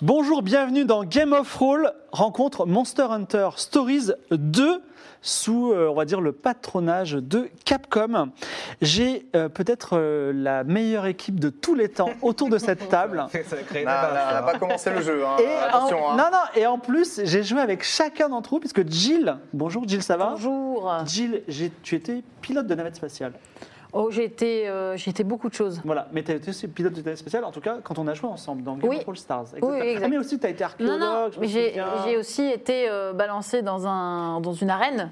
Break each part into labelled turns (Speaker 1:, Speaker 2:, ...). Speaker 1: Bonjour, bienvenue dans Game of Roll, rencontre Monster Hunter Stories 2 sous, euh, on va dire, le patronage de Capcom. J'ai euh, peut-être euh, la meilleure équipe de tous les temps autour de cette table.
Speaker 2: Non, non, on n'a pas commencé le jeu. hein. Attention.
Speaker 1: en,
Speaker 2: hein.
Speaker 1: non, non, et en plus, j'ai joué avec chacun d'entre vous, puisque Jill, bonjour Jill, ça va
Speaker 3: Bonjour.
Speaker 1: Jill, j'ai- tu étais pilote de navette spatiale.
Speaker 3: Oh, j'ai été, euh, j'ai été beaucoup de choses.
Speaker 1: Voilà, mais tu as été aussi pilote de navette spatiale, en tout cas, quand on a joué ensemble dans Game
Speaker 3: Oui.
Speaker 1: of Thrones Stars. etc.
Speaker 3: Oui, oui, exact.
Speaker 1: Ah, mais aussi, tu as été
Speaker 3: Non,
Speaker 1: archéologue.
Speaker 3: non,
Speaker 1: je me
Speaker 3: mais j'ai
Speaker 1: souviens.
Speaker 3: j'ai aussi été euh, balancée dans, un, dans une arène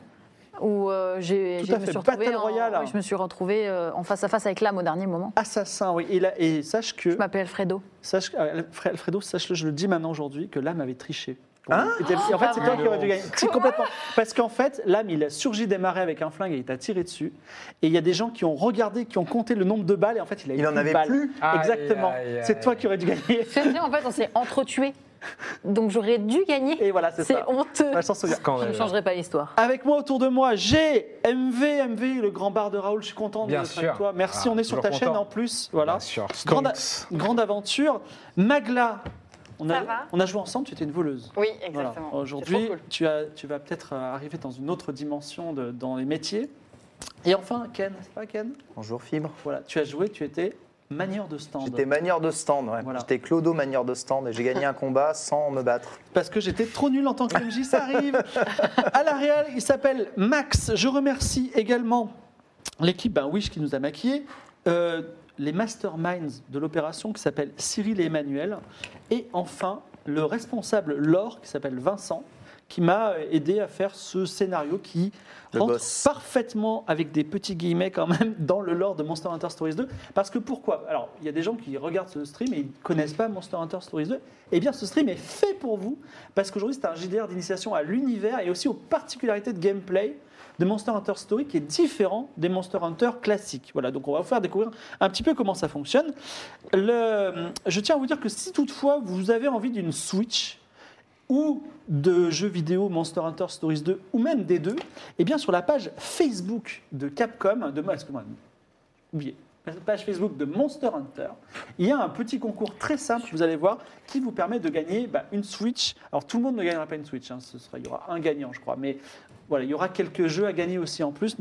Speaker 3: où euh, j'ai
Speaker 1: Tout
Speaker 3: j'ai-
Speaker 1: à
Speaker 3: me
Speaker 1: fait,
Speaker 3: suis retrouvée
Speaker 1: Battle
Speaker 3: en-
Speaker 1: Royale.
Speaker 3: oui, je me suis retrouvée euh, en face à face avec l'âme au dernier moment.
Speaker 1: Assassin, oui. Et, là- et sache que.
Speaker 3: Je m'appelle Fredo.
Speaker 1: Sache, euh, Alfre- Alfredo, sache-le, je le dis maintenant aujourd'hui, que l'âme avait triché. Pour
Speaker 2: Hein
Speaker 1: lui. Et t'as- et en fait,
Speaker 3: pas
Speaker 1: c'est toi
Speaker 3: vrai.
Speaker 1: qui aurais dû gagner. C'est complètement. Parce qu'en fait, l'âme, il a surgi des marais avec un flingue et il t'a tiré dessus. Et il y a des gens qui ont regardé, qui ont compté le nombre de balles et en fait, il, a eu
Speaker 2: Il en
Speaker 1: plus de
Speaker 2: avait
Speaker 1: balles.
Speaker 2: plus
Speaker 1: Exactement.
Speaker 4: Aïe, aïe,
Speaker 1: C'est toi
Speaker 4: aïe.
Speaker 1: qui aurais dû gagner.
Speaker 3: Tu sais, en fait, on s'est entretués. Donc j'aurais dû gagner.
Speaker 1: Et voilà, c'est
Speaker 3: C'est
Speaker 1: ça.
Speaker 3: honteux.
Speaker 1: On va s'en souvenir.
Speaker 3: Je ne
Speaker 4: Scandaleux.
Speaker 3: changerai pas l'histoire.
Speaker 1: Avec moi autour de moi, j'ai MV, MV, le grand bar de Raoul. Je suis content
Speaker 4: Bien
Speaker 1: d'être
Speaker 4: sûr.
Speaker 1: avec toi. Merci,
Speaker 4: Ah,
Speaker 1: on est sur
Speaker 4: toujours
Speaker 1: ta
Speaker 4: content.
Speaker 1: chaîne en plus. Voilà.
Speaker 4: Bien sûr, Stonks.
Speaker 1: Grande, grande aventure. Magla, on
Speaker 5: Ça va
Speaker 1: a, on a joué ensemble, tu étais une voleuse.
Speaker 5: Oui,
Speaker 1: Voilà.
Speaker 5: exactement. C'est
Speaker 1: Aujourd'hui,
Speaker 5: trop cool.
Speaker 1: tu, as- tu vas peut-être euh, arriver dans une autre dimension de- dans les métiers. Et enfin, Ken, c'est pas Ken
Speaker 2: Bonjour Fibre.
Speaker 1: Voilà, tu as joué, tu étais manieur de stand.
Speaker 2: J'étais manieur de stand, ouais.
Speaker 1: Voilà.
Speaker 2: j'étais Clodo manieur de stand et j'ai gagné un combat sans me battre.
Speaker 1: Parce que j'étais trop nul en tant que MJ, ça arrive. à la Real, il s'appelle Max. Je remercie également l'équipe ben, Wish qui nous a maquillés, euh, les masterminds de l'opération qui s'appellent Cyril et Emmanuel, et enfin le responsable Laure qui s'appelle Vincent qui m'a aidé à faire ce scénario qui
Speaker 2: Le
Speaker 1: rentre
Speaker 2: boss.
Speaker 1: parfaitement avec des petits guillemets quand même dans le lore de Monster Hunter Stories 2. Parce que pourquoi Alors, il y a des gens qui regardent ce stream et ils ne connaissent pas Monster Hunter Stories 2. Eh bien, ce stream est fait pour vous parce qu'aujourd'hui, c'est un JDR d'initiation à l'univers et aussi aux particularités de gameplay de Monster Hunter Story qui est différent des Monster Hunter classiques. Voilà, donc on va vous faire découvrir un petit peu comment ça fonctionne. Le- je tiens à vous dire que si toutefois vous avez envie d'une Switch ou de jeux vidéo Monster Hunter Stories 2 ou même des deux, eh bien sur la page Facebook de Capcom, de moi, excusez-moi, oubliez, la page Facebook de Monster Hunter, il y a un petit concours très simple, vous allez voir, qui vous permet de gagner bah, une Switch. Alors tout le monde ne gagnera pas une Switch, hein, ce sera, il y aura un gagnant, je crois, mais voilà, il y aura quelques jeux à gagner aussi en plus.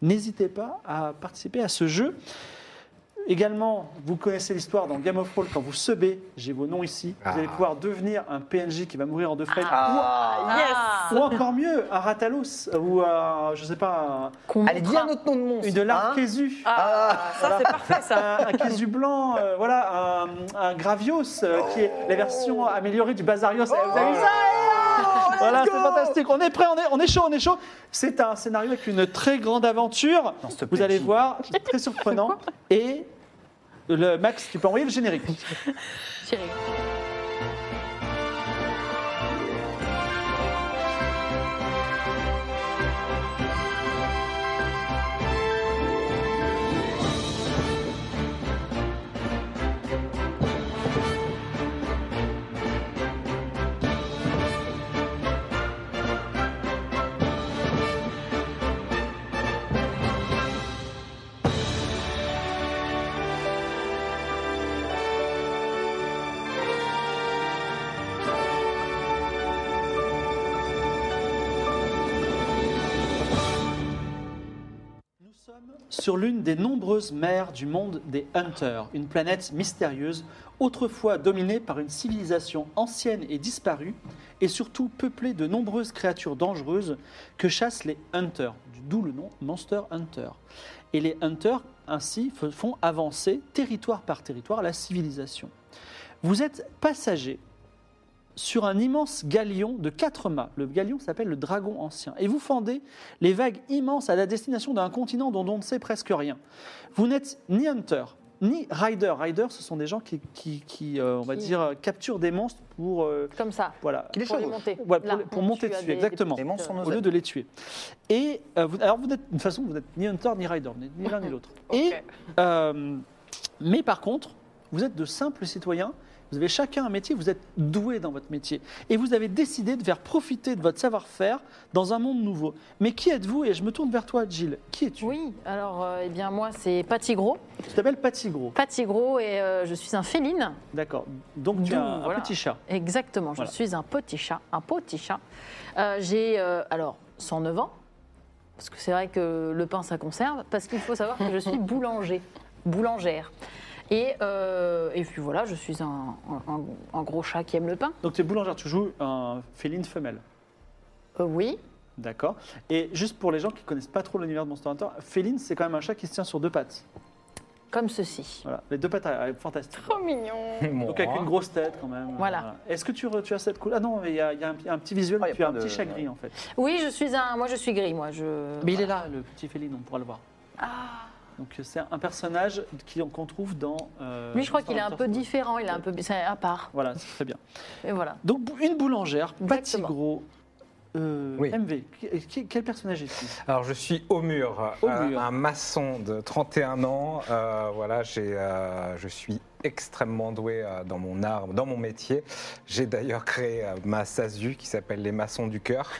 Speaker 1: N'hésitez pas à participer à ce jeu. Également, vous connaissez l'histoire dans Game of Thrones, quand vous sebez, j'ai vos noms ici, vous allez pouvoir devenir un PNJ qui va mourir en deux frames
Speaker 2: Ah.
Speaker 5: Ah,
Speaker 1: ou, ou encore mieux, un Ratalos ou un, je sais pas,
Speaker 3: Qu'on
Speaker 2: Allez, dis
Speaker 3: montrera.
Speaker 2: un autre nom de monstre.
Speaker 1: un, une larve
Speaker 2: hein.
Speaker 1: Kézu.
Speaker 5: Ah, ça c'est parfait ça.
Speaker 1: Un, un Kézu blanc, euh, voilà, un, un Gravios, euh, qui est la version améliorée du Bazarios. Vous avez vu ça
Speaker 2: Oh,
Speaker 1: Voilà, c'est fantastique. On est prêt, on est, on est chaud, on est chaud. C'est un scénario avec une très grande aventure.
Speaker 2: Non, s'il te plaît,
Speaker 1: Vous allez
Speaker 2: Guy.
Speaker 1: voir, c'est très surprenant. Et le Max, tu peux envoyer le générique.
Speaker 3: Thierry.
Speaker 1: sur l'une des nombreuses mers du monde des Hunters, une planète mystérieuse, autrefois dominée par une civilisation ancienne et disparue, et surtout peuplée de nombreuses créatures dangereuses que chassent les Hunters, d'où le nom Monster Hunter. Et les Hunters, ainsi, f- font avancer, territoire par territoire, la civilisation. Vous êtes passager sur un immense galion de quatre mâts. Le galion s'appelle le Dragon Ancien. Et vous fendez les vagues immenses à la destination d'un continent dont on ne sait presque rien. Vous n'êtes ni hunter, ni rider. Rider, ce sont des gens qui, qui- qui, euh, on va
Speaker 3: Qui-
Speaker 1: dire, euh, capturent des monstres pour... euh,
Speaker 3: Comme ça.
Speaker 1: voilà.
Speaker 2: Qui les
Speaker 3: pour les
Speaker 2: chevauchent.
Speaker 3: monter.
Speaker 1: Ouais, pour
Speaker 3: Là,
Speaker 1: les- pour
Speaker 3: on
Speaker 1: monter
Speaker 3: tue à
Speaker 1: dessus,
Speaker 3: des-
Speaker 1: exactement.
Speaker 3: des
Speaker 2: Les monstres sont nos
Speaker 1: au lieu
Speaker 2: amis.
Speaker 1: de les tuer. Et euh, vous- alors vous n'êtes de toute façon vous n'êtes ni hunter ni rider, vous n'êtes ni l'un ni l'autre. Et
Speaker 5: Ok.
Speaker 1: euh, mais par contre, vous êtes de simples citoyens. Vous avez chacun un métier, vous êtes doués dans votre métier. Et vous avez décidé de faire profiter de votre savoir-faire dans un monde nouveau. Mais qui êtes-vous Et je me tourne vers toi, Gilles. Qui es-tu
Speaker 3: Oui, alors euh, eh bien moi c'est Patigro.
Speaker 1: Tu t'appelles Patigro.
Speaker 3: Patigro et euh, je suis un féline.
Speaker 1: D'accord. Donc tu
Speaker 3: D'où,
Speaker 1: as un, un
Speaker 3: voilà.
Speaker 1: petit chat.
Speaker 3: Exactement, je
Speaker 1: Voilà.
Speaker 3: suis un petit chat, un petit chat. Euh, J'ai euh, alors 109 ans, parce que c'est vrai que le pain ça conserve, parce qu'il faut savoir que je suis boulanger, boulangère. Et, euh, et puis voilà, je suis un, un- un- un gros chat qui aime le pain.
Speaker 1: Donc tu es boulangère, tu joues un féline femelle.
Speaker 3: Euh, oui,
Speaker 1: D'accord. Et juste pour les gens qui connaissent pas trop l'univers de Monster Hunter, féline, c'est quand même un chat qui se tient sur deux pattes.
Speaker 3: comme ceci.
Speaker 1: Voilà. Les deux pattes, euh, fantastiques.
Speaker 5: Trop mignon.
Speaker 2: Mon
Speaker 1: Donc avec
Speaker 2: roi.
Speaker 1: une grosse tête quand même.
Speaker 3: Voilà.
Speaker 1: Est-ce que tu, re- tu as cette couleur Ah non, mais il y a, il y a un, il y a un petit visuel,
Speaker 2: Ah, il y a
Speaker 1: tu as
Speaker 2: pas
Speaker 1: un
Speaker 2: de-
Speaker 1: petit chat
Speaker 2: ouais.
Speaker 1: gris en fait.
Speaker 3: Oui, je suis un, moi je suis gris, moi je.
Speaker 1: Mais il est là, le petit féline, on pourra le voir. Ah. Donc c'est un personnage qui- qu'on trouve dans... euh,
Speaker 3: Lui, je crois
Speaker 1: Monster
Speaker 3: qu'il est un
Speaker 1: Hunter
Speaker 3: peu
Speaker 1: Stories.
Speaker 3: différent, il est un peu c'est à part.
Speaker 1: Voilà, c'est très bien.
Speaker 3: Et voilà.
Speaker 1: Donc bou- une boulangère, Patty
Speaker 3: Exactement.
Speaker 1: Gros, euh,
Speaker 4: Oui.
Speaker 1: MV, qui- qui- quel personnage est-il
Speaker 4: Alors je suis au mur,
Speaker 1: Au
Speaker 4: euh,
Speaker 1: mur.
Speaker 4: un maçon de 31 ans. Euh, voilà, j'ai, euh, je suis extrêmement doué euh, dans mon art, dans mon métier. J'ai d'ailleurs créé euh, ma SASU qui s'appelle les maçons du cœur.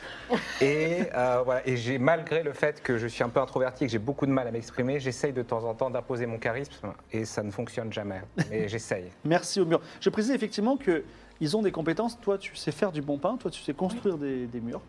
Speaker 4: Et, euh, voilà, et j'ai malgré le fait que je suis un peu introverti, et que j'ai beaucoup de mal à m'exprimer, j'essaye de temps en temps d'imposer mon charisme et ça ne fonctionne jamais. Mais j'essaye.
Speaker 1: Merci au mur. Je précise effectivement que ils ont des compétences. Toi, tu sais faire du bon pain. Toi, tu sais construire des, des murs.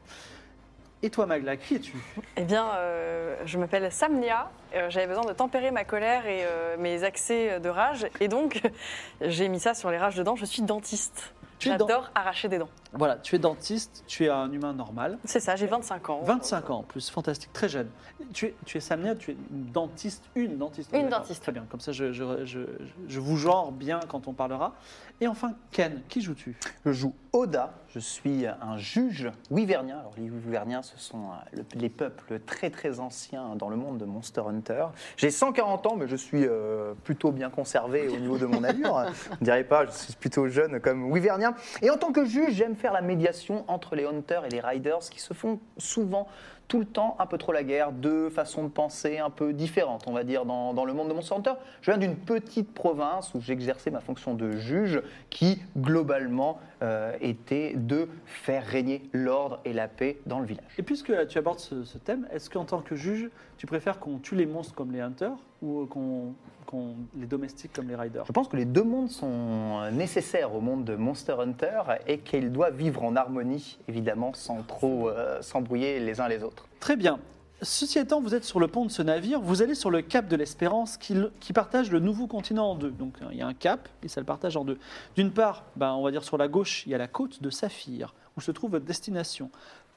Speaker 1: Et toi, Magla, qui es-tu
Speaker 5: Eh bien, euh, je m'appelle Samnia. euh, J'avais besoin de tempérer ma colère et euh, mes accès de rage. Et donc, j'ai mis ça sur les rages de dents. Je suis dentiste.
Speaker 1: Tu es dent-
Speaker 5: J'adore arracher des dents.
Speaker 1: Voilà, tu es dentiste. Tu es un humain normal.
Speaker 5: C'est ça, j'ai 25 ans.
Speaker 1: 25 ans en plus, fantastique, très jeune. Tu es, tu es Samia, tu es une dentiste, une dentiste.
Speaker 3: Une
Speaker 1: D'accord,
Speaker 3: dentiste.
Speaker 1: Très bien, comme ça je, je- je- je vous genre bien quand on parlera. Et enfin, Ken, qui joues-tu
Speaker 2: Je joue Oda, je suis un juge wyvernien. Alors, les wyverniens, ce sont euh, le- les peuples très très anciens dans le monde de Monster Hunter. J'ai 140 ans, mais je suis euh, plutôt bien conservé au niveau de mon allure. On dirait pas, je suis plutôt jeune comme wyvernien. Et en tant que juge, j'aime faire la médiation entre les hunters et les riders qui se font souvent tout le temps un peu trop la guerre, deux façons de penser un peu différentes, on va dire, dans, dans le monde de Monster Hunter. Je viens d'une petite province où j'exerçais ma fonction de juge qui, globalement, euh, était de faire régner l'ordre et la paix dans le village.
Speaker 1: Et puisque tu abordes ce, ce thème, est-ce qu'en tant que juge, tu préfères qu'on tue les monstres comme les hunters ou qu'on qu'on les domestique comme les riders
Speaker 2: Je pense que les deux mondes sont nécessaires au monde de Monster Hunter et qu'ils doivent vivre en harmonie, évidemment, sans trop euh, s'embrouiller les uns les autres.
Speaker 1: Très bien. Ceci étant, vous êtes sur le pont de ce navire, vous allez sur le cap de l'Espérance qui, qui partage le nouveau continent en deux. Donc il y a un cap et ça le partage en deux. D'une part, ben, on va dire sur la gauche, il y a la côte de Saphir, où se trouve votre destination,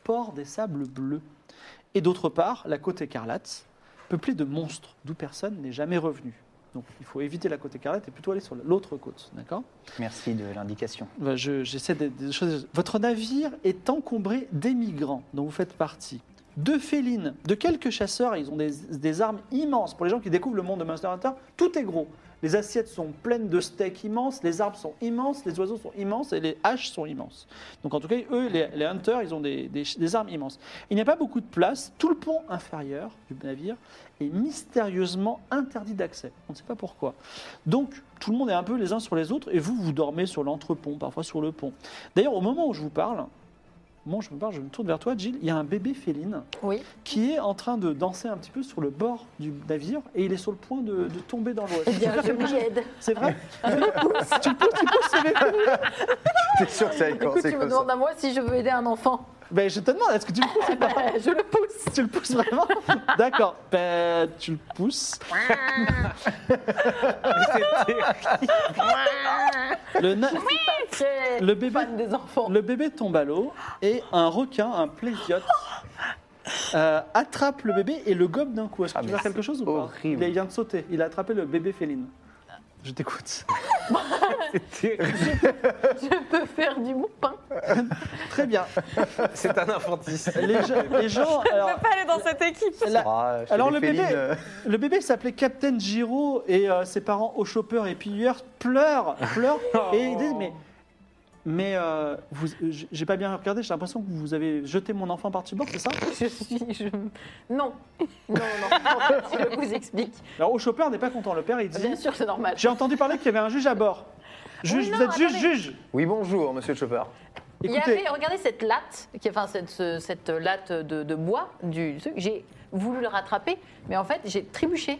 Speaker 1: port des sables bleus. Et d'autre part, la côte écarlate, peuplée de monstres, d'où personne n'est jamais revenu. Donc il faut éviter la côte écarlate et plutôt aller sur l'autre côte, d'accord
Speaker 2: Merci de l'indication.
Speaker 1: ben, je- J'essaie des, des choses. Votre navire est encombré d'émigrants dont vous faites partie. Deux félines, de quelques chasseurs, ils ont des, des armes immenses. Pour les gens qui découvrent le monde de Monster Hunter, tout est gros. Les assiettes sont pleines de steaks immenses, les arbres sont immenses, les oiseaux sont immenses et les haches sont immenses. Donc en tout cas, eux, les, les hunters, ils ont des, des- des armes immenses. Il n'y a pas beaucoup de place. Tout le pont inférieur du navire est mystérieusement interdit d'accès. On ne sait pas pourquoi. Donc, tout le monde est un peu les uns sur les autres, et vous, vous dormez sur l'entrepont, parfois sur le pont. D'ailleurs, au moment où je vous parle, au moment où je me parle, je me tourne vers toi, Gilles, il y a un bébé féline
Speaker 3: Oui.
Speaker 1: qui est en train de danser un petit peu sur le bord du navire, et il est sur le point de, de tomber dans l'eau.
Speaker 3: Eh bien,
Speaker 1: J'espère
Speaker 3: je
Speaker 1: que-
Speaker 3: lui aide.
Speaker 1: C'est vrai Tu le pousses, tu pousses ce bébé
Speaker 2: C'est sûr que ça
Speaker 3: Écoute, tu me demandes à moi si je veux aider un enfant.
Speaker 1: Ben, Je te demande, est-ce que tu le pousses ou pas
Speaker 3: je le pousse.
Speaker 1: Tu le pousses vraiment D'accord, ben, tu le pousses. le, na-
Speaker 3: Très
Speaker 1: le bébé
Speaker 3: fan des enfants.
Speaker 1: Le bébé tombe à l'eau et un requin, un plésiote, euh, attrape le bébé et le gobe d'un coup. Est-ce que
Speaker 2: Ah,
Speaker 1: tu
Speaker 2: mais
Speaker 1: veux faire
Speaker 2: c'est
Speaker 1: quelque chose ou pas
Speaker 2: horrible.
Speaker 1: Il vient de sauter. Il a attrapé le bébé féline. Je t'écoute.
Speaker 4: C'est terrible.
Speaker 3: Je peux faire du bon pain.
Speaker 1: Très bien.
Speaker 4: C'est un infanticide.
Speaker 1: Les, gens- les gens.
Speaker 5: Je
Speaker 1: Alors,
Speaker 5: peux pas aller dans cette équipe.
Speaker 1: la-
Speaker 2: Ah, chez
Speaker 1: alors le
Speaker 2: les
Speaker 1: bébé-
Speaker 2: félines, euh,
Speaker 1: le bébé s'appelait Captain Giro et euh, ses parents au chopper et pilleurs pleurent, pleurent et ils disent mais mais euh, vous- j- j'ai pas bien regardé. J'ai l'impression que vous avez jeté mon enfant par-dessus bord, c'est ça
Speaker 3: Je suis. je- Non. Non, non. En fait, je vous explique.
Speaker 1: Alors au chopper n'est pas content. Le père il dit
Speaker 3: Bien sûr, c'est normal.
Speaker 1: j'ai entendu parler qu'il y avait un juge à bord. Juge,
Speaker 3: Oui,
Speaker 1: vous
Speaker 3: non,
Speaker 1: êtes juge,
Speaker 3: attendez.
Speaker 1: juge.
Speaker 2: Oui, bonjour, monsieur le chauffeur.
Speaker 3: Il y
Speaker 1: Écoutez,
Speaker 3: avait, regardez cette latte, qui, enfin cette, ce- cette latte de, de bois du truc. J'ai voulu le rattraper, mais en fait j'ai trébuché.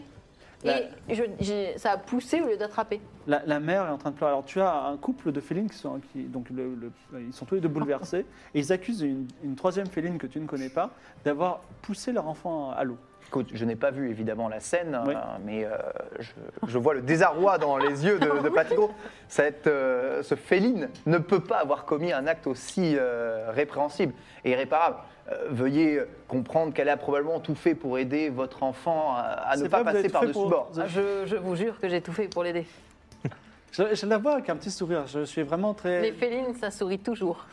Speaker 1: La-
Speaker 3: Et je- j'ai- ça a poussé au lieu d'attraper.
Speaker 1: la, la mère est en train de pleurer. Alors tu as un couple de félines qui sont qui- donc le- le- ils sont tous les deux bouleversés et ils accusent une, une troisième féline que tu ne connais pas d'avoir poussé leur enfant à l'eau.
Speaker 2: Écoute, je n'ai pas vu évidemment la scène,
Speaker 1: Oui.
Speaker 2: euh, mais euh, je, je vois le désarroi dans les yeux de, de Patigo. Cette, euh, ce féline ne peut pas avoir commis un acte aussi euh, répréhensible et irréparable. Euh, veuillez comprendre qu'elle a probablement tout fait pour aider votre enfant à, à ne
Speaker 1: C'est
Speaker 2: pas,
Speaker 1: vrai, vous avez tout
Speaker 2: passer
Speaker 1: fait
Speaker 2: par-dessus
Speaker 1: pour-
Speaker 2: bord.
Speaker 1: vous avez-
Speaker 3: Je, je vous jure que j'ai tout fait pour l'aider.
Speaker 1: Je, je la vois avec un petit sourire. Je suis vraiment très.
Speaker 3: Les félines, ça sourit toujours.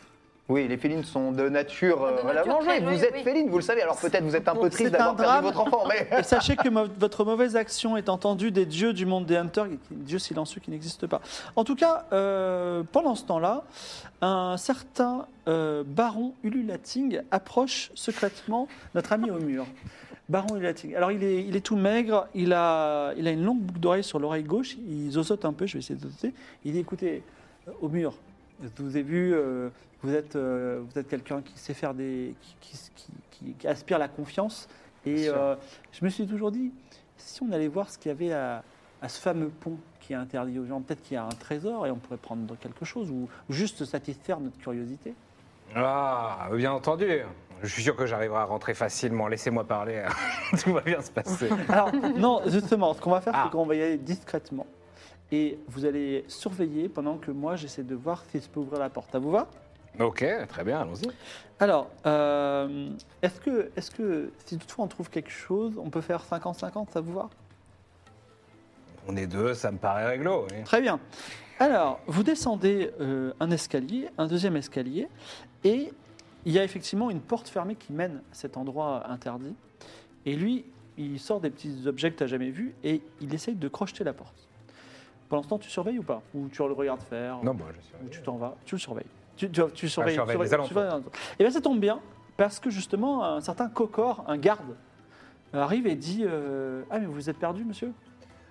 Speaker 2: Oui, les félines sont de nature.
Speaker 3: Ah, De
Speaker 2: euh, voilà,
Speaker 3: nature
Speaker 2: mangée.
Speaker 3: très
Speaker 2: Vous
Speaker 3: joyeuse,
Speaker 2: êtes
Speaker 3: oui.
Speaker 2: féline, vous le savez. Alors peut-être vous êtes un peu
Speaker 1: C'est
Speaker 2: triste
Speaker 1: un
Speaker 2: d'avoir perdu
Speaker 1: drame.
Speaker 2: votre enfant, mais.
Speaker 1: Et sachez que mo- votre mauvaise action est entendue des dieux du monde des Hunters, qui- dieux silencieux qui n'existent pas. En tout cas, euh, pendant ce temps-là, un certain euh, baron Ululating approche secrètement notre ami au mur. Baron Ululating. Alors, il est, il est tout maigre, il a, il a une longue boucle d'oreille sur l'oreille gauche, il zozote un peu, je vais essayer de zoter. Il dit écoutez, euh, au mur, je vous ai vu, euh, vous êtes, euh, vous êtes quelqu'un qui sait faire des. qui, qui- qui- qui aspire la confiance. Et
Speaker 2: sûr.
Speaker 1: euh, je me suis toujours dit, si on allait voir ce qu'il y avait à, à ce fameux pont qui est interdit aux gens, peut-être qu'il y a un trésor et on pourrait prendre quelque chose ou juste satisfaire notre curiosité.
Speaker 4: Ah, bien entendu. Je suis sûr que j'arriverai à rentrer facilement. Laissez-moi parler. Tout va bien se passer.
Speaker 1: Alors, non, justement, ce qu'on va faire,
Speaker 4: Ah.
Speaker 1: c'est qu'on va y aller discrètement. Et vous allez surveiller pendant que moi, j'essaie de voir si je peux ouvrir la porte. Ça vous va
Speaker 4: Ok, très bien, allons-y.
Speaker 1: Alors, euh, est-ce que, est que si toutefois on trouve quelque chose, on peut faire 50-50, ça vous va
Speaker 4: On est deux, ça me paraît réglo. oui.
Speaker 1: Très bien. Alors, vous descendez euh, un escalier, un deuxième escalier, et il y a effectivement une porte fermée qui mène à cet endroit interdit. Et lui, il sort des petits objets que tu n'as jamais vus et il essaye de crocheter la porte. Pour l'instant, tu surveilles ou pas Ou tu le regardes faire
Speaker 4: Non, bon, je suis.
Speaker 1: Ou tu t'en vas Tu le surveilles Tu, tu, tu surveilles,
Speaker 4: surveille
Speaker 1: surveilles-
Speaker 4: les alentours.
Speaker 1: surveilles Et bien, ça tombe bien, parce que justement, un certain Cocor, un garde, arrive et dit euh, Ah, mais vous êtes perdu, monsieur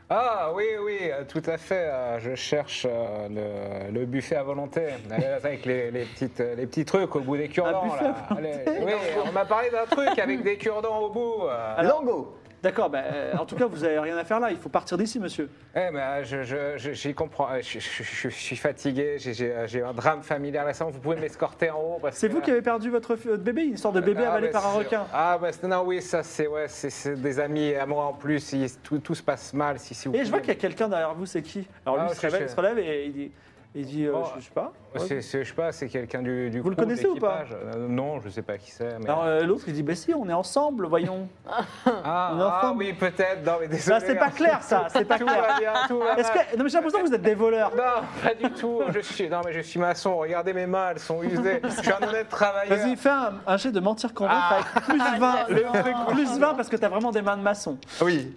Speaker 4: Ah oui, oui, euh, tout à fait. euh, Je cherche euh, le, le buffet à volonté. Euh, Avec les, les petites, euh, les petits trucs au bout des cure-dents.
Speaker 1: buffet
Speaker 4: là. Allez, Oui, on m'a parlé d'un truc avec des cure-dents au bout. euh.
Speaker 2: Lango
Speaker 1: D'accord, bah, euh, en tout cas, vous n'avez rien à faire là, il faut partir d'ici, monsieur.
Speaker 4: Eh ben, je, je, je- j'y comprends. euh, Je, je- je- je suis fatigué. J'ai, j'ai, euh, j'ai eu un drame familial récemment. Vous pouvez m'escorter en haut parce
Speaker 1: C'est
Speaker 4: que-
Speaker 1: vous qui avez perdu votre, euh, votre bébé, une sorte de bébé
Speaker 4: Ah,
Speaker 1: avalé
Speaker 4: bah,
Speaker 1: par un
Speaker 4: c'est-
Speaker 1: requin.
Speaker 4: Ah bah c'est- non oui ça c'est ouais c'est, c'est des amis à moi en plus ils- tout, tout se passe mal si, si vous
Speaker 1: Et je vois qu'il y
Speaker 4: pouvez-
Speaker 1: a quelqu'un derrière vous, c'est qui Alors lui,
Speaker 4: Ah,
Speaker 1: il,
Speaker 4: je
Speaker 1: se réveille,
Speaker 4: sais.
Speaker 1: il se relève et il dit, il dit euh,
Speaker 4: Bon,
Speaker 1: je, je sais pas. Ouais.
Speaker 4: c'est, c'est- je sais pas c'est quelqu'un du, du
Speaker 1: Vous le
Speaker 4: crew, de
Speaker 1: connaissez ou pas
Speaker 4: l'équipage. Euh, Non je sais pas qui c'est mais
Speaker 1: Alors euh, l'autre, il dit, bah si, on est ensemble, voyons.
Speaker 4: ah,
Speaker 1: on est
Speaker 4: ah,
Speaker 1: ensemble.
Speaker 4: oui peut-être non mais désolé hein.
Speaker 1: Ça, c'est pas clair, ça, c'est pas
Speaker 4: tout va
Speaker 1: clair.
Speaker 4: bien tout va
Speaker 1: Est-ce
Speaker 4: mal.
Speaker 1: que... Non, mais j'ai l'impression que vous êtes des voleurs.
Speaker 4: Non, pas du tout. Je suis, non, mais je suis maçon. Regardez mes mains, elles sont usées. Je suis un honnête travailleur.
Speaker 1: Vas-y, fais un, un jet de mentir convaincre
Speaker 4: Ah.
Speaker 1: avec plus 20,
Speaker 3: non,
Speaker 1: le truc
Speaker 3: non.
Speaker 1: plus 20 parce que t'as vraiment des mains de maçon.
Speaker 4: Oui.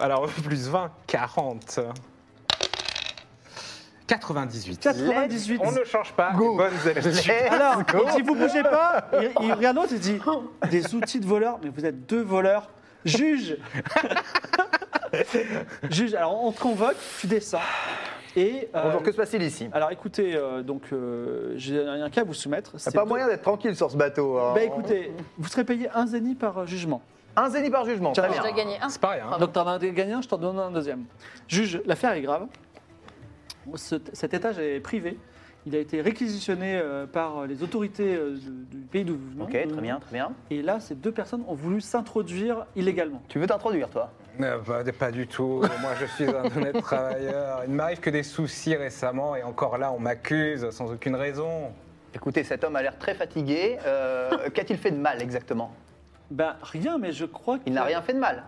Speaker 4: Alors, plus 20, 40. 98.
Speaker 1: 98.
Speaker 4: On ne change pas
Speaker 2: Go.
Speaker 4: les bonnes habitudes.
Speaker 1: Alors, on dit vous bougez pas, il, il regarde l'autre, il dit des outils de voleurs, mais vous êtes deux voleurs. Juge Juge, alors on te convoque, tu descends. Et. euh,
Speaker 2: Bonjour, que se passe-t-il ici
Speaker 1: alors écoutez, euh, donc euh, j'ai un cas à vous soumettre.
Speaker 2: T'as
Speaker 1: C'est
Speaker 2: pas
Speaker 1: deux-
Speaker 2: moyen d'être tranquille sur ce bateau. hein.
Speaker 1: Bah écoutez, vous serez payé un zénith par euh, jugement.
Speaker 2: Un zénith par jugement, très
Speaker 1: Tiens,
Speaker 3: J'ai
Speaker 2: bien.
Speaker 3: déjà gagné un.
Speaker 4: C'est pareil. Hein.
Speaker 1: Donc t'en as un gagné un, je t'en donne un deuxième. Juge, l'affaire est grave. Ce- cet étage est privé. Il a été réquisitionné euh, par les autorités euh, du, du pays d'où vous venez.
Speaker 2: Ok, très bien, très bien.
Speaker 1: Et là, ces deux personnes ont voulu s'introduire illégalement.
Speaker 2: Tu veux t'introduire, toi
Speaker 4: Euh, bah, pas du tout. Moi, je suis un honnête travailleur. Il ne m'arrive que des soucis récemment et encore là, on m'accuse sans aucune raison.
Speaker 2: Écoutez, cet homme a l'air très fatigué. Euh, Qu'a-t-il fait de mal exactement
Speaker 1: Ben rien, mais je crois qu'il
Speaker 2: Il n'a rien fait de mal.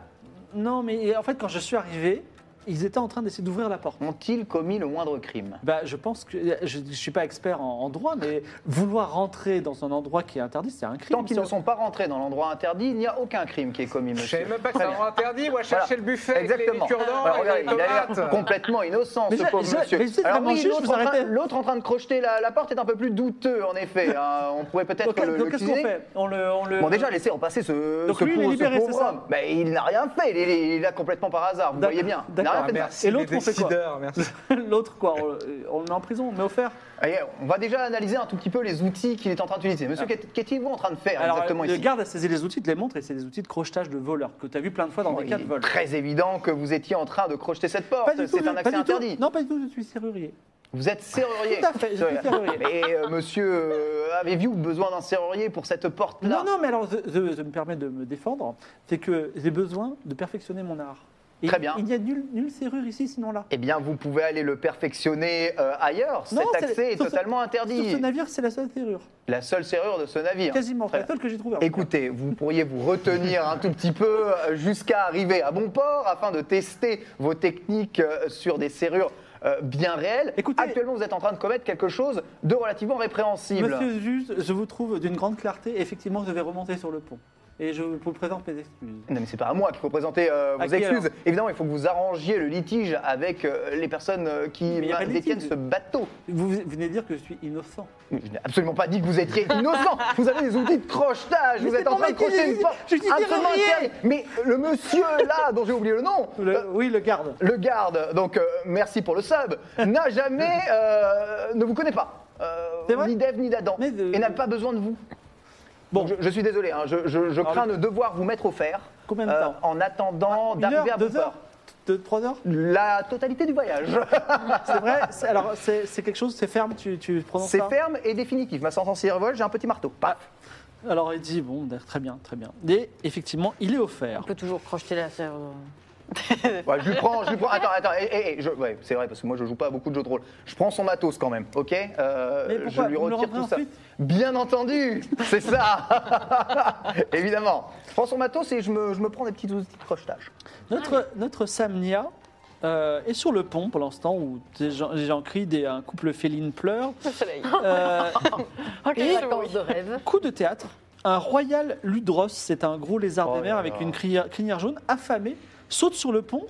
Speaker 1: Non, mais en fait, quand je suis arrivé, ils étaient en train d'essayer d'ouvrir la porte.
Speaker 2: Ont-ils commis le moindre crime
Speaker 1: Bah, je pense que je ne suis pas expert en, en droit, mais vouloir rentrer dans un endroit qui est interdit, c'est un crime.
Speaker 2: Tant qu'ils ne sont pas rentrés dans l'endroit interdit, il n'y a aucun crime qui est commis,
Speaker 4: Je savais
Speaker 2: monsieur.
Speaker 4: même pas que ça
Speaker 2: Très
Speaker 4: rend interdit. Moi,
Speaker 2: Voilà.
Speaker 4: chercher le buffet
Speaker 2: Exactement.
Speaker 4: avec les cure-dents
Speaker 2: Alors,
Speaker 4: et
Speaker 2: regardez,
Speaker 4: les
Speaker 2: il a l'air
Speaker 4: tomates.
Speaker 2: complètement innocent,
Speaker 1: Mais
Speaker 2: ce
Speaker 1: je-
Speaker 2: pauvre
Speaker 1: je-
Speaker 2: monsieur.
Speaker 1: mais vous êtes
Speaker 2: Alors
Speaker 1: vraiment
Speaker 2: oui,
Speaker 1: juste,
Speaker 2: l'autre
Speaker 1: vous
Speaker 2: en train-
Speaker 1: arrêtez.
Speaker 2: l'autre en train de crocheter la, la porte est un peu plus douteux, en effet. hein. On pourrait peut-être
Speaker 1: Donc,
Speaker 2: le,
Speaker 1: donc,
Speaker 2: le
Speaker 1: qu'est-ce qu'on
Speaker 2: cuisiner.
Speaker 1: fait on le, on le-
Speaker 2: Bon, déjà, laissez repasser ce,
Speaker 1: Donc
Speaker 2: ce
Speaker 1: lui, il est
Speaker 2: pauvre, ce
Speaker 1: libéré,
Speaker 2: pauvre
Speaker 1: c'est ça
Speaker 2: homme. Ben, il n'a rien fait, il est, il est là complètement par hasard, vous
Speaker 1: D'accord,
Speaker 2: voyez bien. Il
Speaker 1: d'accord,
Speaker 2: n'a rien fait de mal.
Speaker 4: Ah, Merci,
Speaker 1: Et
Speaker 4: et
Speaker 1: l'autre,
Speaker 4: les
Speaker 1: on fait quoi
Speaker 4: décideurs. Merci.
Speaker 1: L'autre, quoi, on, le- on le met en prison, mais offert.
Speaker 2: Allez, Ah, on va déjà analyser un tout petit peu les outils qu'il est en train d'utiliser. Monsieur, qu'est- qu'est-il en train de faire
Speaker 1: Ah. Alors,
Speaker 2: exactement
Speaker 1: le
Speaker 2: ici
Speaker 1: garde a saisi les outils, te les montre, et c'est des outils de crochetage de voleurs que tu as vu plein de fois dans
Speaker 2: Bon,
Speaker 1: des
Speaker 2: il
Speaker 1: cas de
Speaker 2: est
Speaker 1: vol.
Speaker 2: Très évident que vous étiez en train de crocheter cette porte.
Speaker 1: Pas du tout,
Speaker 2: C'est un
Speaker 1: pas
Speaker 2: accès
Speaker 1: du tout.
Speaker 2: interdit.
Speaker 1: Non, pas du tout, je suis serrurier.
Speaker 2: Vous êtes serrurier.
Speaker 1: Tout à fait, je suis serrurier.
Speaker 2: Mais euh, monsieur, euh, avez-vous besoin d'un serrurier pour cette porte-là
Speaker 1: Non, non, mais alors, je, je- je me permets de me défendre, c'est que j'ai besoin de perfectionner mon art. Et
Speaker 2: Très bien.
Speaker 1: Il n'y a nulle nulle serrure ici, sinon là.
Speaker 2: Eh bien, vous pouvez aller le perfectionner euh, ailleurs.
Speaker 1: Non,
Speaker 2: Cet
Speaker 1: c'est-
Speaker 2: accès est,
Speaker 1: sur ce-
Speaker 2: totalement
Speaker 1: Sur
Speaker 2: interdit.
Speaker 1: ce navire, c'est la seule serrure.
Speaker 2: La seule serrure de ce navire.
Speaker 1: Quasiment,
Speaker 2: Très
Speaker 1: c'est la seule que j'ai trouvée. en tout cas.
Speaker 2: Écoutez, vous pourriez vous retenir un tout petit peu euh, jusqu'à arriver à bon port afin de tester vos techniques euh, sur des serrures euh, bien réelles.
Speaker 1: Écoutez-
Speaker 2: Actuellement, vous êtes en train de commettre quelque chose de relativement répréhensible.
Speaker 1: Monsieur le juge, je vous trouve d'une grande clarté. Effectivement, je vais remonter sur le pont. Et je vous présente mes excuses.
Speaker 2: Non, mais c'est pas à moi qu'il faut présenter euh,
Speaker 1: À
Speaker 2: vos
Speaker 1: qui,
Speaker 2: excuses.
Speaker 1: alors
Speaker 2: Évidemment, il faut que vous arrangiez le litige avec euh, les personnes euh, qui
Speaker 1: Mais y a pas de
Speaker 2: détiennent
Speaker 1: litige.
Speaker 2: ce bateau.
Speaker 1: Vous venez de dire que je suis innocent.
Speaker 2: Mais Je n'ai absolument pas dit que vous étiez innocent. Vous avez des outils de crochetage.
Speaker 1: Mais
Speaker 2: vous
Speaker 1: c'est
Speaker 2: êtes en
Speaker 1: pas moi
Speaker 2: train de
Speaker 1: qui
Speaker 2: crocheter
Speaker 1: dis-
Speaker 2: une porte.
Speaker 1: je dis
Speaker 2: absolument
Speaker 1: rien.
Speaker 2: interdit. Mais le monsieur là, dont j'ai oublié le nom,
Speaker 1: Le-
Speaker 2: euh,
Speaker 1: oui, le garde.
Speaker 2: le garde, donc euh, merci pour le sub, n'a jamais, euh, ne vous connaît pas. Euh,
Speaker 1: C'est vrai
Speaker 2: ni d'Ève ni d'Adam.
Speaker 1: Mais euh, de-
Speaker 2: Et n'a pas besoin de vous.
Speaker 1: Bon,
Speaker 2: Donc, je, je suis désolé, hein, je, je- je
Speaker 1: Alors,
Speaker 2: crains
Speaker 1: le-
Speaker 2: de devoir vous mettre au fer. euh,
Speaker 1: Combien de temps Ah,
Speaker 2: En attendant
Speaker 1: une
Speaker 2: d'arriver à
Speaker 1: heure,
Speaker 2: bon
Speaker 1: deux heures, Ah,
Speaker 2: port.
Speaker 1: deux, trois heures.
Speaker 2: La totalité du voyage.
Speaker 1: C'est vrai. c'est- Alors, c'est c'est quelque chose. C'est ferme. Tu, tu prononces
Speaker 2: C'est
Speaker 1: ça Ah,
Speaker 2: ferme et définitif. Ma sentence s'y révolte, j'ai un petit marteau. Paf.
Speaker 1: Alors, il dit bon, d'ailleurs, très bien, très bien. Et effectivement, il est
Speaker 3: On
Speaker 1: offert.
Speaker 3: peut toujours crocheter la euh, serrure.
Speaker 2: Ouais, je lui prends, je lui prends. Attends, attends. eh, eh, eh, je- ouais, c'est vrai parce que moi je joue pas à beaucoup de jeux de rôle. Je prends son matos quand même, ok Euh,
Speaker 1: Mais
Speaker 2: Je
Speaker 1: pourquoi
Speaker 2: lui
Speaker 1: Vous me le
Speaker 2: retire tout
Speaker 1: rendrez
Speaker 2: ça.
Speaker 1: ensuite
Speaker 2: Bien entendu, c'est ça. Évidemment. Je prends son matos et je me, je me prends des petits outils de crochetage.
Speaker 5: Ah
Speaker 1: Notre notre Samnia. euh, est sur le pont pour l'instant où des gens, des gens crient, des, un couple féline pleure.
Speaker 5: Le soleil.
Speaker 1: Euh,
Speaker 3: Les
Speaker 5: Et-
Speaker 3: vacances de rêve.
Speaker 1: Coup de théâtre, un royal ludros, c'est un gros lézard
Speaker 2: Oh
Speaker 1: des mers
Speaker 2: là
Speaker 1: avec
Speaker 2: là.
Speaker 1: une crinière, crinière jaune, affamé, saute sur le pont.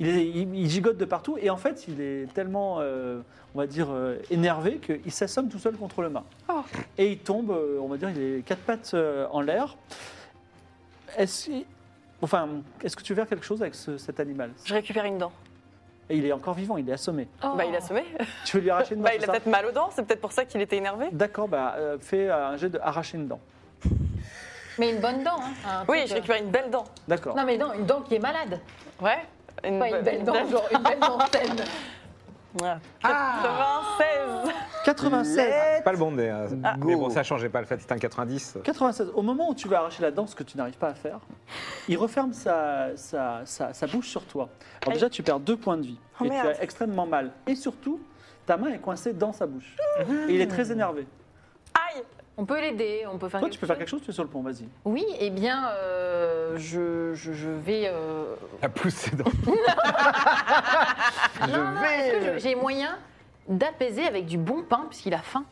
Speaker 1: Il, est- il- il gigote de partout et en fait, il est tellement, euh, on va dire, euh, énervé qu'il s'assomme tout seul contre le mât.
Speaker 5: Oh.
Speaker 1: Et il tombe, euh, on va dire, il est quatre pattes euh, en l'air. Est-ce qu'il- enfin, est-ce que tu veux faire quelque chose avec ce- cet animal
Speaker 5: Je récupère une dent.
Speaker 1: Et il est encore vivant, il est assommé.
Speaker 5: Bah, il a semé.
Speaker 1: Tu veux lui arracher une dent
Speaker 5: Bah, il
Speaker 1: c'est
Speaker 5: a
Speaker 1: ça
Speaker 5: peut-être mal aux dents, c'est peut-être pour ça qu'il était énervé.
Speaker 1: D'accord, bah, euh, fais euh, un jet de arracher une dent.
Speaker 3: Mais une bonne dent. Hein, un
Speaker 5: Oui,
Speaker 3: truc,
Speaker 5: je
Speaker 3: euh,
Speaker 5: récupère une belle dent.
Speaker 1: D'accord.
Speaker 3: Non, mais non, une dent qui est malade.
Speaker 5: Ouais. Une,
Speaker 3: Pas
Speaker 5: be-
Speaker 3: une belle
Speaker 5: une
Speaker 3: dent, genre une belle dent saine.
Speaker 5: Ouais.
Speaker 1: Ah.
Speaker 5: 96
Speaker 1: 96.
Speaker 4: Pas le bon dé. hein. Mais bon, ça changeait pas le fait. C'était un 90.
Speaker 1: 96. Au moment où tu vas arracher la dent, ce que tu n'arrives pas à faire, il referme sa, sa, sa- sa bouche sur toi. Alors
Speaker 5: Aïe.
Speaker 1: déjà, tu perds deux points de vie.
Speaker 5: Oh,
Speaker 1: et tu
Speaker 5: merde.
Speaker 1: as extrêmement mal. Et surtout, ta main est coincée dans sa bouche. Et il est très énervé.
Speaker 5: Aïe
Speaker 3: On peut l'aider, on peut faire
Speaker 1: Toi,
Speaker 3: quelque
Speaker 1: tu peux faire
Speaker 3: chose.
Speaker 1: quelque chose, tu es sur le pont, vas-y.
Speaker 3: Oui, eh bien, euh, je, je- je vais. euh,
Speaker 4: La pousse ses dents.
Speaker 3: Ah, Non, non, non, est-ce que je- j'ai moyen d'apaiser avec du bon pain, puisqu'il a faim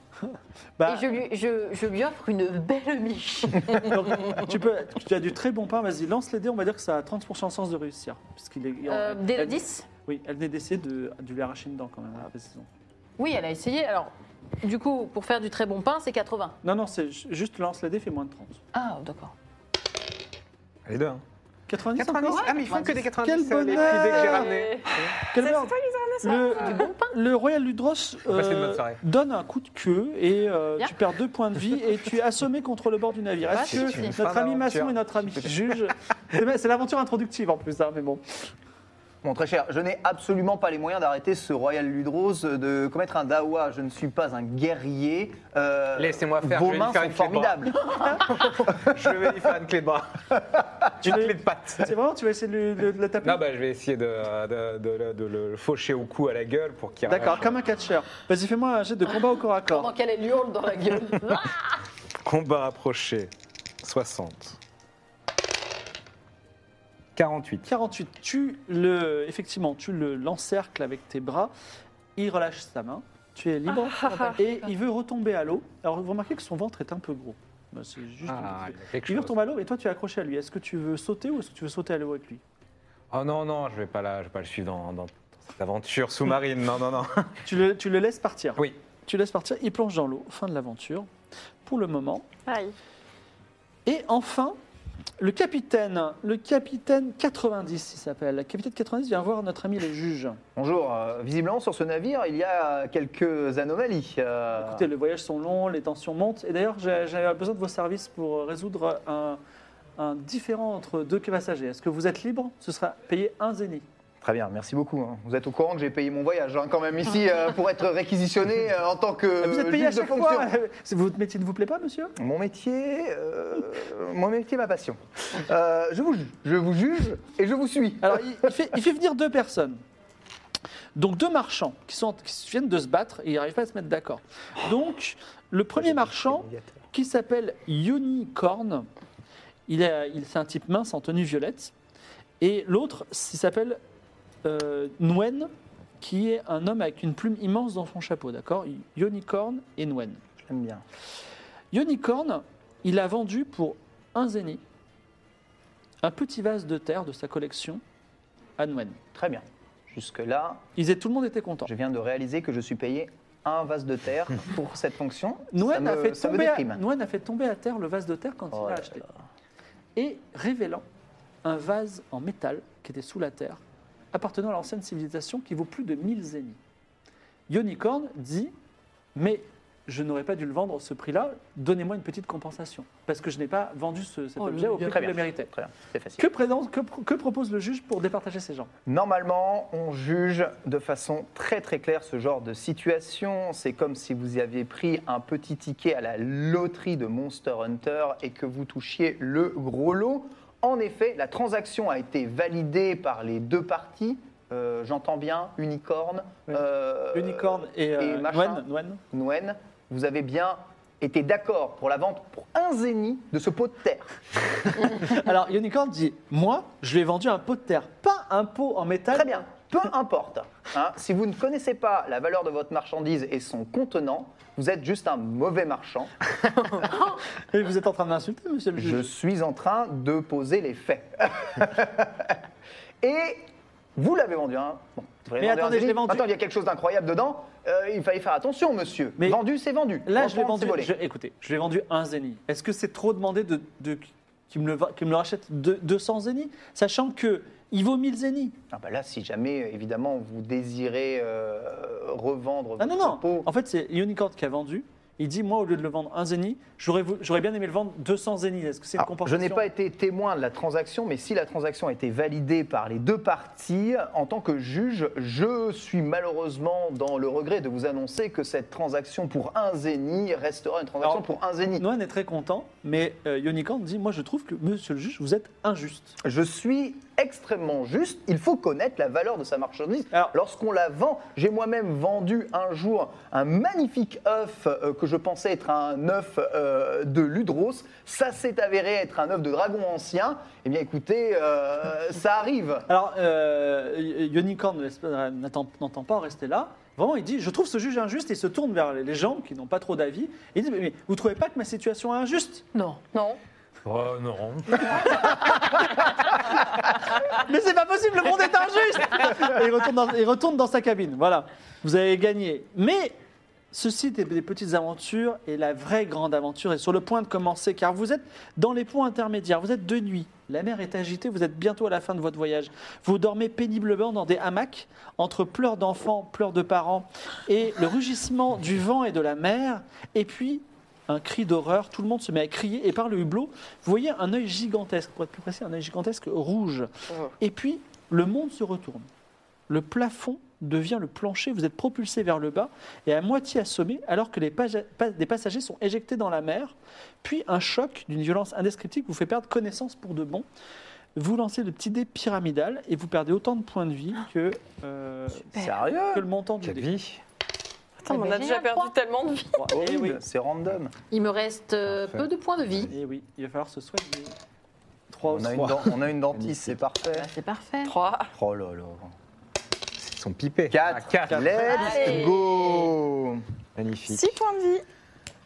Speaker 1: Bah,
Speaker 3: Et je lui, je, je lui offre une belle miche.
Speaker 1: donc, tu, peux, tu as du très bon pain, vas-y, lance les dés, on va dire que ça a 30% de chance de réussir. Puisqu'il est,
Speaker 3: Euh,
Speaker 1: elle-
Speaker 3: des
Speaker 1: elle-
Speaker 3: 10
Speaker 1: Oui, elle venait d'essayer de, de lui arracher une dent quand même. la précision.
Speaker 3: Oui, elle a essayé. Alors, du coup, pour faire du très bon pain, c'est 80.
Speaker 1: Non, non, c'est ju- juste lance les dés, fais moins de 30.
Speaker 3: Ah, d'accord.
Speaker 4: Les deux. Hein.
Speaker 1: 90, encore
Speaker 4: Ah, mais ils font que des 90.
Speaker 1: Quel
Speaker 4: euh, les
Speaker 1: bonheur.
Speaker 4: petits dés que j'ai ramenés.
Speaker 5: C'est
Speaker 1: Quelle
Speaker 5: Ah, c'est
Speaker 1: merde.
Speaker 5: toi qui les as ramenés, ça
Speaker 1: Le, le Royal Ludros
Speaker 4: Faut passer une
Speaker 1: euh,
Speaker 4: bonne soirée.
Speaker 1: donne un coup de queue et euh,
Speaker 3: Bien.
Speaker 1: tu perds deux points de vie et tu es assommé contre le bord du navire.
Speaker 3: Pas
Speaker 1: Est-ce
Speaker 3: de
Speaker 1: que
Speaker 3: souci.
Speaker 4: Fin
Speaker 1: notre ami
Speaker 4: d'aventure.
Speaker 1: Masson et notre ami juge, c'est c'est l'aventure introductive en plus, hein, mais bon.
Speaker 2: Mon très cher, je n'ai absolument pas les moyens d'arrêter ce royal Ludros de commettre un dawa. Je ne suis pas un guerrier. Euh,
Speaker 4: Laissez-moi faire, je
Speaker 2: Vos
Speaker 4: vais lui
Speaker 2: mains
Speaker 4: faire
Speaker 2: sont
Speaker 4: une clé de bras.
Speaker 2: formidables.
Speaker 4: Je vais lui faire une clé de bras.
Speaker 1: Tu
Speaker 4: Une
Speaker 1: veux-
Speaker 4: clé de patte.
Speaker 1: C'est vraiment, tu vas essayer de, le- de- de le taper
Speaker 4: Non, bah, je vais essayer de, de- de- de le faucher au cou à la gueule pour qu'il
Speaker 1: D'accord,
Speaker 4: relâche.
Speaker 1: comme un catcheur. Vas-y, fais-moi un jet de combat au corps à
Speaker 3: Pendant
Speaker 1: corps.
Speaker 3: qu'elle elle lui hurle dans la gueule.
Speaker 4: Combat approché. 60. 48.
Speaker 1: 48, tu le, effectivement, tu le l'encercles avec tes bras, il relâche sa main, tu es libre,
Speaker 5: Ah,
Speaker 1: et il veut retomber à l'eau. Alors vous remarquez que son ventre est un peu gros. Bah, C'est juste
Speaker 4: Ah,
Speaker 1: une
Speaker 4: il
Speaker 1: petite-
Speaker 4: y a
Speaker 1: il
Speaker 4: quelque
Speaker 1: veut
Speaker 4: chose.
Speaker 1: retomber à l'eau et toi tu es accroché à lui. Est-ce que tu veux sauter ou est-ce que tu veux sauter à l'eau avec lui
Speaker 4: Oh non, non, je vais pas là, je vais pas le suivre dans, dans cette aventure sous-marine. Non, non, non.
Speaker 1: tu le, tu le laisses partir
Speaker 4: Oui.
Speaker 1: Tu le laisses partir, il plonge dans l'eau. Fin de l'aventure pour le moment.
Speaker 5: Aïe.
Speaker 1: Et enfin, le capitaine, le capitaine 90 il s'appelle. Le capitaine 90 vient voir notre ami le juge.
Speaker 2: Bonjour. euh, visiblement, sur ce navire, il y a quelques anomalies. euh,
Speaker 1: Écoutez, les voyages sont longs, les tensions montent. Et d'ailleurs, j'ai- j'avais besoin de vos services pour résoudre un, un différend entre deux passagers. Est-ce que vous êtes libre Ce sera payé un zénith.
Speaker 2: Très bien, merci beaucoup. hein. Vous êtes au courant que j'ai payé mon voyage hein, quand même ici euh, pour être réquisitionné euh, en tant que
Speaker 1: Ah, vous êtes payé à
Speaker 2: juge de
Speaker 1: chaque
Speaker 2: fonction.
Speaker 1: fois. C'est- Votre métier ne vous plaît pas, monsieur
Speaker 2: Mon métier, euh, mon métier, ma passion. Euh, je vous juge, je vous juge et je vous suis.
Speaker 1: Alors, il, il fait, il fait venir deux personnes. Donc, deux marchands qui, sont, qui viennent de se battre et ils n'arrivent pas à se mettre d'accord. Donc, le premier marchand, qui s'appelle Unicorn, il, a- il c'est un type mince en tenue violette. Et l'autre, il s'appelle euh, Nguyen, qui est un homme avec une plume immense dans son chapeau, d'accord Unicorn et Nguyen.
Speaker 2: J'aime bien.
Speaker 1: Unicorn, il a vendu pour un zénith un petit vase de terre de sa collection à Nguyen.
Speaker 2: Très bien. Jusque là,
Speaker 1: Ils étaient, tout le monde était content.
Speaker 2: je viens de réaliser que je suis payé un vase de terre pour cette fonction. ça
Speaker 1: Nguyen
Speaker 2: me,
Speaker 1: a, fait
Speaker 2: ça me
Speaker 1: tomber à,
Speaker 2: déprime.
Speaker 1: Nguyen a fait tomber à terre le vase de terre quand
Speaker 2: Oh
Speaker 1: il
Speaker 2: là
Speaker 1: l'a acheté. Et révélant un vase en métal qui était sous la terre, appartenant à l'ancienne civilisation qui vaut plus de 1000 zéniths. Unicorn dit Mais je n'aurais pas dû le vendre à ce prix-là, donnez-moi une petite compensation, parce que je n'ai pas vendu ce- cet
Speaker 3: Oh, le
Speaker 1: objet au
Speaker 3: bien.
Speaker 1: prix
Speaker 2: Très
Speaker 1: qu'il
Speaker 2: bien.
Speaker 1: le méritait.
Speaker 2: Très bien, c'est facile.
Speaker 1: Que, présente- que pro- que propose le juge pour départager ces gens
Speaker 2: Normalement, on juge de façon très très claire ce genre de situation. C'est comme si vous y aviez pris un petit ticket à la loterie de Monster Hunter et que vous touchiez le gros lot. En effet, la transaction a été validée par les deux parties. Euh, J'entends bien Unicorn, euh,
Speaker 1: Unicorn et, euh,
Speaker 2: machin.
Speaker 1: Nguyen- Nguyen.
Speaker 2: Nouen. Vous avez bien été d'accord pour la vente pour un zénith de ce pot de terre.
Speaker 1: Alors Unicorn dit Moi, je lui ai vendu un pot de terre, pas un pot en métal.
Speaker 2: Très bien, peu importe. hein. si vous ne connaissez pas la valeur de votre marchandise et son contenant, vous êtes juste un mauvais marchand.
Speaker 1: Et vous êtes en train de m'insulter, monsieur le
Speaker 2: Je
Speaker 1: juge.
Speaker 2: suis en train de poser les faits. et vous l'avez vendu, hein Bon, vous l'avez
Speaker 1: Mais
Speaker 2: à
Speaker 1: attendez, je l'ai
Speaker 2: Anthony.
Speaker 1: vendu.
Speaker 2: Attends, il y a quelque chose d'incroyable dedans. Euh, il fallait faire attention, monsieur.
Speaker 1: Mais-
Speaker 2: vendu, c'est vendu.
Speaker 1: Là, je l'ai
Speaker 2: Franchement,
Speaker 1: vendu.
Speaker 2: c'est volé.
Speaker 1: je- écoutez, je l'ai vendu un zénith. Est-ce que c'est trop demandé de, de- qu'il me le, va- qu'il me le rachète de- 200 zéniths, sachant que il vaut 1000 zéniths
Speaker 2: Ah bah là, si jamais, évidemment, vous désirez euh, revendre
Speaker 1: Ah non,
Speaker 2: votre
Speaker 1: non.
Speaker 2: peau.
Speaker 1: En fait, c'est Unicorn qui a vendu. Il dit, moi, au lieu de le vendre un zénith, j'aurais vou- j'aurais bien aimé le vendre 200 zéniths. Est-ce que c'est une
Speaker 2: Alors, Ah, je
Speaker 1: compensation
Speaker 2: n'ai pas été témoin de la transaction, mais si la transaction a été validée par les deux parties, en tant que juge, je suis malheureusement dans le regret de vous annoncer que cette transaction pour un zénith restera une transaction
Speaker 1: Alors,
Speaker 2: pour un zénith.
Speaker 1: Noël est très content, mais euh, Unicorn dit, moi, je trouve que, monsieur le juge, vous êtes injuste.
Speaker 2: Je suis extrêmement juste, il faut connaître la valeur de sa marchandise.
Speaker 1: Alors-
Speaker 2: Lorsqu'on la vend, j'ai moi-même vendu un jour un magnifique œuf euh, que je pensais être un œuf euh, de Ludros. Ça s'est avéré être un œuf de dragon ancien. Eh bien écoutez, euh, ça arrive.
Speaker 1: Alors, euh, Unicorn ne laisse pas- n'attend- n'entend pas en rester là. Vraiment, il dit, je trouve ce juge injuste et il se tourne vers les gens qui n'ont pas trop d'avis. Il dit, mais, mais vous trouvez pas que ma situation est injuste
Speaker 3: Non.
Speaker 5: Non.
Speaker 4: Oh non.
Speaker 1: Mais c'est pas possible, le monde est injuste Et il retourne, dans, il retourne dans sa cabine, voilà. Vous avez gagné. Mais ceci des, des petites aventures et la vraie grande aventure est sur le point de commencer car vous êtes dans les points intermédiaires, vous êtes de nuit. La mer est agitée, vous êtes bientôt à la fin de votre voyage. Vous dormez péniblement dans des hamacs, entre pleurs d'enfants, pleurs de parents, et le rugissement du vent et de la mer. Et puis, un cri d'horreur, tout le monde se met à crier, et par le hublot, vous voyez un œil gigantesque, pour être plus précis, un œil gigantesque rouge. Et puis, le monde se retourne. Le plafond devient le plancher, vous êtes propulsé vers le bas et à moitié assommé alors que les paja- pa- des passagers sont éjectés dans la mer. Puis un choc d'une violence indescriptible vous fait perdre connaissance pour de bon. Vous lancez le petit dé pyramidal et vous perdez autant de points de vie que, euh,
Speaker 2: Sérieux
Speaker 1: que le montant du
Speaker 4: Quelle
Speaker 1: dé.
Speaker 4: vie.
Speaker 5: Attends,
Speaker 3: Eh
Speaker 5: Ah, mais on
Speaker 3: ben,
Speaker 5: a déjà
Speaker 3: génial,
Speaker 5: perdu
Speaker 3: quoi.
Speaker 5: tellement de vie.
Speaker 1: Eh
Speaker 2: Horrible,
Speaker 1: oui.
Speaker 2: c'est random.
Speaker 3: Il me reste euh,
Speaker 4: Parfait.
Speaker 3: peu de points de vie.
Speaker 1: Eh oui, il va falloir se soigner. 3
Speaker 2: On a une, dent- on a une dentiste, c'est parfait.
Speaker 3: Bah, c'est parfait.
Speaker 5: 3.
Speaker 2: Oh là là.
Speaker 4: Ils sont pipés. Ah,
Speaker 2: 4. Let's
Speaker 3: Allez.
Speaker 2: go.
Speaker 4: Magnifique.
Speaker 5: 6 points de vie.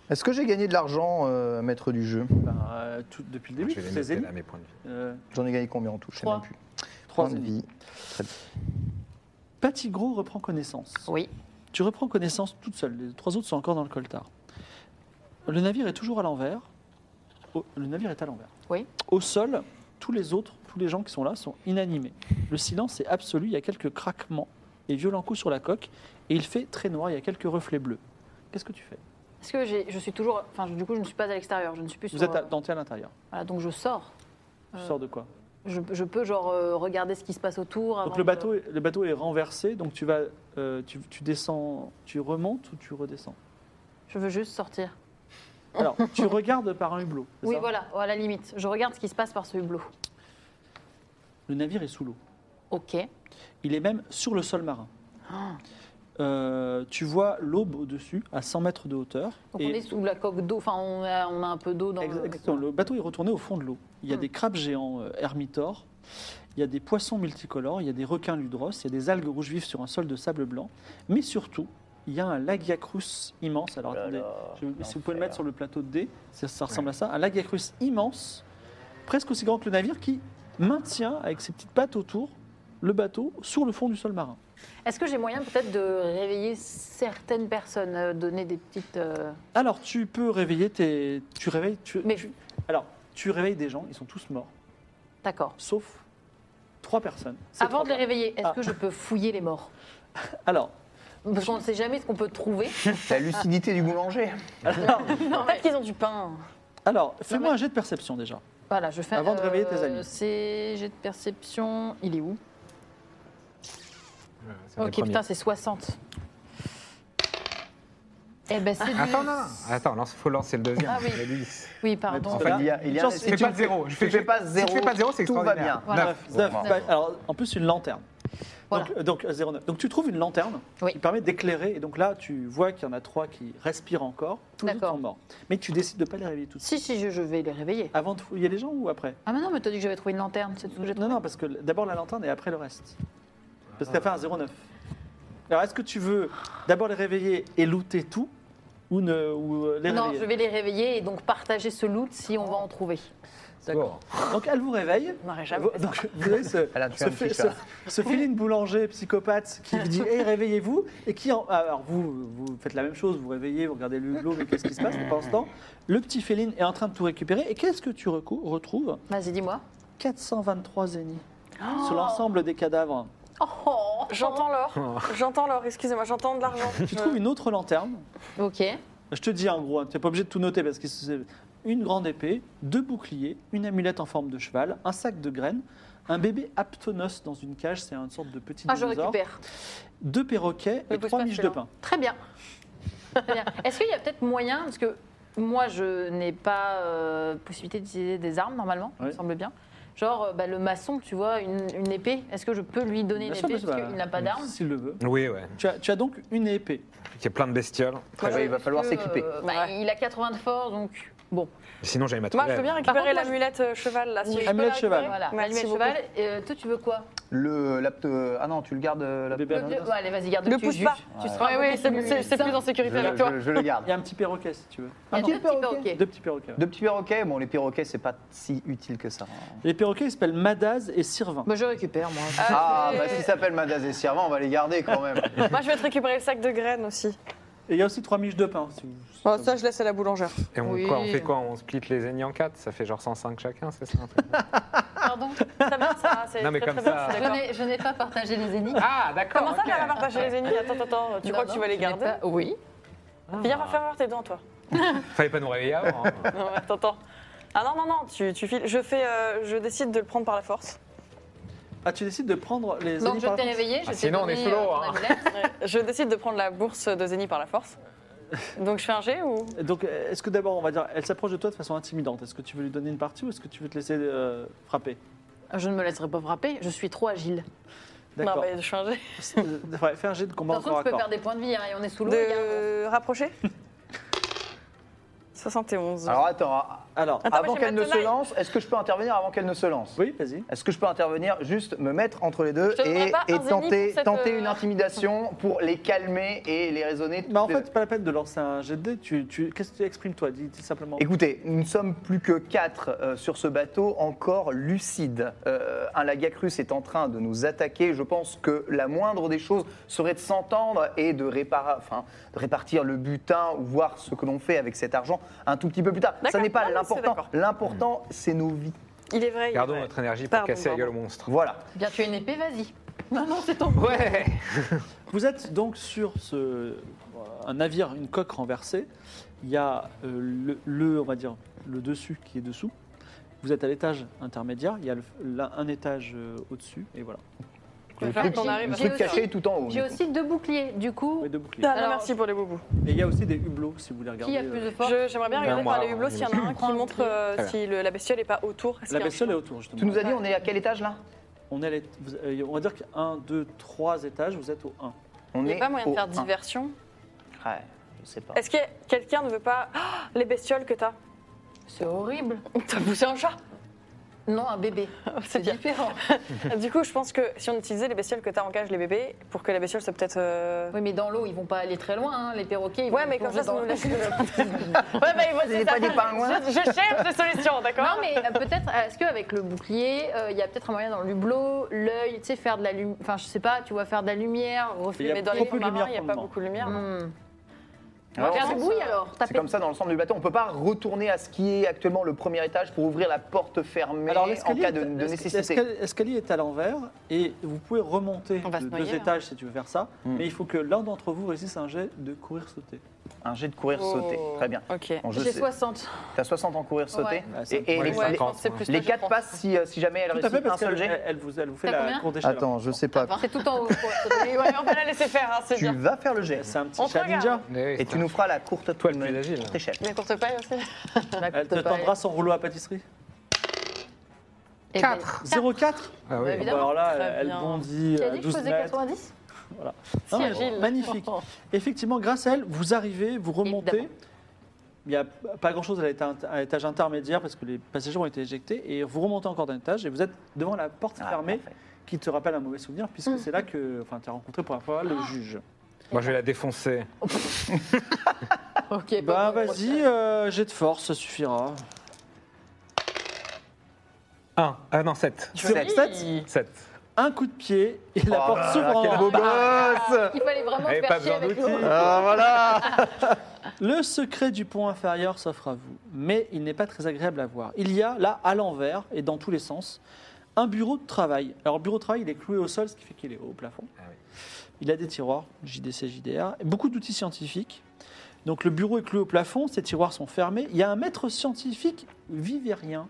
Speaker 2: Est-ce que j'ai gagné de l'argent, euh, maître du jeu
Speaker 1: Ben, euh, tout- depuis le début,
Speaker 4: Je vais
Speaker 1: toutes
Speaker 4: les
Speaker 1: les
Speaker 4: noter
Speaker 1: élites.
Speaker 4: là, mes points de vie.
Speaker 1: Euh,
Speaker 2: J'en ai gagné combien en tout Je sais
Speaker 3: Trois.
Speaker 2: même plus.
Speaker 1: Trois
Speaker 2: Points de vie.
Speaker 1: Petit Gros reprend connaissance.
Speaker 3: Oui.
Speaker 1: Tu reprends connaissance toute seule. Les trois autres sont encore dans le coltard. Le navire est toujours à l'envers. Au- Le navire est à l'envers.
Speaker 3: Oui.
Speaker 1: Au sol, tous les autres, tous les gens qui sont là sont inanimés. Le silence est absolu. Il y a quelques craquements et violents coups sur la coque. Et il fait très noir. Il y a quelques reflets bleus. Qu'est-ce que tu fais
Speaker 3: Est-ce que j'ai- je suis toujours. Enfin, je- du coup, je ne suis pas à l'extérieur, je ne suis plus
Speaker 1: Vous
Speaker 3: sur. euh,
Speaker 1: êtes à, dans- t'es à l'intérieur.
Speaker 3: Voilà, donc je sors.
Speaker 1: Tu
Speaker 3: Euh,
Speaker 1: sors de quoi
Speaker 3: Je, je peux, genre, euh, regarder ce qui se passe autour. avant
Speaker 1: Donc le
Speaker 3: de-
Speaker 1: bateau, est- le bateau est renversé. Donc tu vas, euh, tu, tu descends, tu remontes ou tu redescends
Speaker 3: Je veux juste sortir.
Speaker 1: Alors tu regardes par un hublot. c'est
Speaker 3: Oui,
Speaker 1: ça
Speaker 3: voilà, à la limite. Je regarde ce qui se passe par ce hublot.
Speaker 1: Le navire est sous l'eau.
Speaker 3: Ok.
Speaker 1: Il est même sur le sol marin. Euh, tu vois l'aube au-dessus, à 100 mètres de hauteur.
Speaker 3: Donc
Speaker 1: et
Speaker 3: on est sous la coque d'eau, enfin on a, on a un peu d'eau dans
Speaker 1: Ex-
Speaker 3: le...
Speaker 1: exactement, le bateau est retourné au fond de l'eau. Il y a
Speaker 3: Hmm.
Speaker 1: des crabes géants euh, hermitores, il y a des poissons multicolores, il y a des requins ludros, il y a des algues rouges vives sur un sol de sable blanc. Mais surtout, il y a un lagiacrus immense. Alors
Speaker 2: Oh Là,
Speaker 1: attendez,
Speaker 2: là,
Speaker 1: je- si vous pouvez le
Speaker 2: Ah, l'enfer.
Speaker 1: mettre sur le plateau de dés, ça, ça ressemble à ça. Un lagiacrus immense, presque aussi grand que le navire, qui maintient avec ses petites pattes autour le bateau sur le fond du sol marin.
Speaker 3: Est-ce que j'ai moyen peut-être de réveiller certaines personnes, euh, donner des petites... euh,
Speaker 1: Alors, tu peux réveiller tes. Tu réveilles. Tu,
Speaker 3: Mais-
Speaker 1: tu- Alors, tu réveilles des gens, ils sont tous morts,
Speaker 3: D'accord.
Speaker 1: sauf trois personnes. Ces
Speaker 3: Avant
Speaker 1: trois
Speaker 3: de les
Speaker 1: personnes.
Speaker 3: réveiller, est-ce
Speaker 1: Ah.
Speaker 3: que je peux fouiller les morts
Speaker 1: Alors,
Speaker 3: Parce qu'on ne sait jamais ce qu'on peut trouver.
Speaker 2: La lucidité du boulanger.
Speaker 1: alors,
Speaker 5: Peut-être qu'ils ont du pain.
Speaker 1: alors, fais-moi
Speaker 3: mais-
Speaker 1: un jet de perception déjà.
Speaker 3: Voilà, je fais... euh,
Speaker 1: Avant de réveiller tes amis.
Speaker 3: C'est... J'ai de perception... Il est où
Speaker 4: Euh, c'est un des
Speaker 3: Ok,
Speaker 4: premiers.
Speaker 3: putain, c'est 60. Eh ben c'est du...
Speaker 4: Attends, non, attends, lance- faut lancer le deuxième.
Speaker 3: Ah oui.
Speaker 4: Le dix.
Speaker 3: Oui,
Speaker 4: En
Speaker 3: pardon.
Speaker 4: fait,
Speaker 2: il y a- il y a-
Speaker 1: Chance-
Speaker 4: Fais
Speaker 2: tu
Speaker 4: pas
Speaker 2: le
Speaker 4: de
Speaker 2: fais-
Speaker 4: zéro.
Speaker 2: tu
Speaker 4: je fais-
Speaker 2: le fais pas
Speaker 4: Si tu fais
Speaker 2: zéro,
Speaker 4: pas de zéro, c'est
Speaker 2: tout va
Speaker 4: extraordinaire.
Speaker 3: Voilà.
Speaker 4: Neuf.
Speaker 3: Bon,
Speaker 1: Neuf.
Speaker 2: bon.
Speaker 1: Bah, alors, en plus, une lanterne.
Speaker 3: Voilà.
Speaker 1: Donc, euh, Donc, euh, 09. Donc, tu trouves une lanterne
Speaker 3: Oui.
Speaker 1: qui permet d'éclairer. Et donc là, tu vois qu'il y en a trois qui respirent encore. Tous les autres
Speaker 3: D'accord.
Speaker 1: sont morts. Mais tu décides de ne pas les réveiller tout de suite.
Speaker 3: Si, si, je, je vais les réveiller.
Speaker 1: Avant de fouiller les gens ou après
Speaker 3: Ah mais non, mais t'as dit que j'avais trouvé une lanterne, c'est tout. J'ai
Speaker 1: Non, non, parce que d'abord la lanterne et après le reste. Parce que tu as fait un 0,9. Alors, est-ce que tu veux d'abord les réveiller et looter tout ou, ne, ou euh, les
Speaker 3: Non,
Speaker 1: réveiller
Speaker 3: je vais les réveiller et donc partager ce loot si on va en trouver.
Speaker 1: D'accord. Donc, elle vous réveille.
Speaker 5: On n'aurait jamais
Speaker 1: Vous-
Speaker 5: fait ça.
Speaker 1: Donc, vous avez ce,
Speaker 2: Elle a tué
Speaker 1: ce
Speaker 2: un
Speaker 1: fé-
Speaker 2: petit
Speaker 1: ce-
Speaker 2: chat.
Speaker 1: ce Féline Boulanger, psychopathe, qui vous dit Hey, réveillez-vous Et qui, en- ah, alors vous, vous faites la même chose, vous réveillez, vous regardez le globe, mais qu'est-ce qui se passe Mais pendant ce temps, le petit Féline est en train de tout récupérer. Et qu'est-ce que tu recou- retrouves
Speaker 3: Vas-y, dis-moi.
Speaker 1: 423 zéniths sur l'ensemble des cadavres.
Speaker 3: Oh,
Speaker 5: J'entends l'or. J'entends l'or, excusez-moi, j'entends de l'argent.
Speaker 1: Tu trouves une autre lanterne
Speaker 3: Ok. Ah,
Speaker 1: Je te dis en gros, tu n'es pas obligé de tout noter parce que c'est une grande épée, deux boucliers, une amulette en forme de cheval, un sac de graines, un bébé aptonos dans une cage, c'est une sorte de petit
Speaker 3: Ah, je
Speaker 1: dinosaure,
Speaker 3: récupère.
Speaker 1: deux perroquets
Speaker 5: Me
Speaker 1: et
Speaker 5: pousse
Speaker 1: trois
Speaker 5: pas
Speaker 1: miches de
Speaker 5: celle-là.
Speaker 1: pain.
Speaker 3: Très bien. Très bien. Est-ce qu'il y a peut-être moyen, parce que moi je n'ai pas euh, possibilité d'utiliser des armes normalement, il me
Speaker 1: Ouais.
Speaker 3: semble bien. Genre euh, bah, le maçon, tu vois, une, une épée. Est-ce que je peux lui donner
Speaker 1: Bien
Speaker 3: une
Speaker 1: sûr,
Speaker 3: épée
Speaker 1: bien sûr,
Speaker 3: parce
Speaker 1: bah,
Speaker 3: qu'il n'a pas d'arme
Speaker 1: S'il le veut.
Speaker 4: Oui, ouais.
Speaker 1: Tu as, tu as donc une épée.
Speaker 4: Il y a plein de bestioles.
Speaker 2: Ah bah, il va
Speaker 3: Parce
Speaker 2: falloir
Speaker 3: que,
Speaker 2: s'équiper.
Speaker 3: euh, bah,
Speaker 5: Ouais.
Speaker 3: Il a 80 de force, donc bon.
Speaker 4: Sinon, j'avais ma
Speaker 5: Moi, je
Speaker 4: tourelle.
Speaker 5: veux bien
Speaker 3: Par
Speaker 5: récupérer
Speaker 3: contre, moi, je-
Speaker 5: l'amulette euh, cheval là. Si
Speaker 1: Oui.
Speaker 5: je peux la
Speaker 1: Amulette
Speaker 5: récupérer.
Speaker 1: cheval.
Speaker 3: Voilà,
Speaker 5: Merci
Speaker 3: l'animal
Speaker 5: beaucoup.
Speaker 3: cheval. Et, euh, toi, tu veux quoi
Speaker 2: Le lapte. Ah non, tu le gardes. euh, l'apte-
Speaker 1: Le bébé
Speaker 3: Le- le- ouais, Allez, vas-y, garde
Speaker 5: Ne
Speaker 3: tu
Speaker 5: pousse
Speaker 3: juges.
Speaker 5: pas.
Speaker 3: Tu
Speaker 2: Ouais.
Speaker 3: seras
Speaker 5: Ouais, ouais, c'est
Speaker 3: beaucoup
Speaker 5: c'est- c'est plus en
Speaker 2: Je,
Speaker 5: sécurité avec toi.
Speaker 2: je- je le garde.
Speaker 1: Il y a un petit perroquet si tu veux.
Speaker 3: Il y a
Speaker 2: Ah,
Speaker 3: deux
Speaker 2: non.
Speaker 3: petits perroquets.
Speaker 1: Deux petits perroquets. ouais.
Speaker 2: Deux petits perroquets. Bon, les perroquets, c'est pas si utile que ça.
Speaker 1: Les perroquets ils s'appellent Madaz et Sirvin.
Speaker 3: Bah, je récupère, moi.
Speaker 2: Ah,
Speaker 5: c'est-
Speaker 2: bah s'ils s'appellent Madaz et Sirvin, on va les garder quand même.
Speaker 5: Moi, je vais te récupérer le sac de graines aussi.
Speaker 1: Et il y a aussi trois miches de pain. si vous-
Speaker 5: Bon, Ah, ça, je laisse à la boulangère.
Speaker 4: Et on,
Speaker 3: Oui.
Speaker 4: quoi, on fait quoi On split les ennemis en 4 Ça fait genre 105 chacun, c'est ça un truc
Speaker 3: Pardon
Speaker 5: Très bien, ça, c'est
Speaker 4: Non, mais
Speaker 5: très,
Speaker 4: comme
Speaker 5: très bien,
Speaker 4: ça-
Speaker 5: je suis
Speaker 3: Je
Speaker 5: d'accord.
Speaker 3: n'ai- je n'ai pas partagé les énigmes.
Speaker 4: Ah, d'accord.
Speaker 5: Comment ça,
Speaker 4: ok.
Speaker 5: tu vas partager les ennemis Attends, attends, tu
Speaker 3: Non,
Speaker 5: crois que
Speaker 3: non,
Speaker 5: tu vas les
Speaker 3: je n'ai
Speaker 5: garder
Speaker 3: pas- Oui. Ah.
Speaker 5: Viens, va faire voir tes dents, toi.
Speaker 4: Fallait pas nous réveiller avant. hein.
Speaker 5: Non, mais attends, attends. Ah non, non, non, tu, tu files. Je, fais, euh, je décide de le prendre par la force.
Speaker 1: Ah, tu décides de prendre les
Speaker 3: Donc
Speaker 1: ennemis
Speaker 3: je
Speaker 1: par
Speaker 3: t'ai
Speaker 1: la force.
Speaker 3: réveillé, je
Speaker 4: Ah,
Speaker 3: t'ai
Speaker 4: sinon, on
Speaker 3: donné,
Speaker 4: est sous l'eau,
Speaker 3: euh, ton
Speaker 4: hein.
Speaker 3: amulette.
Speaker 5: Ouais, je décide de prendre la bourse de Zénie par la force. Donc je fais un G ou
Speaker 1: Donc, euh, est-ce que d'abord, on va dire, elle s'approche de toi de façon intimidante. Est-ce que tu veux lui donner une partie ou est-ce que tu veux te laisser euh, frapper
Speaker 3: Je ne me laisserai pas frapper, je suis trop agile.
Speaker 5: Non,
Speaker 1: D'accord.
Speaker 5: mais je fais un G.
Speaker 1: Euh, ouais, fais un jet de combat
Speaker 3: Par
Speaker 1: encore à
Speaker 3: contre, je peux
Speaker 1: corps.
Speaker 3: perdre des points de vie hein, et on est sous l'eau. regarde.
Speaker 5: De rapprocher 71.
Speaker 2: Alors attends,
Speaker 1: Alors, ah,
Speaker 5: Attends,
Speaker 2: avant
Speaker 5: mais j'ai
Speaker 2: qu'elle
Speaker 5: ma
Speaker 2: ne se
Speaker 5: tenaille.
Speaker 2: lance, est-ce que je peux intervenir avant qu'elle ne se lance
Speaker 1: oui, vas-y.
Speaker 2: Est-ce que je peux intervenir, juste me mettre entre les deux
Speaker 5: Je te
Speaker 2: et,
Speaker 5: demanderai pas un
Speaker 2: et
Speaker 5: zénith
Speaker 2: tenter,
Speaker 5: pour cette,
Speaker 2: tenter
Speaker 5: euh,
Speaker 2: une intimidation pour les calmer et les raisonner
Speaker 1: Bah, en
Speaker 2: toutes les
Speaker 1: fait, c'est pas la peine de lancer un jet de dés. Tu, tu, Qu'est-ce que tu exprimes, toi Dis dis simplement.
Speaker 2: Écoutez, nous ne sommes plus que quatre euh, sur ce bateau, encore lucide. Euh, un lagacrus est en train de nous attaquer. Je pense que la moindre des choses serait de s'entendre et de, répara- enfin, de répartir le butin ou voir ce que l'on fait avec cet argent un tout petit peu plus tard. Ça
Speaker 5: D'accord.
Speaker 2: n'est
Speaker 5: Ah
Speaker 2: pas
Speaker 5: oui, c'est
Speaker 2: l'important.
Speaker 5: d'accord.
Speaker 2: L'important, c'est nos vies.
Speaker 5: il est vrai. il est
Speaker 4: Gardons
Speaker 5: vrai.
Speaker 4: notre énergie pour
Speaker 5: Pardon,
Speaker 4: casser la
Speaker 5: pardon.
Speaker 4: gueule au monstre.
Speaker 2: Voilà.
Speaker 3: Bien, tu as une épée, vas-y. Non, non, c'est ton.
Speaker 4: Ouais
Speaker 1: Vous êtes donc sur ce, euh, un navire, une coque renversée. Il y a euh, le, le, on va dire, le dessus qui est dessous. Vous êtes à l'étage intermédiaire. Il y a le- là, un étage euh, au-dessus. Et voilà.
Speaker 5: Il va falloir qu'on
Speaker 3: J'ai-
Speaker 5: arrive
Speaker 2: Le
Speaker 5: à-
Speaker 3: j'ai
Speaker 2: truc
Speaker 3: aussi-
Speaker 2: caché tout en haut.
Speaker 3: J'ai
Speaker 2: du coup.
Speaker 3: aussi deux boucliers. Du coup,
Speaker 1: Et deux boucliers.
Speaker 5: Ah, non,
Speaker 3: Alors-
Speaker 5: merci pour les bobos.
Speaker 1: Et il y a aussi des hublots, si vous euh, voulez regarder.
Speaker 3: qui a plus de force
Speaker 5: Je- J'aimerais bien
Speaker 4: Non,
Speaker 5: regarder
Speaker 4: moi,
Speaker 1: hein,
Speaker 5: par les hublots s'il y en a un
Speaker 3: prends
Speaker 5: qui
Speaker 3: le
Speaker 5: montre
Speaker 3: pied.
Speaker 5: euh,
Speaker 4: Très bien.
Speaker 5: si le- la bestiole n'est pas autour. Est-ce
Speaker 1: La
Speaker 5: qu'il y a un
Speaker 1: bestiole est
Speaker 5: chemin
Speaker 1: autour, justement.
Speaker 2: Tu nous as dit, on est à quel étage là
Speaker 1: On, est à l'ét- vous- euh, on va dire qu'un, deux, trois étages, vous êtes au 1.
Speaker 2: On
Speaker 5: Il n'y
Speaker 2: est
Speaker 5: a pas moyen
Speaker 2: au
Speaker 5: de faire
Speaker 2: un.
Speaker 5: diversion.
Speaker 2: Ouais, je sais pas.
Speaker 5: Est-ce que quelqu'un ne veut pas. Ah, les bestioles que t'as
Speaker 3: C'est horrible.
Speaker 5: T'as poussé un chat
Speaker 3: Non, un bébé. C'est
Speaker 5: Oh, bien.
Speaker 3: différent.
Speaker 5: Du coup, je pense que si on utilisait les bestioles que t'as en cage, les bébés, pour que la bestiole soit peut-être. euh,
Speaker 3: Oui, mais dans l'eau, ils vont pas aller très loin, hein, les perroquets. Ils
Speaker 5: Ouais,
Speaker 3: vont
Speaker 5: mais comme
Speaker 3: plonger
Speaker 5: ça, ça
Speaker 3: dans
Speaker 5: nous
Speaker 3: l'eau.
Speaker 5: laisse. ouais, bah, il
Speaker 2: C'est pas des pingouins
Speaker 5: Je cherche des solutions,
Speaker 3: Non,
Speaker 5: d'accord
Speaker 3: mais euh, peut-être, euh, est-ce qu'avec le bouclier, euh, il y a peut-être un moyen dans l'hublot, l'œil, tu sais, faire de la lumière. Enfin, je sais pas, tu vois, faire de la lumière,
Speaker 1: Il y
Speaker 3: refléter.
Speaker 1: a
Speaker 5: Mais dans les
Speaker 1: trop peu
Speaker 5: fonds
Speaker 1: de
Speaker 5: marins,
Speaker 1: lumière
Speaker 5: il n'y a
Speaker 1: pour le
Speaker 5: pas
Speaker 1: moment.
Speaker 5: beaucoup de lumière.
Speaker 3: Hmm. On va
Speaker 2: Alors,
Speaker 3: faire
Speaker 5: c'est-
Speaker 3: des bouilles alors.
Speaker 2: Ah, C'est
Speaker 3: taper.
Speaker 2: comme ça dans l'ensemble du bateau. On ne peut pas retourner à ce qui est actuellement le premier étage pour ouvrir la porte fermée en cas de, de
Speaker 1: l'esca-
Speaker 2: nécessité.
Speaker 1: l'esca- l'escalier est à l'envers et vous pouvez remonter
Speaker 5: On va
Speaker 1: de
Speaker 5: se
Speaker 1: deux
Speaker 5: noyer, là.
Speaker 1: étages si tu veux faire ça.
Speaker 2: Hmm.
Speaker 1: Mais il faut que l'un d'entre vous réussisse un jet de courir sauter.
Speaker 2: Un jet de courir
Speaker 5: Oh.
Speaker 2: sauter. Très bien.
Speaker 5: Ok.
Speaker 2: Bon, je
Speaker 3: J'ai
Speaker 2: sais.
Speaker 3: 60.
Speaker 2: T'as 60 en courir sauter.
Speaker 3: Ouais.
Speaker 1: Ouais, c'est
Speaker 2: Et, et
Speaker 4: Moi,
Speaker 2: les,
Speaker 4: j'ai
Speaker 5: Ouais, je
Speaker 4: 50,
Speaker 5: pense que c'est
Speaker 4: moi.
Speaker 5: plus
Speaker 2: les
Speaker 5: toi, je
Speaker 2: quatre
Speaker 5: pense.
Speaker 2: passes si, euh, si jamais elle
Speaker 1: Tout à fait
Speaker 2: réussit un
Speaker 1: parce
Speaker 2: seul
Speaker 1: qu'elle
Speaker 2: jet.
Speaker 1: elle vous, elle vous fait
Speaker 3: T'as
Speaker 1: la
Speaker 3: combien
Speaker 1: cour d'échelle.
Speaker 2: sais pas.
Speaker 3: C'est tout en haut. quoi.
Speaker 5: Oui, ouais, on va la laisser faire, hein, Ah, c'est
Speaker 2: Tu
Speaker 5: bien.
Speaker 2: vas faire le jet.
Speaker 1: C'est un petit
Speaker 5: On
Speaker 1: chat
Speaker 5: te regarde.
Speaker 1: ninja.
Speaker 2: Et tu nous feras la courte
Speaker 4: Toi, le plus agile.
Speaker 2: courte échelle.
Speaker 5: Mais courte paille aussi.
Speaker 1: Elle te tendra son rouleau à pâtisserie.
Speaker 3: Eh ben,
Speaker 1: 04
Speaker 4: Ah oui.
Speaker 3: Évidemment.
Speaker 1: Bon, Alors là,
Speaker 5: Très
Speaker 1: elle
Speaker 5: bien.
Speaker 1: bondit
Speaker 3: Tu as
Speaker 1: à
Speaker 3: dit que je
Speaker 1: 12
Speaker 3: faisais
Speaker 1: mètres.
Speaker 3: 90
Speaker 1: Non,
Speaker 5: Si
Speaker 1: mais
Speaker 5: agile.
Speaker 1: Magnifique. Effectivement, grâce à elle, vous arrivez, vous remontez.
Speaker 3: Évidemment.
Speaker 1: Il n'y a pas grand-chose à l'éta- à l'étage intermédiaire parce que les passagers ont été éjectés. Et vous remontez encore d'un étage et vous êtes devant la porte
Speaker 2: Ah,
Speaker 1: fermée
Speaker 2: parfait.
Speaker 1: qui te rappelle un mauvais souvenir
Speaker 3: Hum.
Speaker 1: puisque c'est là que enfin, tu as rencontré pour la première
Speaker 3: Ah.
Speaker 1: fois le juge.
Speaker 4: Moi, je vais la défoncer.
Speaker 3: Ok,
Speaker 1: Bah
Speaker 3: bon,
Speaker 1: vas-y, euh, jet de force, ça suffira.
Speaker 4: 1. Ah non, 7.
Speaker 1: Sur
Speaker 2: Sept.
Speaker 1: sept,
Speaker 4: 7.
Speaker 1: un coup de pied et la
Speaker 2: Oh
Speaker 1: porte
Speaker 2: là
Speaker 1: s'ouvre
Speaker 2: là,
Speaker 1: en
Speaker 3: Ah,
Speaker 2: quel beau gosse
Speaker 3: Il fallait vraiment
Speaker 4: J'avais
Speaker 3: te
Speaker 4: pas
Speaker 3: faire chier
Speaker 4: besoin
Speaker 3: avec
Speaker 4: d'outils.
Speaker 3: l'eau.
Speaker 2: Ah, voilà
Speaker 1: Le secret du pont inférieur s'offre à vous, mais il n'est pas très agréable à voir. Il y a là, à l'envers et dans tous les sens, un bureau de travail. Alors, le bureau de travail, il est cloué au sol, ce qui fait qu'il est haut au plafond.
Speaker 4: Ah oui.
Speaker 1: Il a des tiroirs, JDC, JDR, et beaucoup d'outils scientifiques. Donc, le bureau est cloué au plafond, ses tiroirs sont fermés. Il y a un maître scientifique vivérien,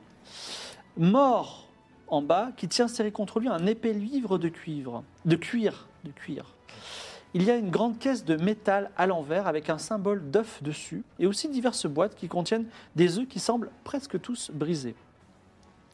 Speaker 1: mort en bas, qui tient serré contre lui un épais livre de cuivre, de cuir, de cuir. Il y a une grande caisse de métal à l'envers avec un symbole d'œuf dessus et aussi diverses boîtes qui contiennent des œufs qui semblent presque tous brisés.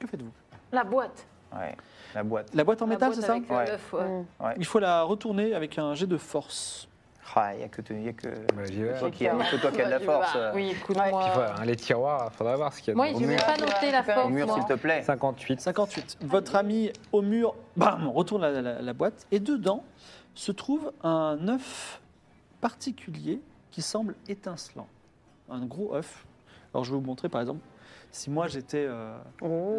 Speaker 1: Que faites-vous
Speaker 3: La boîte.
Speaker 2: Ouais, la boîte.
Speaker 1: La boîte en
Speaker 3: La
Speaker 1: métal,
Speaker 3: boîte
Speaker 1: c'est ça
Speaker 3: avec, euh,
Speaker 2: Ouais.
Speaker 3: l'œuf, ouais.
Speaker 1: Il faut la retourner avec un jet de force.
Speaker 2: Ah, Il n'y a que il y a que-
Speaker 4: Bah, j'y vais.
Speaker 2: toi qui que toi qui as de la
Speaker 3: Bah,
Speaker 2: force. euh,
Speaker 3: bah, Oui,
Speaker 4: Puis
Speaker 3: écoute-moi.
Speaker 4: voilà, hein, les tiroirs, faudra voir ce qu'il y a
Speaker 3: Moi,
Speaker 4: dedans.
Speaker 3: je
Speaker 4: Au
Speaker 3: vais
Speaker 4: mur.
Speaker 3: pas noter la
Speaker 2: Au
Speaker 3: force.
Speaker 2: mur,
Speaker 3: moi.
Speaker 2: s'il te plaît.
Speaker 4: 58.
Speaker 1: 58. Votre ami au mur, bam, retourne la, la- la boîte et dedans se trouve un œuf particulier qui semble étincelant. Un gros œuf. Alors je vais vous montrer par exemple, si moi j'étais... euh,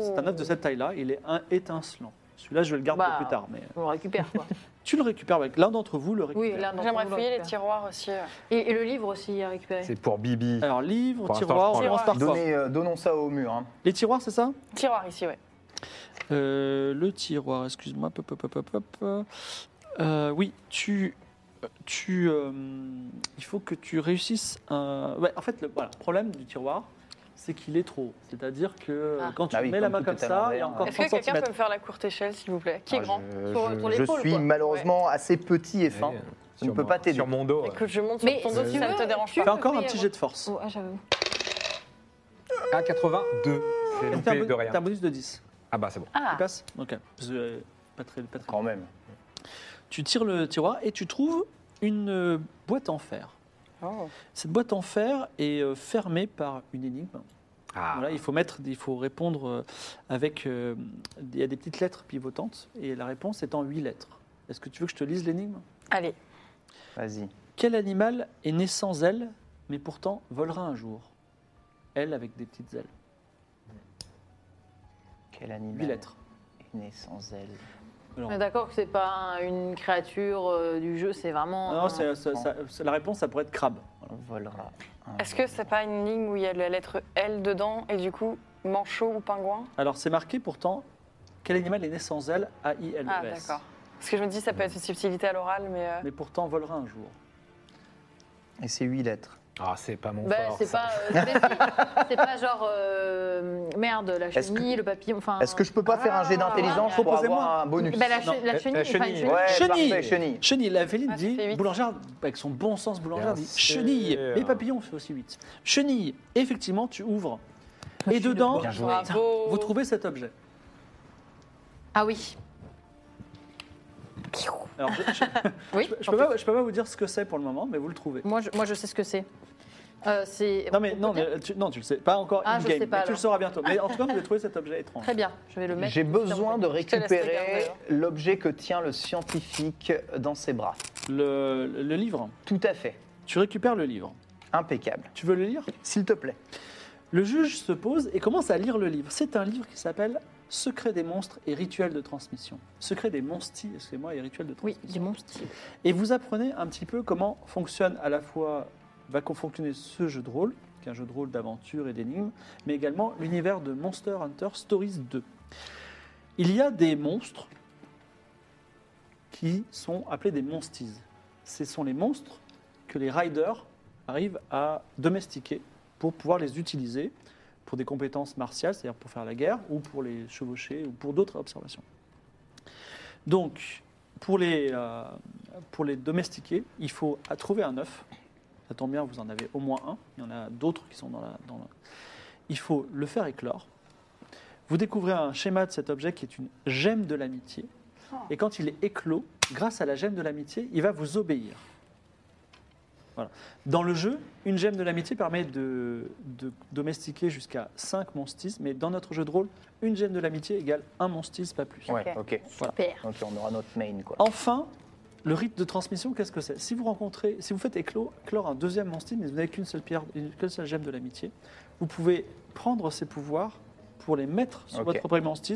Speaker 1: C'est un œuf de cette taille-là, il est un étincelant. Celui-là, je vais le garder
Speaker 3: Bah.
Speaker 1: pour plus tard. Mais euh,
Speaker 3: On le récupère, quoi.
Speaker 1: tu le récupères avec l'un d'entre vous, le récupère.
Speaker 3: Oui, là, non, on
Speaker 5: J'aimerais
Speaker 3: le
Speaker 5: fouiller les
Speaker 3: récupère.
Speaker 5: tiroirs aussi. euh.
Speaker 3: Et, et le livre aussi à récupérer.
Speaker 4: C'est pour Bibi.
Speaker 2: Euh,
Speaker 1: Alors, livre,
Speaker 4: Pour l'instant,
Speaker 1: tiroir,
Speaker 4: je
Speaker 1: on
Speaker 4: prends
Speaker 1: commence
Speaker 5: le-
Speaker 1: par quoi
Speaker 2: Donnez, euh, donnons ça au mur. hein.
Speaker 1: Les tiroirs, c'est ça
Speaker 5: Tiroir ici, ouais.
Speaker 1: Euh, Le tiroir, excuse-moi. pop, pop, pop, pop, pop. Euh, oui, tu. tu euh, il faut que tu réussisses un. ouais, en fait, le voilà, le problème du tiroir, c'est qu'il est trop haut. C'est-à-dire que euh,
Speaker 3: Ah.
Speaker 1: quand tu
Speaker 2: Bah oui,
Speaker 1: mets la
Speaker 2: comme
Speaker 1: main
Speaker 2: tout
Speaker 1: comme
Speaker 2: est à
Speaker 1: ça,
Speaker 2: l'envers,
Speaker 1: il y a encore
Speaker 5: Est-ce que
Speaker 1: 30
Speaker 5: quelqu'un
Speaker 1: cm.
Speaker 5: peut me faire la courte échelle, s'il vous plaît Qui est
Speaker 2: Ah,
Speaker 5: grand
Speaker 4: Je,
Speaker 3: Sur- sur
Speaker 2: Je
Speaker 3: l'épaule,
Speaker 2: suis
Speaker 3: quoi.
Speaker 2: malheureusement assez petit et fin.
Speaker 4: Ouais,
Speaker 2: Je
Speaker 4: sur
Speaker 2: ne peux
Speaker 4: mon-
Speaker 2: pas t'aider.
Speaker 4: Sur mon dos. ouais.
Speaker 5: Écoute, je monte
Speaker 3: Mais
Speaker 5: sur ton dos
Speaker 3: si
Speaker 5: si
Speaker 3: tu
Speaker 5: ça ne te
Speaker 3: veux,
Speaker 5: dérange
Speaker 3: tu-
Speaker 5: pas.
Speaker 1: Fais encore un
Speaker 3: Oui,
Speaker 1: petit
Speaker 3: avant.
Speaker 1: jet de force.
Speaker 3: Oh, ah, j'avoue.
Speaker 4: À 82. C'est
Speaker 1: T'as un
Speaker 4: loupé
Speaker 1: bon-
Speaker 4: de
Speaker 1: t'as
Speaker 4: rien.
Speaker 1: un bonus de 10.
Speaker 4: Ah bah c'est bon.
Speaker 1: Tu
Speaker 3: Ah,
Speaker 1: passes Ok. Parce que, euh, Pas très, pas très
Speaker 2: Quand même.
Speaker 1: Tu tires le tiroir et tu trouves une euh, boîte en fer.
Speaker 5: Oh.
Speaker 1: Cette boîte en fer est euh, fermée par une énigme.
Speaker 4: Ah,
Speaker 1: Voilà, il faut mettre, il faut répondre euh, avec, euh, il y a des petites lettres pivotantes et la réponse est en huit lettres. Est-ce que tu veux que je te lise l'énigme
Speaker 5: Allez,
Speaker 2: Vas-y.
Speaker 1: Quel animal est né sans ailes mais pourtant volera un jour Elle avec des petites ailes.
Speaker 2: Quel
Speaker 1: Huit
Speaker 2: animal
Speaker 1: lettres.
Speaker 2: est né sans ailes
Speaker 1: Non.
Speaker 3: On est d'accord que c'est pas un- une créature euh, du jeu, c'est vraiment.
Speaker 1: Non,
Speaker 3: un-
Speaker 1: c'est- ça- ça- c'est- la réponse, ça pourrait être crabe.
Speaker 2: On volera. un
Speaker 5: est-ce que
Speaker 2: jour.
Speaker 5: c'est pas une ligne où il y a la lettre L dedans et du coup manchot ou pingouin
Speaker 1: Alors, c'est marqué pourtant quel animal est né sans ailes A-I-L-E-S.
Speaker 5: Ah d'accord. Parce que je me dis ça peut être une subtilité à l'oral, mais euh,
Speaker 1: E Mais pourtant volera un jour.
Speaker 2: Et c'est huit lettres.
Speaker 4: Ah, c'est pas mon
Speaker 3: Bah,
Speaker 4: fort.
Speaker 3: c'est
Speaker 4: ça.
Speaker 3: pas, euh, mais si, c'est pas genre euh, merde la
Speaker 2: Est-ce que-
Speaker 3: chenille, le papillon, enfin.
Speaker 2: Est-ce que je peux pas faire un jet d'intelligence
Speaker 1: ouais.
Speaker 2: pour avoir
Speaker 1: Proposez-moi.
Speaker 2: un bonus
Speaker 3: Bah, la,
Speaker 1: Non,
Speaker 3: che- la
Speaker 4: la-
Speaker 3: chenille,
Speaker 4: la
Speaker 3: enfin, une
Speaker 4: chenille,
Speaker 3: chenille.
Speaker 2: Ouais,
Speaker 1: Chenille.
Speaker 2: parfait, chenille.
Speaker 1: Chenille, la Véline
Speaker 5: Ah, ça fait
Speaker 1: dit,
Speaker 5: huit.
Speaker 1: Boulangère, avec son bon sens, Boulangère
Speaker 4: Bien
Speaker 1: dit
Speaker 4: sûr.
Speaker 1: Chenille, mais papillon fait aussi vite. Chenille, effectivement, tu ouvres. Et dedans,
Speaker 4: Bien joué.
Speaker 5: bravo.
Speaker 1: vous trouvez cet objet.
Speaker 3: Ah oui.
Speaker 1: Alors, je, je-
Speaker 3: Oui.
Speaker 1: je peux, pas, je peux pas vous dire ce que c'est pour le moment, mais vous le trouvez.
Speaker 3: Moi, je, moi, je sais ce que c'est. Euh, c'est.
Speaker 1: Non, mais,
Speaker 3: on peut
Speaker 1: non,
Speaker 3: dire
Speaker 1: mais tu, non, tu le sais. Pas encore
Speaker 3: Ah, je
Speaker 1: in-game,
Speaker 3: sais pas,
Speaker 1: mais tu le
Speaker 3: alors.
Speaker 1: sauras bientôt. Mais en tout cas, vous avez trouvé cet objet étrange.
Speaker 3: Très bien, je vais le mettre.
Speaker 2: J'ai besoin de
Speaker 5: te laisse regarder,
Speaker 2: récupérer
Speaker 5: hein.
Speaker 2: l'objet que tient le scientifique dans ses bras.
Speaker 1: Le, le livre.
Speaker 2: Tout à fait.
Speaker 1: Tu récupères le livre.
Speaker 2: Impeccable.
Speaker 1: Tu veux le lire
Speaker 2: S'il te plaît.
Speaker 1: Le juge se pose et commence à lire le livre. C'est un livre qui s'appelle Secret des monstres et rituels de transmission. Secret des monsties, excusez-moi, et rituels de transmission.
Speaker 3: Oui, des monstres.
Speaker 1: Et vous apprenez un petit peu comment fonctionne à la fois, va fonctionner ce jeu de rôle, qui est un jeu de rôle d'aventure et d'énigmes, mais également l'univers de Monster Hunter Stories 2. Il y a des monstres qui sont appelés des monsties. Ce sont les monstres que les riders arrivent à domestiquer pour pouvoir les utiliser pour des compétences martiales, c'est-à-dire pour faire la guerre, ou pour les chevaucher, ou pour d'autres observations. Donc, pour les, euh, pour les domestiquer, il faut à trouver un œuf. Ça tombe bien, vous en avez au moins un. Il y en a d'autres qui sont dans la, dans la- Il faut le faire éclore. Vous découvrez un schéma de cet objet qui est une gemme de l'amitié. Et quand il est éclos, grâce à la gemme de l'amitié, il va vous obéir. Voilà. Dans le jeu, une gemme de l'amitié permet de, de domestiquer jusqu'à 5 monstis, mais dans notre jeu de rôle, une gemme de l'amitié égale un monstis, pas plus.
Speaker 2: Ouais, ok.
Speaker 3: Super.
Speaker 2: Ok, on aura notre main, quoi.
Speaker 1: Enfin, le rite de transmission, qu'est-ce que c'est Si vous rencontrez, si vous faites éclore, éclore un deuxième monstre, mais vous n'avez qu'une seule pierre, une- qu'une seule gemme de l'amitié, vous pouvez prendre ces pouvoirs pour les mettre sur
Speaker 2: Ok.
Speaker 1: votre propre monstre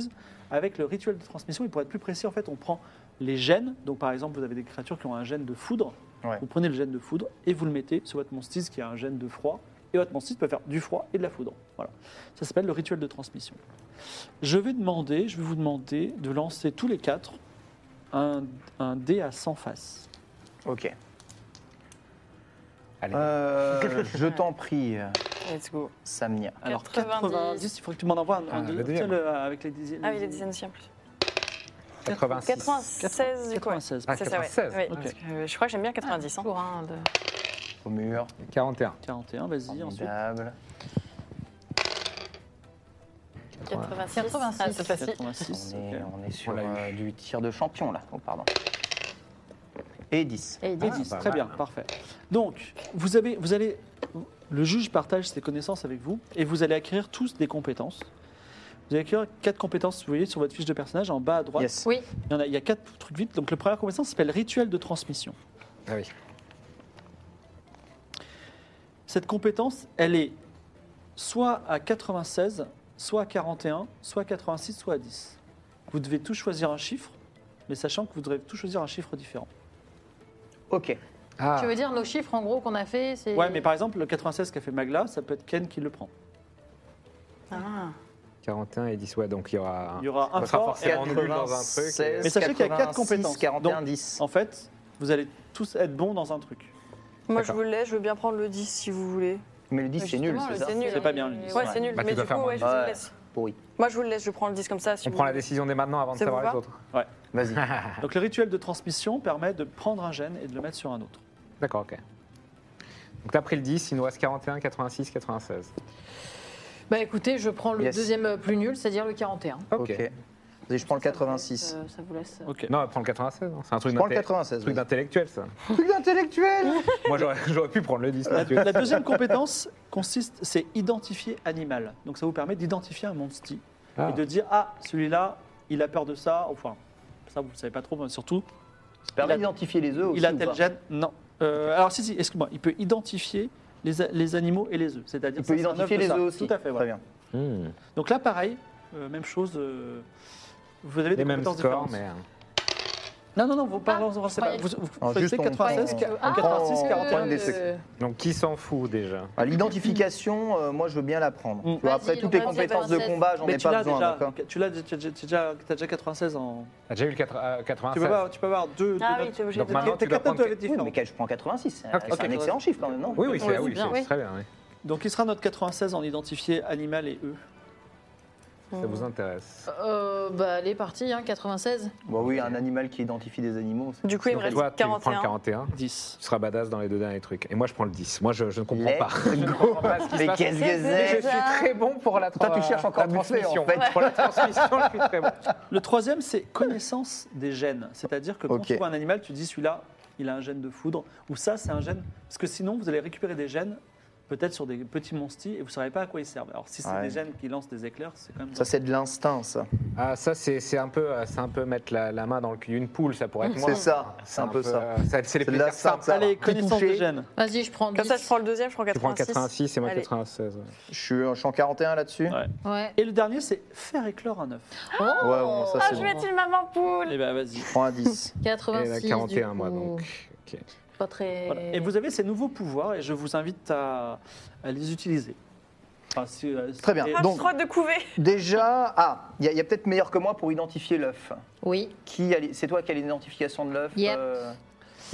Speaker 1: avec le rituel de transmission. Et pour être plus précis, en fait, on prend les gènes. Donc, par exemple, vous avez des créatures qui ont un gène de foudre.
Speaker 2: Ouais.
Speaker 1: Vous prenez le gène de foudre et vous le mettez sur votre monstre qui a un gène de froid. Et votre monstre peut faire du froid et de la foudre. Voilà. Ça s'appelle le rituel de transmission. Je vais demander, je vais vous demander de lancer tous les quatre un, un dé à 100 faces.
Speaker 2: Ok.
Speaker 4: Allez.
Speaker 2: Euh, je t'en prie, euh,
Speaker 5: Let's go.
Speaker 2: Samia.
Speaker 1: Alors
Speaker 5: 90.
Speaker 1: 90, il faudrait que tu m'en envoies un, un
Speaker 4: Ah, le
Speaker 1: deuxième,
Speaker 4: deuxième.
Speaker 1: tu sais, le- avec les dizaines.
Speaker 5: Ah oui, il est dizaine aussi en plus.
Speaker 4: 86.
Speaker 5: 96 du coup. ouais.
Speaker 1: 96.
Speaker 4: Ah,
Speaker 5: C'est ça, ouais.
Speaker 4: 96.
Speaker 5: Oui,
Speaker 1: Ok.
Speaker 5: parce que, euh, je crois que j'aime bien 90. hein.
Speaker 3: Pour un de-
Speaker 2: Au mur.
Speaker 4: 41.
Speaker 1: 41, vas-y, ensuite.
Speaker 2: Formidable.
Speaker 5: 86.
Speaker 3: 86.
Speaker 5: Ah, cette fois-ci.
Speaker 1: 86.
Speaker 2: On est,
Speaker 1: ok.
Speaker 2: on est sur
Speaker 4: On l'a
Speaker 2: euh, du tir de champion, là. Oh, pardon. Et 10.
Speaker 3: Et il dit-
Speaker 1: Et 10,
Speaker 4: pas
Speaker 1: très
Speaker 4: mal,
Speaker 1: bien,
Speaker 4: hein.
Speaker 1: parfait. Donc, vous, avez, vous allez. Le juge partage ses connaissances avec vous et vous allez acquérir tous des compétences. Vous allez acquérir quatre compétences, vous voyez, sur votre fiche de personnage en bas à droite.
Speaker 2: Yes.
Speaker 3: Oui,
Speaker 1: Il y en a, il y a quatre trucs vite. Donc, la première compétence s'appelle rituel de transmission.
Speaker 4: Ah oui.
Speaker 1: Cette compétence, elle est soit à 96, soit à 41, soit à 86, soit à 10. Vous devez tous choisir un chiffre, mais sachant que vous devez tous choisir un chiffre différent.
Speaker 2: Ok.
Speaker 4: Ah,
Speaker 3: tu veux dire nos chiffres en gros qu'on a fait, c'est.
Speaker 1: Ouais, mais par exemple, le 96 qu'a fait Magla, ça peut être Ken qui le prend.
Speaker 3: Ah.
Speaker 4: 41 et 10. Ouais, donc il y aura.
Speaker 1: Il y aura un
Speaker 4: Ah, Ça sera
Speaker 1: fort et
Speaker 4: forcément nul dans un truc. et-
Speaker 2: 96,
Speaker 1: Mais sachez qu'il y a quatre
Speaker 2: 86,
Speaker 1: compétences.
Speaker 2: 41,
Speaker 1: Donc-
Speaker 2: 10.
Speaker 1: En fait, vous allez tous être bons dans un truc.
Speaker 5: Moi je
Speaker 4: D'accord.
Speaker 5: vous laisse, je veux bien prendre le 10 si vous voulez.
Speaker 2: Mais le 10, c'est nul,
Speaker 5: Justement,
Speaker 2: c'est
Speaker 5: le
Speaker 2: ça
Speaker 5: nul.
Speaker 1: C'est pas bien, le 10.
Speaker 5: Ouais, c'est nul,
Speaker 4: Bah, tu
Speaker 5: mais
Speaker 4: dois
Speaker 5: du coup,
Speaker 4: faire moins
Speaker 5: ouais,
Speaker 4: de
Speaker 5: je vous
Speaker 2: dix.
Speaker 5: le laisse.
Speaker 2: Pourri.
Speaker 5: Moi je vous le laisse, je prends le 10 comme ça. Si
Speaker 4: On
Speaker 5: vous
Speaker 4: prend la
Speaker 5: voulez.
Speaker 4: décision dès maintenant avant de
Speaker 5: Ça vous
Speaker 4: savoir
Speaker 5: va
Speaker 4: les autres.
Speaker 2: Vas-y.
Speaker 4: Ah.
Speaker 1: Donc le rituel de transmission permet de prendre un gène et de le mettre sur un autre.
Speaker 4: D'accord, ok. Donc t'as pris le 10, il nous reste 41, 86, 96.
Speaker 3: Bah écoutez, je prends le
Speaker 2: Yes.
Speaker 3: deuxième euh, plus nul, c'est-à-dire le 41.
Speaker 4: Ok.
Speaker 2: Ok. Vas-y, je prends le 86.
Speaker 3: Euh, ça vous laisse.
Speaker 1: Ok.
Speaker 4: Non, prends le 96, hein. c'est un truc
Speaker 2: Je prends le
Speaker 4: d'inté-
Speaker 2: 96.
Speaker 4: truc
Speaker 2: vas-y.
Speaker 4: d'intellectuel ça.
Speaker 2: Truc d'intellectuel
Speaker 4: Moi j'aurais j'aurais pu prendre le 10.
Speaker 1: La,
Speaker 4: là, tu vois.
Speaker 1: la deuxième compétence consiste, c'est identifier animal. Donc ça vous permet d'identifier un monstre
Speaker 4: Ah.
Speaker 1: et de dire ah celui-là il a peur de ça. Enfin ça vous le savez pas trop, mais surtout
Speaker 2: Ça permet d'identifier les œufs aussi.
Speaker 1: il a
Speaker 2: ou
Speaker 1: tel
Speaker 2: pas
Speaker 1: gène. Non. Euh, alors si si excuse-moi, il peut identifier les, a- les animaux et les œufs. C'est-à-dire
Speaker 2: Il
Speaker 1: ça,
Speaker 2: peut
Speaker 1: c'est un œuf
Speaker 2: identifier
Speaker 1: de
Speaker 2: les
Speaker 1: ça.
Speaker 2: œufs aussi.
Speaker 1: Tout à fait.
Speaker 2: Très
Speaker 1: Voilà.
Speaker 2: bien.
Speaker 4: Hmm.
Speaker 1: Donc là pareil, euh, même chose. euh, vous avez des
Speaker 4: Les mêmes
Speaker 1: compétences
Speaker 4: scores,
Speaker 1: différentes.
Speaker 4: mais. euh,
Speaker 1: Non, non, non, vous parlez en français.
Speaker 3: croyais-
Speaker 1: Vous, vous,
Speaker 2: Alors,
Speaker 1: choisissez
Speaker 2: juste, on
Speaker 1: 96,
Speaker 2: prend-
Speaker 1: ah,
Speaker 2: on
Speaker 1: 86,
Speaker 2: prend-
Speaker 1: 41
Speaker 2: des
Speaker 1: décès.
Speaker 3: euh,
Speaker 2: sec-
Speaker 4: Donc qui s'en fout déjà
Speaker 2: Ah, L'identification, euh, moi je veux bien la prendre.
Speaker 1: Mm.
Speaker 2: Tu vois, après,
Speaker 3: Vas-y,
Speaker 2: toutes les
Speaker 3: vas-y,
Speaker 2: compétences de
Speaker 3: vas-y.
Speaker 2: combat, j'en
Speaker 1: Mais
Speaker 2: ai
Speaker 1: tu
Speaker 2: pas
Speaker 1: l'as
Speaker 2: besoin.
Speaker 1: déjà,
Speaker 2: d'accord
Speaker 1: tu l'as, tu as déjà, t'as déjà 96 en.
Speaker 4: T'as déjà eu le 4, euh,
Speaker 1: Tu
Speaker 4: 96
Speaker 1: peux pas, tu peux avoir deux.
Speaker 5: Ah
Speaker 1: deux
Speaker 5: oui, t'es obligé
Speaker 4: Donc
Speaker 5: de.
Speaker 4: maintenant,
Speaker 1: Tes
Speaker 4: tu dois
Speaker 1: quatre notes
Speaker 4: prendre
Speaker 1: doivent être
Speaker 2: Oui, mais
Speaker 1: différentes.
Speaker 2: je prends 86, c'est
Speaker 4: Ok.
Speaker 2: c'est un excellent chiffre quand même, non
Speaker 4: Oui, oui,
Speaker 5: On le
Speaker 4: c'est ah
Speaker 5: dit
Speaker 4: oui,
Speaker 5: bien,
Speaker 4: c'est-
Speaker 5: oui.
Speaker 4: c'est très bien. oui.
Speaker 1: Donc il sera notre 96 en identifier animal et E, eux.
Speaker 4: Ça vous intéresse.
Speaker 3: Euh, bah, elle est partie, hein, 96.
Speaker 2: Bah oui, un animal qui identifie des animaux. c'est-
Speaker 5: Du coup, il me
Speaker 4: Donc,
Speaker 5: reste
Speaker 4: toi, tu prends le
Speaker 5: 41.
Speaker 4: 41.
Speaker 1: 10.
Speaker 4: Tu seras badass dans les deux derniers trucs. Et moi, je prends le 10. Moi, je, je ne comprends
Speaker 2: Let's
Speaker 4: pas.
Speaker 2: go. Mais
Speaker 4: Je
Speaker 2: qu'est-ce que
Speaker 5: C'est
Speaker 4: suis
Speaker 2: c'est
Speaker 5: déjà-
Speaker 4: très bon pour la, tra-
Speaker 2: Toi, tu cherches
Speaker 4: la
Speaker 2: encore Buffet, en
Speaker 4: transmission.
Speaker 2: fait.
Speaker 4: Pour la transmission, je suis très bon.
Speaker 1: Le troisième, c'est connaissance des gènes. C'est-à-dire que quand
Speaker 2: Ok.
Speaker 1: tu vois un animal, tu dis celui-là, il a un gène de foudre, ou ça, c'est un gène. Parce que sinon, vous allez récupérer des gènes, peut-être sur des petits monstis, et vous ne savez pas à quoi ils servent. Alors si c'est
Speaker 2: Ouais.
Speaker 1: des gènes qui lancent des éclairs, c'est quand même.
Speaker 2: Ça, c'est de l'instinct, ça.
Speaker 4: Ah, ça, c'est c'est un, peu, euh, c'est un peu mettre la, la main dans le cul d'une poule, ça pourrait être moi.
Speaker 2: C'est ça, c'est un peu ça.
Speaker 4: euh, C'est les
Speaker 2: C'est de
Speaker 4: plaisirs
Speaker 2: la
Speaker 4: simples.
Speaker 2: ça.
Speaker 1: Allez,
Speaker 2: Qui
Speaker 1: connaissance
Speaker 2: touché
Speaker 1: des gènes.
Speaker 3: Vas-y, je prends 10.
Speaker 5: Comme ça, je prends le deuxième, je prends
Speaker 4: Tu prends
Speaker 5: 86.
Speaker 4: 86 et moi
Speaker 5: Allez.
Speaker 4: 96. ouais.
Speaker 2: Je suis, euh, je suis en 41 là-dessus
Speaker 1: Ouais.
Speaker 3: Ouais.
Speaker 1: Et le dernier, c'est faire éclore un œuf.
Speaker 3: Oh
Speaker 2: Ouais, bon, ça,
Speaker 5: Ah,
Speaker 2: c'est
Speaker 5: je
Speaker 2: bon.
Speaker 5: vais être une maman poule
Speaker 1: Eh ben vas-y.
Speaker 2: Je prends un 10.
Speaker 4: Et
Speaker 3: 86.
Speaker 4: la 41,
Speaker 3: du
Speaker 4: moi,
Speaker 3: coup.
Speaker 4: donc. Ok.
Speaker 3: Pas très.
Speaker 1: Voilà. Et vous avez ces nouveaux pouvoirs, et je vous invite à, à les utiliser. Enfin, si, euh, si-
Speaker 2: Très bien.
Speaker 1: et-
Speaker 5: Ah,
Speaker 2: Donc-
Speaker 5: j'ai trop hâte de couver
Speaker 2: Déjà, ah, il y a, il y a peut-être meilleur que moi pour identifier l'œuf.
Speaker 3: Oui.
Speaker 2: Qui a les- C'est toi qui as l'identification de l'œuf
Speaker 3: Yep.
Speaker 2: euh,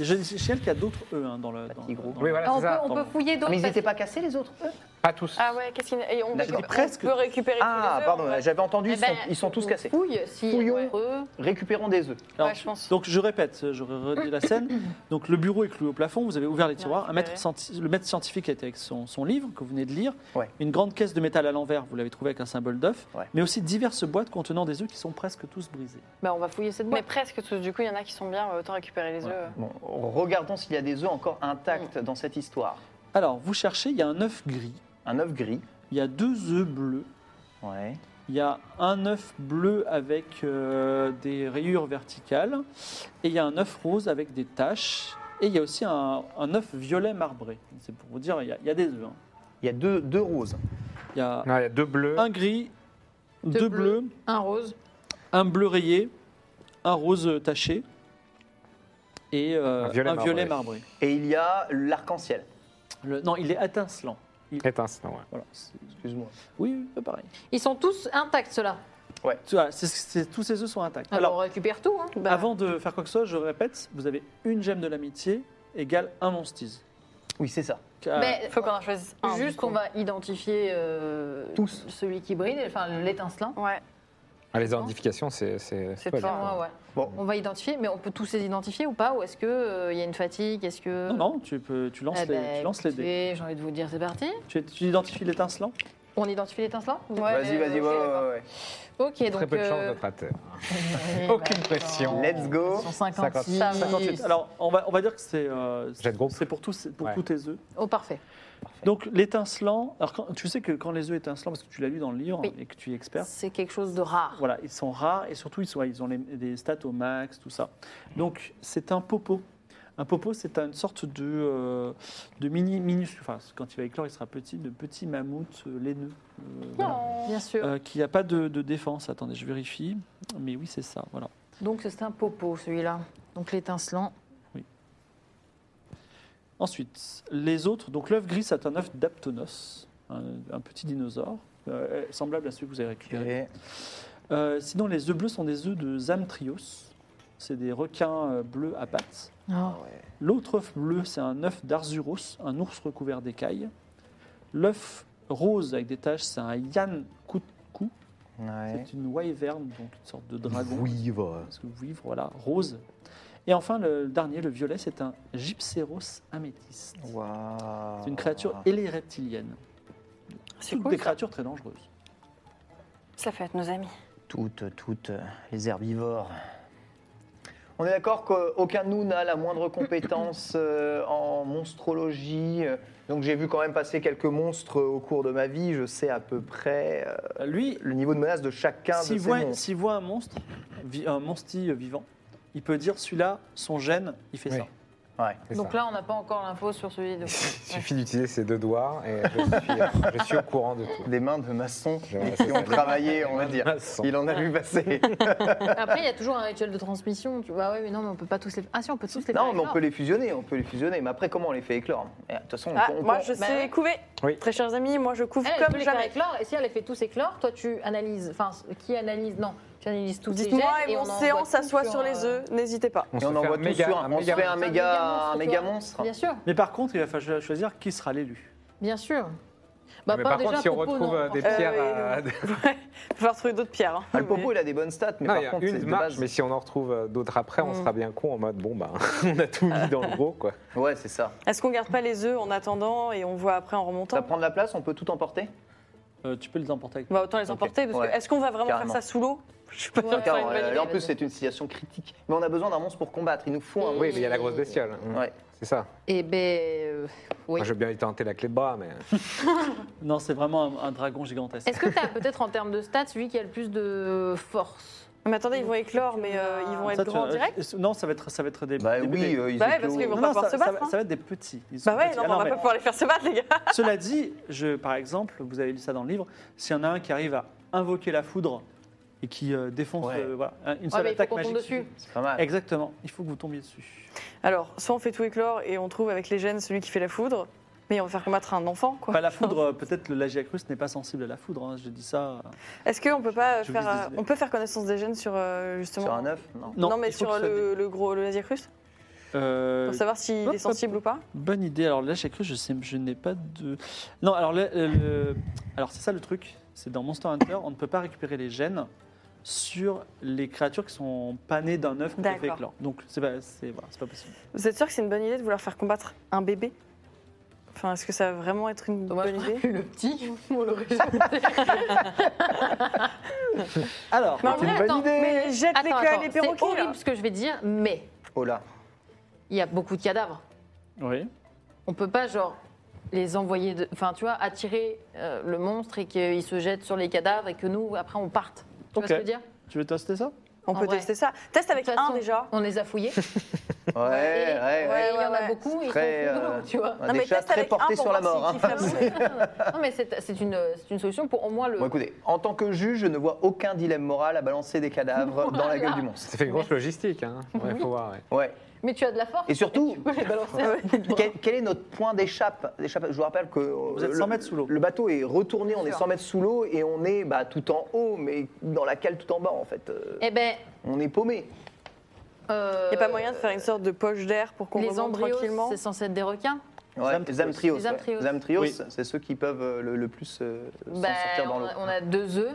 Speaker 1: Je je signale qu'il y a d'autres E hein, dans le.
Speaker 2: Petit
Speaker 1: dans-
Speaker 2: gros.
Speaker 1: dans-
Speaker 4: Oui, voilà,
Speaker 3: Ah, on,
Speaker 4: c'est ça.
Speaker 3: peut, on peut fouiller d'autres.
Speaker 2: Mais ils n'étaient
Speaker 3: parce-
Speaker 2: pas cassés, les autres œufs
Speaker 4: Pas tous.
Speaker 5: Ah ouais, qu'est-ce qu'il. et on,
Speaker 2: D'accord.
Speaker 5: on peut-
Speaker 1: Presque.
Speaker 5: on peut récupérer tous
Speaker 2: Ah,
Speaker 5: les œufs,
Speaker 2: pardon,
Speaker 5: en vrai.
Speaker 2: j'avais entendu,
Speaker 3: Eh
Speaker 2: ils sont,
Speaker 3: ben,
Speaker 2: ils sont tous
Speaker 3: on
Speaker 2: cassés.
Speaker 3: Fouille, si.
Speaker 2: Fouillons.
Speaker 3: ouais, eux.
Speaker 2: Récupérons des œufs.
Speaker 1: Alors,
Speaker 5: Ouais, je pense.
Speaker 1: Donc je répète, je redis la scène. Donc le bureau est cloué au plafond, vous avez ouvert les tiroirs, un maître scienti- le maître scientifique était avec son, son livre que vous venez de lire,
Speaker 2: Ouais.
Speaker 1: une grande caisse de métal à l'envers, vous l'avez trouvé avec un symbole d'œuf,
Speaker 2: Ouais.
Speaker 1: mais aussi diverses boîtes contenant des œufs qui sont presque tous brisés.
Speaker 3: Bah, on va fouiller cette
Speaker 5: Mais
Speaker 3: boîte.
Speaker 5: presque tous. Du coup, il y en a qui sont bien, autant récupérer les œufs.
Speaker 2: Bon, regardons s'il y a des œufs encore intacts dans cette histoire.
Speaker 1: Alors vous cherchez, il y a un œuf gris,
Speaker 2: Un œuf gris.
Speaker 1: il y a deux œufs bleus,
Speaker 2: Ouais.
Speaker 1: il y a un œuf bleu avec euh, des rayures verticales, et il y a un œuf rose avec des taches, et il y a aussi un, un œuf violet marbré. C'est pour vous dire, il y a, il y a des œufs. hein.
Speaker 2: Il y a deux, deux roses.
Speaker 1: Il y a
Speaker 4: Non, il y a deux bleus.
Speaker 1: un gris, deux,
Speaker 3: Deux
Speaker 1: bleus,
Speaker 3: bleus. Un rose.
Speaker 1: un bleu rayé, un rose taché et euh,
Speaker 4: Un violet
Speaker 1: un violet marbré.
Speaker 4: marbré.
Speaker 2: Et il y a l'arc-en-ciel.
Speaker 1: Le- non, il est étincelant.
Speaker 4: Étincelant, ouais.
Speaker 1: Voilà. c'est-
Speaker 2: Excuse-moi.
Speaker 1: Oui, oui, pas pareil.
Speaker 3: Ils sont tous intacts, ceux-là.
Speaker 1: Tu vois, c'est- c'est- tous ces œufs sont intacts.
Speaker 3: Alors, on
Speaker 1: Alors,
Speaker 3: récupère tout. Hein.
Speaker 5: Bah,
Speaker 1: avant de faire quoi que ce soit, je répète, vous avez une gemme de l'amitié égale un monstise.
Speaker 2: Oui, c'est ça.
Speaker 1: Euh,
Speaker 3: Mais
Speaker 5: Faut qu'on en choisisse un. du
Speaker 3: juste,
Speaker 5: coup.
Speaker 3: on va identifier euh,
Speaker 2: Tous.
Speaker 3: celui qui brille, enfin l'étincelant.
Speaker 5: Ouais.
Speaker 4: Ah, les identifications, c'est. C'est
Speaker 5: C'est
Speaker 4: folle,
Speaker 3: C'est
Speaker 5: toi.
Speaker 4: quoi.
Speaker 3: moi, ouais.
Speaker 2: Bon.
Speaker 3: On va identifier, mais on peut tous les identifier ou pas Ou est-ce qu'il y a une fatigue Est-ce que.
Speaker 1: Non, non, tu, peux, tu, lances,
Speaker 3: Eh
Speaker 1: les,
Speaker 3: ben,
Speaker 1: tu lances les dés.
Speaker 3: écoutez, J'ai envie de vous dire, c'est parti.
Speaker 1: Tu, tu identifies l'étincelant
Speaker 3: On identifie l'étincelant
Speaker 2: vas-y, vas-y,
Speaker 3: ok,
Speaker 2: ouais,
Speaker 3: d'accord.
Speaker 2: ouais, ouais.
Speaker 3: Ok, donc.
Speaker 4: Très peu de chances
Speaker 3: euh,
Speaker 4: d'être à terre.
Speaker 3: eh
Speaker 4: Aucune
Speaker 3: ben,
Speaker 4: pression.
Speaker 2: Let's go.
Speaker 3: Ils sont 56.
Speaker 1: 58. Alors, on va, on va dire que c'est euh,
Speaker 4: Jet de groupe.
Speaker 1: c'est pour, tous, c'est pour
Speaker 4: Ouais.
Speaker 1: tous tes œufs.
Speaker 3: Oh, parfait.
Speaker 1: Donc l'étincelant, alors quand- tu sais que quand les œufs étincelants, parce que tu l'as lu dans le livre
Speaker 3: Oui.
Speaker 1: et que tu es expert,
Speaker 3: C'est quelque chose de rare.
Speaker 1: voilà, ils sont rares et surtout ils, sont, ils ont les- des stats au max, tout ça. Donc c'est un popo. Un popo, c'est une sorte de, euh, de mini, minuscule, enfin quand il va éclore, il sera petit, de petit mammouth euh, laineux. euh, voilà.
Speaker 3: Bien sûr.
Speaker 1: Euh, qui n'a pas de, de défense. Attendez, je vérifie. Mais oui, c'est ça. Voilà.
Speaker 3: Donc, c'est un popo, celui-là. Donc, l'étincelant.
Speaker 1: Ensuite, les autres. Donc l'œuf gris, c'est un œuf d'Aptonos, un, un petit dinosaure, euh, semblable à celui que vous avez récupéré.
Speaker 2: Et
Speaker 1: Euh, sinon, les œufs bleus sont des œufs de Zamtrios. C'est des requins euh, bleus à pattes.
Speaker 3: Oh.
Speaker 1: L'autre œuf bleu, c'est un œuf d'Arzuros, un ours recouvert d'écailles. L'œuf rose avec des taches, c'est un Yan Kutku.
Speaker 2: Ouais.
Speaker 1: C'est une wyvern, donc une sorte de dragon. Vivre. Parce que vivre, voilà, rose. Et enfin, le dernier, le violet, c'est un Gypseros améthyste.
Speaker 2: Waouh.
Speaker 1: C'est une créature ailée reptilienne.
Speaker 5: C'est
Speaker 1: Toutes
Speaker 5: cool.
Speaker 1: des
Speaker 5: ça.
Speaker 1: créatures très dangereuses.
Speaker 5: Ça fait être nos amis.
Speaker 2: toutes, toutes euh, les herbivores. On est d'accord qu'aucun de nous n'a la moindre compétence euh, en monstrologie. euh, Donc j'ai vu quand même passer quelques monstres euh, au cours de ma vie. Je sais à peu près euh,
Speaker 1: Lui,
Speaker 2: le niveau de menace de chacun
Speaker 1: s'il
Speaker 2: de ces
Speaker 1: voit,
Speaker 2: monstres.
Speaker 1: s'il voit un monstre, vi- un monstie euh, vivant, il peut dire celui-là, son gène, il fait
Speaker 4: Oui.
Speaker 1: ça.
Speaker 2: Ouais.
Speaker 4: C'est
Speaker 3: Donc
Speaker 4: ça.
Speaker 3: là, on n'a pas encore l'info sur celui de.
Speaker 4: Il suffit d'utiliser ses deux doigts et je suis, euh, je suis au courant de tout.
Speaker 2: Des mains de maçons
Speaker 4: Je vois,
Speaker 2: qui ont travaillé, on va dire.
Speaker 4: Maçon.
Speaker 2: Il en a vu passer.
Speaker 3: Après, il y a toujours un rituel de transmission. Tu vois, Ah ouais, mais non, mais on peut pas tous les. Ah si, on peut tous les.
Speaker 2: Non,
Speaker 3: faire
Speaker 2: mais on
Speaker 3: éclore.
Speaker 2: peut les fusionner, on peut les fusionner. Mais après, comment on les fait éclore Eh, De toute façon,
Speaker 5: Ah,
Speaker 2: on, on-
Speaker 5: moi, je sais
Speaker 3: Bah ouais.
Speaker 5: couver.
Speaker 4: Oui.
Speaker 5: Très chers amis, moi, je couve
Speaker 3: Elle, elle peut
Speaker 5: comme
Speaker 3: Eh, les faire
Speaker 5: jamais.
Speaker 3: éclore. Et si elle les fait tous éclore, toi, tu analyses. Enfin, qui analyse Non, tu analyses tous les
Speaker 5: Dites-moi,
Speaker 3: gènes
Speaker 5: et mon
Speaker 3: on envoie
Speaker 5: séance
Speaker 3: tout
Speaker 5: s'assoit sur les
Speaker 3: euh,
Speaker 5: œufs, n'hésitez pas.
Speaker 4: On
Speaker 2: et on
Speaker 4: se fait
Speaker 2: envoie
Speaker 4: un
Speaker 2: tout
Speaker 4: méga-
Speaker 2: sur
Speaker 4: un
Speaker 2: un, on se
Speaker 4: méga
Speaker 2: fait un
Speaker 3: monstre.
Speaker 2: méga,
Speaker 3: Un
Speaker 2: un
Speaker 3: méga
Speaker 2: méga monstre.
Speaker 3: Bien sûr,
Speaker 1: Mais par contre, il va falloir choisir qui sera l'élu.
Speaker 3: bien sûr. Bah,
Speaker 4: mais
Speaker 3: pas
Speaker 4: par
Speaker 3: déjà
Speaker 4: contre, si on
Speaker 3: Popo,
Speaker 4: retrouve
Speaker 3: non,
Speaker 4: euh, des
Speaker 3: par contre.
Speaker 4: pierres,
Speaker 5: Euh,
Speaker 4: à-
Speaker 5: Il va falloir trouver d'autres pierres. hein.
Speaker 2: Ah, le popo, il a des bonnes stats, mais
Speaker 4: Non, il y
Speaker 2: par
Speaker 4: a
Speaker 2: contre, c'est
Speaker 4: une
Speaker 2: de
Speaker 4: marche,
Speaker 2: base.
Speaker 4: mais si on en retrouve euh, d'autres après, on
Speaker 5: Mm.
Speaker 4: sera bien con en mode bon, bah, on a tout mis dans le gros, quoi.
Speaker 2: Ouais, c'est ça.
Speaker 5: Est-ce qu'on garde pas les œufs en attendant et on voit après en
Speaker 2: Ça
Speaker 5: remontant
Speaker 2: prend de la place, on peut tout emporter
Speaker 1: Euh, tu peux les emporter avec toi.
Speaker 5: bah, Autant les emporter, parce que
Speaker 2: Ouais.
Speaker 5: est-ce qu'on va vraiment
Speaker 2: Carrément.
Speaker 5: faire ça sous l'eau Je suis pas
Speaker 3: Ouais.
Speaker 5: sûre que ce soit
Speaker 2: Car,
Speaker 5: une
Speaker 2: euh,
Speaker 5: bonne idée.
Speaker 2: là, en plus, c'est une situation critique. Mais on a besoin d'un monstre pour combattre. Il nous faut un
Speaker 3: Et-
Speaker 4: Oui, mais il y a la grosse bestiole. Mm.
Speaker 2: Ouais.
Speaker 4: C'est ça.
Speaker 3: Eh ben, euh, oui.
Speaker 4: Moi, je veux bien y tenter la clé de bras, mais.
Speaker 1: Non, c'est vraiment un, un dragon gigantesque.
Speaker 3: Est-ce que tu as peut-être en termes de stats celui qui a le plus de force
Speaker 5: Mais attendez, ils vont éclore, mais euh, ils vont
Speaker 1: Ça,
Speaker 5: être
Speaker 1: tu-
Speaker 5: grands en direct
Speaker 1: euh, Non, ça va être, ça va être des,
Speaker 2: Bah
Speaker 1: des
Speaker 2: oui,
Speaker 1: bébés.
Speaker 2: euh, ils
Speaker 5: Bah ouais,
Speaker 2: étaient
Speaker 5: parce
Speaker 2: au-
Speaker 5: qu'ils vont-
Speaker 1: non,
Speaker 5: pas
Speaker 1: non,
Speaker 5: pouvoir
Speaker 1: ça,
Speaker 5: se
Speaker 1: ça
Speaker 5: battre,
Speaker 1: va,
Speaker 5: hein.
Speaker 1: ça va être des petits. Ils sont
Speaker 5: Bah ouais,
Speaker 1: petits.
Speaker 5: non,
Speaker 1: Ah
Speaker 5: mais on
Speaker 1: non,
Speaker 5: va
Speaker 1: mais
Speaker 5: pas pouvoir les faire se battre, les gars.
Speaker 1: Cela dit, je, par exemple, vous avez lu ça dans le livre, s'il y en a un qui arrive à invoquer la foudre et qui euh, défonce
Speaker 2: Ouais.
Speaker 1: euh, voilà, un- une
Speaker 3: Ouais,
Speaker 1: seule
Speaker 3: mais il faut
Speaker 1: attaque
Speaker 3: qu'on tombe
Speaker 1: magique.
Speaker 3: dessus.
Speaker 2: C'est pas mal.
Speaker 1: Exactement, il faut que vous tombiez dessus.
Speaker 5: Alors, soit on fait tout éclore et on trouve avec les gènes celui qui fait la foudre, mais on va faire combattre un enfant, quoi.
Speaker 1: Pas la foudre, euh, peut-être le Lagiacrus n'est pas sensible à la foudre, hein, je dis ça.
Speaker 5: Est-ce qu'on peut pas
Speaker 1: Je vous
Speaker 5: faire,
Speaker 1: laisse
Speaker 5: euh,
Speaker 1: décider.
Speaker 5: on peut faire connaissance des gènes sur euh, justement
Speaker 2: Sur un œuf Non.
Speaker 5: Non, mais
Speaker 1: il faut
Speaker 5: sur
Speaker 1: qu'il soit
Speaker 5: le, le gros, le Lasiacrus,
Speaker 1: dé- euh,
Speaker 5: pour savoir s'il
Speaker 1: hop,
Speaker 5: est
Speaker 1: hop.
Speaker 5: sensible ou pas.
Speaker 1: Bonne idée. Alors là, j'ai cru, je sais, je n'ai pas de. Non, alors là, euh, le- alors c'est ça le truc. C'est dans Monster Hunter, on ne peut pas récupérer les gènes sur les créatures qui sont panées d'un œuf qu'on peut faire
Speaker 5: D'accord.
Speaker 1: éclore. Donc c'est pas, c'est voilà, c'est pas possible.
Speaker 5: Vous êtes sûr que c'est une bonne idée de vouloir faire combattre un bébé Enfin, est-ce que ça va vraiment être une
Speaker 3: Dommage,
Speaker 5: bonne
Speaker 3: j'aurais
Speaker 5: idée
Speaker 3: eu le petit, on l'aurait jeté.
Speaker 1: Alors,
Speaker 5: Mais en
Speaker 2: C'est une
Speaker 5: vrai,
Speaker 2: bonne
Speaker 3: attends,
Speaker 2: idée.
Speaker 5: Mais ils jettent les
Speaker 3: Attends,
Speaker 5: queues,
Speaker 3: attends,
Speaker 5: les
Speaker 3: c'est
Speaker 5: perroquets là.
Speaker 3: horrible ce que je vais dire, mais
Speaker 2: Oh là.
Speaker 3: il y a beaucoup de cadavres.
Speaker 1: oui.
Speaker 3: On peut pas genre les envoyer, de... enfin tu vois, attirer euh, le monstre et qu'il se jette sur les cadavres et que nous après on parte. Tu
Speaker 1: Ok.
Speaker 3: vois ce que je veux dire
Speaker 1: Tu veux tester ça
Speaker 5: On
Speaker 3: En
Speaker 5: peut
Speaker 3: vrai.
Speaker 5: tester ça. Teste avec
Speaker 3: De toute
Speaker 5: un
Speaker 3: façon,
Speaker 5: déjà.
Speaker 3: On les a fouillés.
Speaker 2: Ouais, ouais,
Speaker 3: Et- et
Speaker 2: ouais.
Speaker 3: Il y en a
Speaker 5: ouais.
Speaker 3: beaucoup. Ils
Speaker 2: Très,
Speaker 3: sont sous l'eau,
Speaker 2: euh,
Speaker 3: tu vois.
Speaker 2: On a
Speaker 5: Non,
Speaker 2: des
Speaker 5: mais
Speaker 2: chats
Speaker 5: test
Speaker 2: très
Speaker 5: avec un
Speaker 2: portés
Speaker 5: pour
Speaker 2: sur la
Speaker 5: voir
Speaker 2: mort.
Speaker 5: s'il
Speaker 2: hein.
Speaker 5: kiffe la mort.
Speaker 3: non mais c'est c'est une, c'est une solution pour au moins le.
Speaker 2: Bon, écoutez, en tant que juge, je ne vois aucun dilemme moral à balancer des cadavres dans la gueule du monstre.
Speaker 4: Ça fait une grosse logistique, hein. Ouais, faut voir, ouais.
Speaker 2: Ouais.
Speaker 3: mais tu as de la force.
Speaker 2: Et surtout,
Speaker 3: tu peux les balancer.
Speaker 2: Quel, quel est notre point d'échappe d'échappe- Je vous rappelle que vous
Speaker 1: êtes 100 mètres sous l'eau.
Speaker 2: Le bateau est retourné, on est
Speaker 3: sûr.
Speaker 2: 100 mètres sous l'eau et on est bah, tout en haut, mais dans la cale tout en bas en fait. Euh,
Speaker 3: Eh ben.
Speaker 2: on est paumé.
Speaker 3: Euh,
Speaker 5: Il n'y a pas moyen de faire une sorte de poche d'air pour qu'on
Speaker 3: Les
Speaker 5: remonte
Speaker 3: embryos,
Speaker 5: tranquillement
Speaker 3: c'est censé être des requins.
Speaker 2: Ouais,
Speaker 1: Zamtrios.
Speaker 2: les Amtrios.
Speaker 3: Les Amtrios.
Speaker 2: ouais. Les Amtrios,
Speaker 1: Oui.
Speaker 2: c'est ceux qui peuvent euh, le, le plus euh, s'en
Speaker 3: Ben,
Speaker 2: sortir dans
Speaker 3: on,
Speaker 2: l'eau.
Speaker 3: a, on a deux œufs.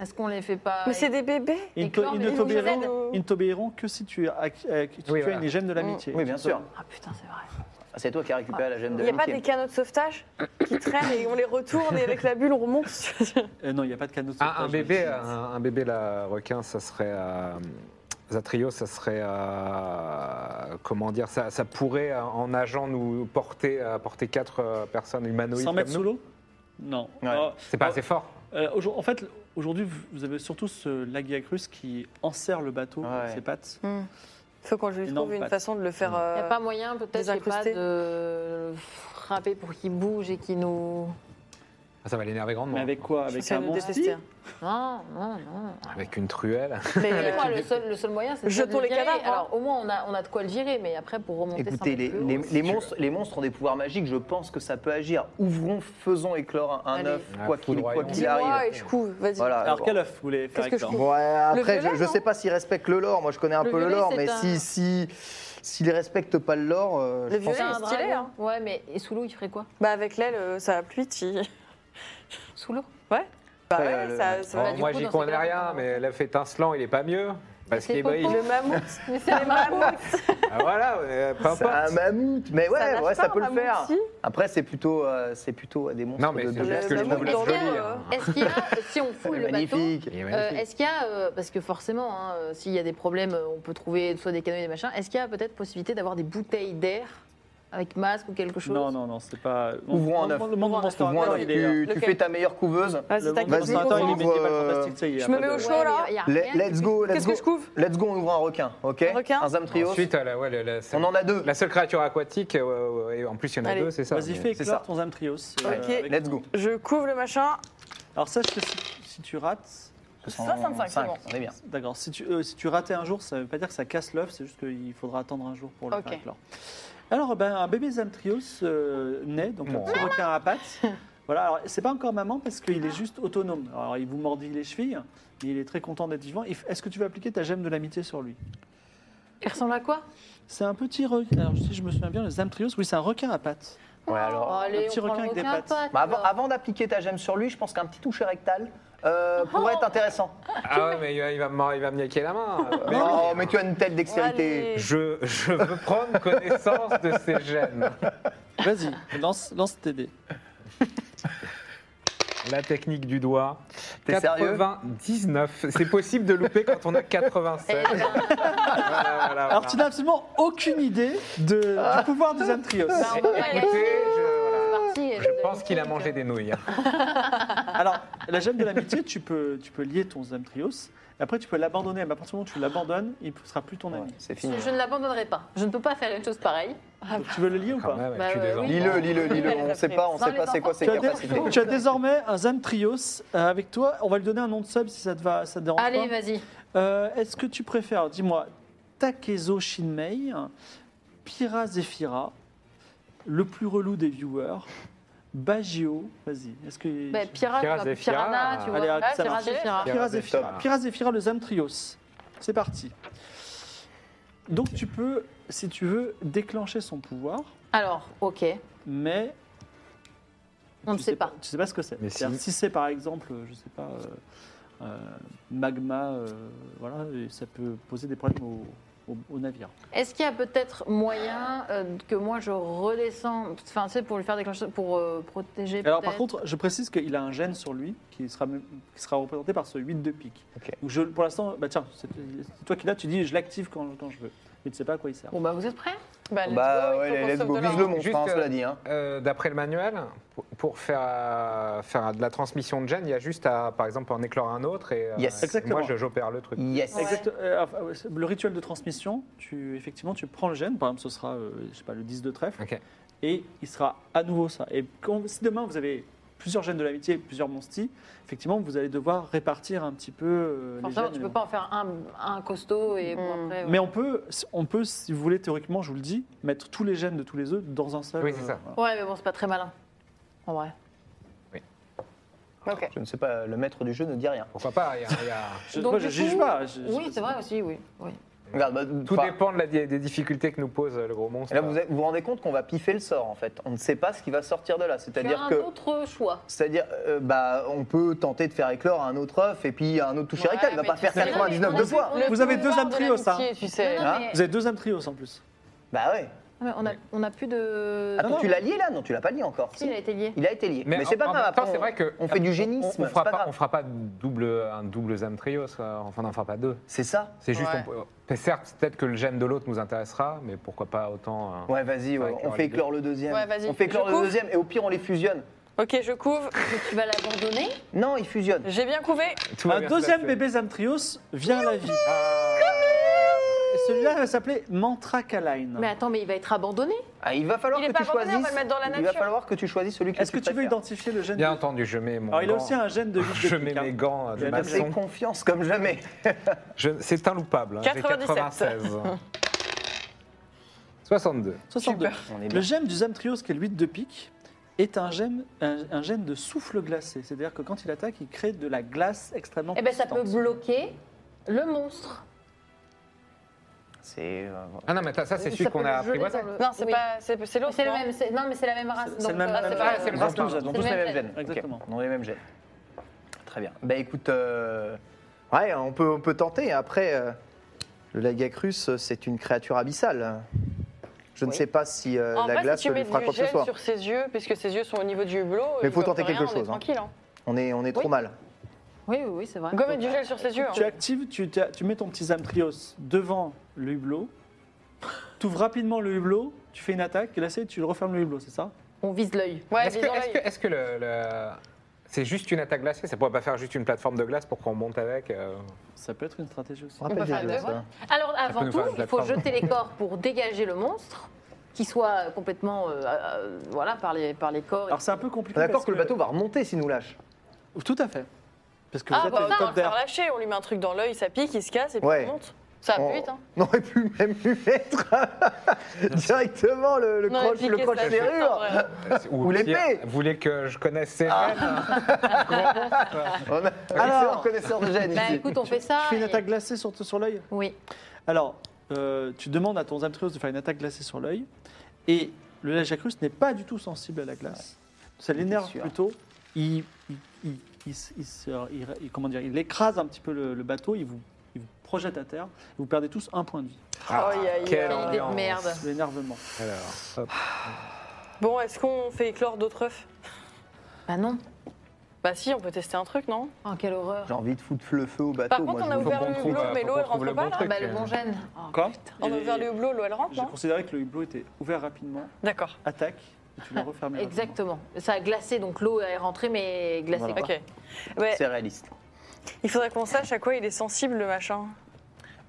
Speaker 3: Est-ce qu'on les fait pas
Speaker 5: Mais c'est des bébés
Speaker 1: Ils,
Speaker 3: Et
Speaker 1: te-
Speaker 3: clore,
Speaker 1: ils
Speaker 3: mais
Speaker 1: ne
Speaker 3: ils nous
Speaker 1: t'obéiront-
Speaker 5: aident.
Speaker 1: ils ne t'obéiront que si tu as, si tu
Speaker 4: voilà.
Speaker 1: as une gemme de l'amitié.
Speaker 2: Oui, bien sûr. Ah,
Speaker 3: Ah putain, c'est vrai.
Speaker 2: C'est toi qui as récupéré la gemme
Speaker 5: Il
Speaker 2: de
Speaker 5: n'y a pas des
Speaker 2: l'amitié.
Speaker 5: canaux de sauvetage qui traînent et on les retourne et avec la bulle on remonte
Speaker 1: Euh, non, il n'y a pas de canot. de
Speaker 4: Ah, un
Speaker 1: sauvetage.
Speaker 4: bébé, un, un bébé là, requin, ça serait. euh, Zatrio, ça serait. euh, comment dire ça, ça pourrait, euh, en nageant, nous porter, euh, porter quatre euh, personnes humanoïdes.
Speaker 1: 100 mètres
Speaker 4: comme nous.
Speaker 1: sous l'eau Non.
Speaker 2: Ouais.
Speaker 1: Alors,
Speaker 4: C'est pas assez fort.
Speaker 1: Euh, aujourd- en fait, aujourd'hui, vous- vous avez surtout ce Lagiacrus qui enserre le bateau avec
Speaker 2: Ouais.
Speaker 1: ses pattes.
Speaker 5: Il faut qu'on lui
Speaker 1: Énorme
Speaker 5: trouve une
Speaker 1: patte.
Speaker 5: façon de le faire.
Speaker 3: Il n'y a
Speaker 5: euh,
Speaker 3: pas moyen peut-être je sais pas,
Speaker 5: désincrusté.
Speaker 3: de frapper pour qu'ils bougent et qu'ils nous.
Speaker 4: Ah, Ça va l'énerver grandement.
Speaker 1: Mais
Speaker 4: Avec...
Speaker 1: avec quoi Avec
Speaker 5: essayer
Speaker 1: un
Speaker 5: de nous
Speaker 1: monstre
Speaker 5: détester.
Speaker 3: Non, non, non.
Speaker 4: une truelle.
Speaker 5: Mais, euh,
Speaker 3: Pour moi, le seul, le seul moyen, c'est de
Speaker 5: Jetons
Speaker 3: le
Speaker 5: les
Speaker 3: virer.
Speaker 5: cadavres, hein.
Speaker 3: Alors, au moins, on a, on a de quoi le virer, mais après, pour remonter. ça
Speaker 2: Écoutez,
Speaker 3: va
Speaker 2: les,
Speaker 3: être plus
Speaker 2: les-
Speaker 3: haut.
Speaker 2: les monstres, les monstres ont des pouvoirs magiques, je pense que ça peut agir. Ouvrons, faisons éclore un- un
Speaker 3: Allez.
Speaker 2: œuf,
Speaker 4: Ah,
Speaker 2: quoi qu'il quoi
Speaker 4: foudroyant.
Speaker 2: qu'il
Speaker 5: Dis-moi
Speaker 2: arrive.
Speaker 5: et je couve, vas-y.
Speaker 2: Voilà.
Speaker 1: Alors,
Speaker 2: bon.
Speaker 1: quel œuf vous voulez faire
Speaker 5: Qu'est-ce que je
Speaker 1: éclore
Speaker 5: trouve
Speaker 2: Bon, après,
Speaker 5: violet,
Speaker 2: je ne
Speaker 5: non
Speaker 2: sais pas s'ils respectent le lore. Moi, je connais un
Speaker 3: Le
Speaker 2: peu le
Speaker 3: violet,
Speaker 2: lore,
Speaker 3: c'est
Speaker 2: mais
Speaker 3: un-
Speaker 2: si, si, s'ils respectent pas le lore, euh,
Speaker 5: Le
Speaker 2: je pense
Speaker 5: violet,
Speaker 3: C'est
Speaker 5: il est
Speaker 3: un
Speaker 5: stylé.
Speaker 3: dragon.
Speaker 5: hein.
Speaker 3: Ouais, mais et sous l'eau, il ferait quoi
Speaker 5: Bah, avec l'aile, euh, ça va plus vite. il-
Speaker 3: Sous l'eau
Speaker 5: Bah,
Speaker 2: Ouais,
Speaker 5: ouais,
Speaker 2: le-
Speaker 5: ça, ça
Speaker 4: Bon,
Speaker 3: bah,
Speaker 5: va
Speaker 3: du
Speaker 4: Oh, moi,
Speaker 3: coup,
Speaker 4: j'y
Speaker 3: dans ces
Speaker 4: connais
Speaker 3: cas-là,
Speaker 4: rien,
Speaker 3: on peut
Speaker 4: mais l'œuf étincelant, il est pas mieux. Parce
Speaker 3: C'est
Speaker 4: qu'il
Speaker 3: Popo.
Speaker 4: brille.
Speaker 5: Le mammouth.
Speaker 3: Mais c'est un
Speaker 5: mammouth.
Speaker 4: Ah, voilà, euh, peu
Speaker 2: C'est un
Speaker 4: importe.
Speaker 2: mammouth, mais ouais,
Speaker 5: nage
Speaker 2: ouais, ça
Speaker 5: pas,
Speaker 2: peut
Speaker 5: un
Speaker 2: le faire.
Speaker 5: mammouth, si
Speaker 2: Après, c'est plutôt, euh, c'est plutôt euh, des monstres
Speaker 4: Non, mais
Speaker 2: de
Speaker 4: c'est
Speaker 2: de-
Speaker 4: juste
Speaker 5: Le
Speaker 4: que je
Speaker 5: mammouth
Speaker 4: trouve la
Speaker 5: dans
Speaker 4: jolie.
Speaker 5: l'eau,
Speaker 4: hein.
Speaker 3: Est-ce qu'il y a, si on fouille le bateau,
Speaker 2: Magnifique.
Speaker 4: Il est
Speaker 3: Euh,
Speaker 4: magnifique.
Speaker 3: est-ce qu'il y a, euh, parce que forcément, hein, euh, s'il y a des problèmes, euh, on peut trouver soit des canaux, des machins, est-ce qu'il y a peut-être possibilité d'avoir des bouteilles d'air avec masque ou quelque chose
Speaker 1: Non, non, non, c'est pas.
Speaker 2: Ouvrons en
Speaker 1: Le
Speaker 2: neuf.
Speaker 1: monde- Le monde de Monster
Speaker 2: Ouvre un
Speaker 1: Hunter,
Speaker 2: œil,
Speaker 1: il est. euh,
Speaker 2: tu, tu
Speaker 5: Lequel
Speaker 2: fais ta meilleure couveuse.
Speaker 1: Le
Speaker 5: Vas-y,
Speaker 1: monde de
Speaker 5: t'inquiète.
Speaker 1: Monster Hunter, il est
Speaker 2: Vas-y,
Speaker 1: métier pas
Speaker 2: ouvre, euh,
Speaker 1: fantastique, ça y est, y a
Speaker 5: Je me
Speaker 1: pas
Speaker 5: mets
Speaker 1: de-
Speaker 5: au
Speaker 3: Ouais,
Speaker 5: chaud, là.
Speaker 3: mais y a rien
Speaker 2: Le-
Speaker 3: qui
Speaker 2: Let's go, let's
Speaker 5: Qu'est-ce
Speaker 2: go.
Speaker 5: que je couve
Speaker 2: Let's go, on ouvre un requin, ok
Speaker 5: Un requin
Speaker 2: Un Zamtrios.
Speaker 4: Ensuite, euh, la- ouais, la- la-
Speaker 2: on en a deux.
Speaker 4: la seule créature aquatique, euh, ouais, ouais, et en plus il y en a
Speaker 5: Allez.
Speaker 4: deux, c'est ça.
Speaker 1: Vas-y,
Speaker 4: mais-
Speaker 1: fais
Speaker 2: c'est
Speaker 1: éclore
Speaker 2: ça.
Speaker 1: ton Zamtrios. euh,
Speaker 5: Ok.
Speaker 1: avec
Speaker 2: Let's
Speaker 1: ton-
Speaker 2: go.
Speaker 5: Je couvre le machin.
Speaker 1: Alors, sache que si, si tu rates.
Speaker 5: 65, c'est bon.
Speaker 2: On est bien.
Speaker 1: D'accord, si tu, euh, si tu ratais un jour, ça ne veut pas dire que ça casse l'œuf, c'est juste qu'il faudra attendre un jour pour le
Speaker 5: Ok.
Speaker 1: faire éclore. Alors, ben, un bébé Zamtrios euh, naît, donc un
Speaker 4: Bon.
Speaker 1: petit requin à pattes. Voilà, alors c'est pas encore maman parce qu'il est juste autonome. Alors, il vous mordit les chevilles, mais il est très content d'être vivant. If- Est-ce que tu vas appliquer ta gemme de l'amitié sur lui
Speaker 3: Il ressemble à quoi
Speaker 1: C'est un petit requin. Alors, si je me souviens bien, le Zamtrios, oui, c'est un requin à pattes.
Speaker 2: Ouais, alors.
Speaker 3: Oh, Allez,
Speaker 1: petit
Speaker 3: on prend
Speaker 1: requin
Speaker 3: le
Speaker 1: avec des
Speaker 3: requin à
Speaker 1: pattes.
Speaker 3: pattes,
Speaker 2: Bah, avant
Speaker 3: alors.
Speaker 2: avant d'appliquer ta gemme sur lui, je pense qu'un petit toucher rectal euh, pourrait
Speaker 5: Oh.
Speaker 2: être intéressant.
Speaker 4: Ah ouais, mais il va, il va me, il va me niquer la main. Mais oui.
Speaker 2: oh, mais tu as une telle dextérité.
Speaker 5: Allez.
Speaker 4: Je, je veux prendre connaissance de ces gènes.
Speaker 1: Vas-y, lance, lance tes dés.
Speaker 4: La technique du doigt.
Speaker 2: T'es sérieux
Speaker 4: 99. C'est possible de louper quand on a
Speaker 3: Eh,
Speaker 4: 87. Voilà, voilà,
Speaker 1: Alors,
Speaker 4: voilà.
Speaker 1: tu n'as absolument aucune idée de, du pouvoir du Zamtrios.
Speaker 3: Bah, on va
Speaker 4: Écoutez,
Speaker 3: pas gâcher.
Speaker 4: je, voilà.
Speaker 3: C'est parti.
Speaker 4: Je pense qu'il a mangé des nouilles. hein,
Speaker 1: Alors, la gemme de l'amitié, tu peux, tu peux lier ton Zamtrios. Et après, tu peux l'abandonner. Mais à partir du moment où tu l'abandonnes, il ne sera plus ton
Speaker 2: Ouais,
Speaker 1: ami.
Speaker 2: c'est fini.
Speaker 3: Je ne l'abandonnerai pas. Je ne peux pas faire une chose pareille.
Speaker 1: Donc, tu veux le lier ou
Speaker 4: Quand
Speaker 1: pas
Speaker 4: même,
Speaker 3: Bah,
Speaker 4: tu
Speaker 3: ouais,
Speaker 4: les
Speaker 3: oui.
Speaker 2: Lis-le, lis-le, lis-le. On
Speaker 5: Elle a
Speaker 2: sait
Speaker 5: pris.
Speaker 2: pas, on
Speaker 3: Sans
Speaker 2: sait
Speaker 3: les
Speaker 2: pas c'est quoi
Speaker 3: enfants.
Speaker 2: ses
Speaker 1: tu as, dé-
Speaker 2: capacités.
Speaker 1: tu as désormais un Zamtrios euh, avec toi. On va lui donner un nom de sub si ça te va, ça te dérange
Speaker 3: Allez,
Speaker 1: pas.
Speaker 3: vas-y.
Speaker 1: Euh, Est-ce que tu préfères, dis-moi, Takezo Shinmei, Pira Zefira, le plus relou des viewers, Bagio, vas-y. Est-ce que
Speaker 3: Bah, pirate,
Speaker 4: Pirate
Speaker 3: quoi,
Speaker 4: Zephyra.
Speaker 3: Piranha, tu vois.
Speaker 1: euh, Allez,
Speaker 3: Ouais,
Speaker 1: ça
Speaker 3: Pirate
Speaker 1: marche.
Speaker 3: Zephyra.
Speaker 1: Pira Zephyra.
Speaker 4: Pira Zephyra.
Speaker 1: Pira Zephyra, le Zamtrios. C'est parti. Donc tu peux, si tu veux, déclencher son pouvoir,
Speaker 3: Alors, ok.
Speaker 1: mais
Speaker 3: On ne
Speaker 1: tu
Speaker 3: sait pas.
Speaker 1: Tu sais pas ce que c'est.
Speaker 4: Mais
Speaker 1: C'est-à-dire, Si,
Speaker 4: si.
Speaker 1: c'est par exemple, je sais pas, euh, euh, magma, euh, voilà, et ça peut poser des problèmes au, au- au navire.
Speaker 3: Est-ce qu'il y a peut-être moyen euh, que moi je redescends, enfin, tu sais, pour lui faire déclencher, pour euh, protéger
Speaker 1: Alors par
Speaker 3: peut-être
Speaker 1: contre, je précise qu'il a un gène sur lui qui sera, qui sera représenté par ce 8 de pique.
Speaker 2: Ok.
Speaker 1: Donc je, pour l'instant, bah tiens, c'est c'est toi qui l'as, tu dis je l'active quand, quand je veux, mais tu sais pas à quoi il sert.
Speaker 3: Bon, bah, vous êtes prêts
Speaker 5: Bah, let's
Speaker 2: Bah
Speaker 5: go, il faut
Speaker 2: ouais,
Speaker 5: qu'on
Speaker 2: let's
Speaker 5: sauve
Speaker 2: go.
Speaker 5: de là,
Speaker 2: Vise le
Speaker 5: hein.
Speaker 2: monstre,
Speaker 4: Juste,
Speaker 2: hein,
Speaker 4: euh,
Speaker 2: cela dit. hein.
Speaker 4: Euh, D'après le manuel, pour, pour faire, euh, faire de la transmission de gènes, il y a juste à, par exemple, en éclore un autre et, euh,
Speaker 2: Yes.
Speaker 4: et
Speaker 1: Exactement.
Speaker 4: moi je- j'opère le truc.
Speaker 2: Yes.
Speaker 5: Ouais.
Speaker 1: Exact. euh, enfin, ouais, c'est- le rituel de transmission, tu, effectivement, tu prends le gène, par exemple, ce sera, euh, je sais pas, le 10 de trèfle,
Speaker 4: Ok.
Speaker 1: et il sera à nouveau ça. Et quand- si demain vous avez plusieurs gènes de l'amitié, plusieurs monstis, effectivement, vous allez devoir répartir un petit peu euh, les
Speaker 3: Forcément,
Speaker 1: gènes.
Speaker 3: tu
Speaker 1: et
Speaker 3: peux
Speaker 1: les-
Speaker 3: pas en faire un, un costaud et bon,
Speaker 5: Hmm.
Speaker 3: après. ouais.
Speaker 1: Mais on peut, on peut, si vous voulez, théoriquement, je vous le dis, mettre tous les gènes de tous les œufs dans un seul. euh,
Speaker 4: Oui, c'est ça.
Speaker 1: voilà.
Speaker 3: euh, Ouais, mais bon, c'est pas très malin. En vrai.
Speaker 5: Ok.
Speaker 2: Je ne sais pas, le maître du jeu ne dit rien.
Speaker 4: Pourquoi pas il y a- il y a-
Speaker 1: Je,
Speaker 3: Donc,
Speaker 1: moi,
Speaker 3: du
Speaker 1: je juge
Speaker 3: coup,
Speaker 1: pas. je-
Speaker 3: Oui,
Speaker 1: je-
Speaker 3: c'est vrai aussi, oui. oui.
Speaker 2: Regarde, bah,
Speaker 4: Tout
Speaker 2: enfin,
Speaker 4: dépend de la- des difficultés que nous pose euh, le gros monstre.
Speaker 2: Là, vous vous vous rendez compte qu'on va piffer le sort en fait. On ne sait pas ce qui va sortir de là.
Speaker 3: Tu as
Speaker 2: C'est-à-dire
Speaker 3: un
Speaker 2: que.
Speaker 3: autre choix.
Speaker 2: C'est-à-dire, euh, bah, on peut tenter de faire éclore un autre œuf et puis un autre toucher
Speaker 3: Ouais,
Speaker 2: rectal. Il va
Speaker 3: mais
Speaker 2: pas
Speaker 3: tu
Speaker 2: faire
Speaker 3: sais,
Speaker 2: 99
Speaker 3: mais
Speaker 2: deux
Speaker 3: on
Speaker 2: fois.
Speaker 3: est-
Speaker 1: Vous avez deux
Speaker 5: pouvoir
Speaker 1: âmes
Speaker 5: de
Speaker 1: trio, ça.
Speaker 5: l'amitié, Tu sais.
Speaker 3: Non, non,
Speaker 2: Hein
Speaker 3: mais-
Speaker 1: Vous avez deux âmes trios en plus.
Speaker 2: Bah ouais.
Speaker 3: mais on, a, on a plus
Speaker 1: Ah
Speaker 3: de.
Speaker 2: Attends, tu l'as lié là Non, tu l'as pas lié encore.
Speaker 3: Si, il a été lié.
Speaker 2: Il a été lié. Mais,
Speaker 4: en-
Speaker 2: c'est pas
Speaker 4: en
Speaker 2: grave.
Speaker 4: même temps,
Speaker 2: après,
Speaker 4: c'est
Speaker 2: on-
Speaker 4: vrai que
Speaker 2: on fait du génisme.
Speaker 4: On, ne
Speaker 2: c'est
Speaker 4: fera
Speaker 2: pas
Speaker 4: pas,
Speaker 2: grave.
Speaker 4: on fera pas double, un double Zamtrios, euh, enfin on n'en fera pas deux.
Speaker 2: C'est ça.
Speaker 4: C'est juste,
Speaker 5: Ouais.
Speaker 4: on peut- euh, certes, peut-être que le gène de l'autre nous intéressera, mais pourquoi pas autant. euh,
Speaker 2: Ouais, vas-y. ouais,
Speaker 4: Ouais,
Speaker 2: On
Speaker 4: ouais,
Speaker 2: fait
Speaker 4: les
Speaker 2: éclore le deuxième.
Speaker 5: Ouais, vas-y.
Speaker 2: On fait éclore
Speaker 5: Je
Speaker 2: le
Speaker 5: coupe.
Speaker 2: deuxième et au pire on les fusionne.
Speaker 5: Ok, je couve.
Speaker 3: Tu vas l'abandonner
Speaker 2: Non, ils fusionnent.
Speaker 5: J'ai bien couvé.
Speaker 4: tout va
Speaker 1: Un
Speaker 4: bien
Speaker 1: deuxième
Speaker 4: se passer.
Speaker 1: bébé Zamtrios vient à la vie. Et Celui-là va s'appeler Mantracaline.
Speaker 3: Mais attends, mais il va être abandonné
Speaker 2: Ah, il va falloir
Speaker 5: Il est
Speaker 2: que tu
Speaker 5: pas abandonné, on
Speaker 2: choisisses.
Speaker 5: va le mettre dans la
Speaker 2: Il va
Speaker 5: nature.
Speaker 2: falloir que tu choisisses celui que
Speaker 1: Est-ce que tu veux
Speaker 3: hein
Speaker 2: préfères.
Speaker 1: identifier le gène
Speaker 4: Bien
Speaker 1: de...
Speaker 4: entendu, je mets mon.
Speaker 1: Alors, il a
Speaker 4: gant.
Speaker 1: aussi un gène de hein. 8
Speaker 4: Je mets mes gants
Speaker 1: Il
Speaker 4: de
Speaker 1: a même
Speaker 2: J'ai
Speaker 4: maçon.
Speaker 2: confiance comme jamais.
Speaker 4: Je- C'est un loupable. hein, j'ai
Speaker 5: 97.
Speaker 4: 96. 62.
Speaker 1: 62.
Speaker 2: On est
Speaker 1: Le
Speaker 2: bien.
Speaker 1: gemme du Zamtrios, qui est le 8 de pique, est un gemme, un, un gemme de souffle glacé. C'est-à-dire que quand il attaque, il crée de la glace extrêmement
Speaker 3: Eh ben, ça peut
Speaker 1: consistante.
Speaker 3: bloquer le monstre.
Speaker 2: C'est. euh,
Speaker 4: Ah non, mais attends, ça, c'est
Speaker 3: Ça
Speaker 4: celui
Speaker 3: peut
Speaker 4: qu'on
Speaker 3: le
Speaker 4: a
Speaker 3: geler
Speaker 4: appris.
Speaker 3: dans le-
Speaker 5: Non, c'est
Speaker 3: Oui.
Speaker 5: pas, c'est c'est l'autre.
Speaker 3: C'est le
Speaker 5: non
Speaker 3: même. c'est- Non, mais c'est la même race.
Speaker 1: C'est
Speaker 3: donc,
Speaker 1: le même-
Speaker 3: euh,
Speaker 1: même-
Speaker 3: c'est
Speaker 1: ah,
Speaker 3: pas-
Speaker 4: c'est le
Speaker 2: Ils ont
Speaker 4: Brassard,
Speaker 2: tous, ils ont
Speaker 3: c'est
Speaker 2: tous
Speaker 3: le
Speaker 2: les mêmes
Speaker 3: même
Speaker 2: gènes.
Speaker 1: Exactement.
Speaker 2: Ok, Ils ont les mêmes gènes. Très bien. Bah écoute, euh, ouais, on peut, on peut tenter. Après, euh, Le Lagacrus, c'est une créature abyssale. Je ne
Speaker 6: Oui.
Speaker 2: sais pas si euh,
Speaker 6: En
Speaker 2: la
Speaker 6: vrai,
Speaker 2: glace
Speaker 6: si tu
Speaker 2: lui
Speaker 6: mets
Speaker 2: fera quoi
Speaker 6: du
Speaker 2: que ce
Speaker 6: gel
Speaker 2: soit.
Speaker 6: sur ses yeux, puisque ses yeux sont au niveau du hublot,
Speaker 2: Mais
Speaker 6: il
Speaker 2: faut
Speaker 6: voit
Speaker 2: tenter
Speaker 6: plus rien,
Speaker 2: quelque
Speaker 6: on est
Speaker 2: chose, hein.
Speaker 6: tranquille. Hein.
Speaker 2: On est, on est trop
Speaker 6: Oui.
Speaker 2: mal.
Speaker 3: Oui, oui, oui, c'est vrai.
Speaker 6: Gomme et du gel sur ses yeux. hein.
Speaker 1: Tu actives, tu, t'as- tu mets ton petit Zamtrios devant le hublot, tu ouvres rapidement le hublot, tu fais une attaque, et là, c'est- tu le refermes le hublot, c'est ça
Speaker 3: On vise l'œil.
Speaker 6: Ouais,
Speaker 4: Est-ce
Speaker 6: les
Speaker 4: que, est-ce que-
Speaker 6: oreilles.
Speaker 4: est-ce que le, le- c'est juste une attaque glacée Ça pourrait pas faire juste une plateforme de glace pour qu'on monte avec euh,
Speaker 1: Ça peut être une stratégie aussi.
Speaker 2: On rappelle
Speaker 6: peut
Speaker 2: des
Speaker 6: faire
Speaker 2: jeux,
Speaker 6: deux,
Speaker 2: ça.
Speaker 3: Alors,
Speaker 4: peut
Speaker 3: avant
Speaker 4: nous
Speaker 3: tout,
Speaker 4: faire une
Speaker 3: il faut
Speaker 4: plateforme.
Speaker 3: jeter les corps pour dégager le monstre, qui soit complètement. euh, euh, voilà, par les, par les corps.
Speaker 1: Alors, c'est un peu compliqué.
Speaker 2: On est d'accord
Speaker 1: parce
Speaker 2: que le bateau va remonter s'il nous lâche.
Speaker 1: Tout à fait. Parce que vous
Speaker 6: Ah
Speaker 1: êtes
Speaker 6: bah
Speaker 1: les
Speaker 6: on va
Speaker 1: top
Speaker 6: le faire
Speaker 1: d'air.
Speaker 6: lâcher, on lui met un truc dans l'œil, ça pique, il se casse et puis
Speaker 2: Ouais.
Speaker 6: on monte. Ça va
Speaker 2: On-
Speaker 6: plus vite. Hein.
Speaker 2: On aurait pu même lui mettre euh, directement le, le
Speaker 6: On aurait
Speaker 2: croche, le
Speaker 6: piqué
Speaker 2: croche
Speaker 6: sa tête, en
Speaker 2: serrure.
Speaker 6: vrai.
Speaker 2: Ou
Speaker 4: pire,
Speaker 2: l'épée.
Speaker 4: Vous voulez que je connaisse ces
Speaker 6: Ah. Oh,
Speaker 2: On a
Speaker 1: Alors.
Speaker 2: un connaisseur de gènes
Speaker 3: Bah
Speaker 2: ici.
Speaker 3: écoute, on fait ça.
Speaker 1: Tu fais une
Speaker 3: et-
Speaker 1: attaque glacée sur, sur l'œil
Speaker 3: Oui.
Speaker 1: Alors, euh, tu demandes à ton Zamtrios de faire une attaque glacée sur l'œil, et le Lagacrus n'est pas du tout sensible à la glace. Ça l'énerve
Speaker 2: sûr.
Speaker 1: plutôt. Il, il, il- il se- il se- il- il- comment dire, il écrase un petit peu le, le bateau, il vous, il vous projette à terre, et vous perdez tous un point de vie,
Speaker 6: Aïe, aïe,
Speaker 4: Ah, quelle
Speaker 6: aïe.
Speaker 3: Quelle idée de
Speaker 4: ambiance.
Speaker 3: merde.
Speaker 1: sous l'énervement.
Speaker 4: Alors, hop.
Speaker 6: Bon, est-ce qu'on fait éclore d'autres œufs
Speaker 3: Bah non.
Speaker 6: Bah si, on peut tester un truc, non
Speaker 3: Oh, quelle horreur.
Speaker 2: J'ai envie de foutre le feu au bateau.
Speaker 6: Par contre,
Speaker 2: moi,
Speaker 6: on
Speaker 2: je
Speaker 6: a
Speaker 2: vous-
Speaker 4: faut
Speaker 6: ouvert
Speaker 4: qu'on
Speaker 6: le
Speaker 4: trouve,
Speaker 6: hublot,
Speaker 4: euh,
Speaker 6: mais
Speaker 4: faut
Speaker 6: l'eau,
Speaker 4: qu'on
Speaker 6: elle
Speaker 4: trouve
Speaker 6: rentre
Speaker 4: le
Speaker 6: pas
Speaker 4: bon
Speaker 6: là
Speaker 4: truc.
Speaker 3: Bah le bon gène. Oh,
Speaker 1: Quoi
Speaker 5: bah,
Speaker 6: On a
Speaker 1: Et
Speaker 6: ouvert le hublot, l'eau, elle rentre,
Speaker 1: J'ai
Speaker 6: non
Speaker 1: considéré que le hublot était ouvert rapidement,
Speaker 6: D'accord,
Speaker 1: attaque, et tu l'as refermé. rapidement.
Speaker 3: Exactement. Ça a glacé, donc l'eau est rentrée, mais glacée.
Speaker 2: Voilà.
Speaker 3: quoi.
Speaker 6: ok. Ouais,
Speaker 2: Ah bah. C'est réaliste.
Speaker 6: il faudrait qu'on sache à quoi il est sensible, le machin.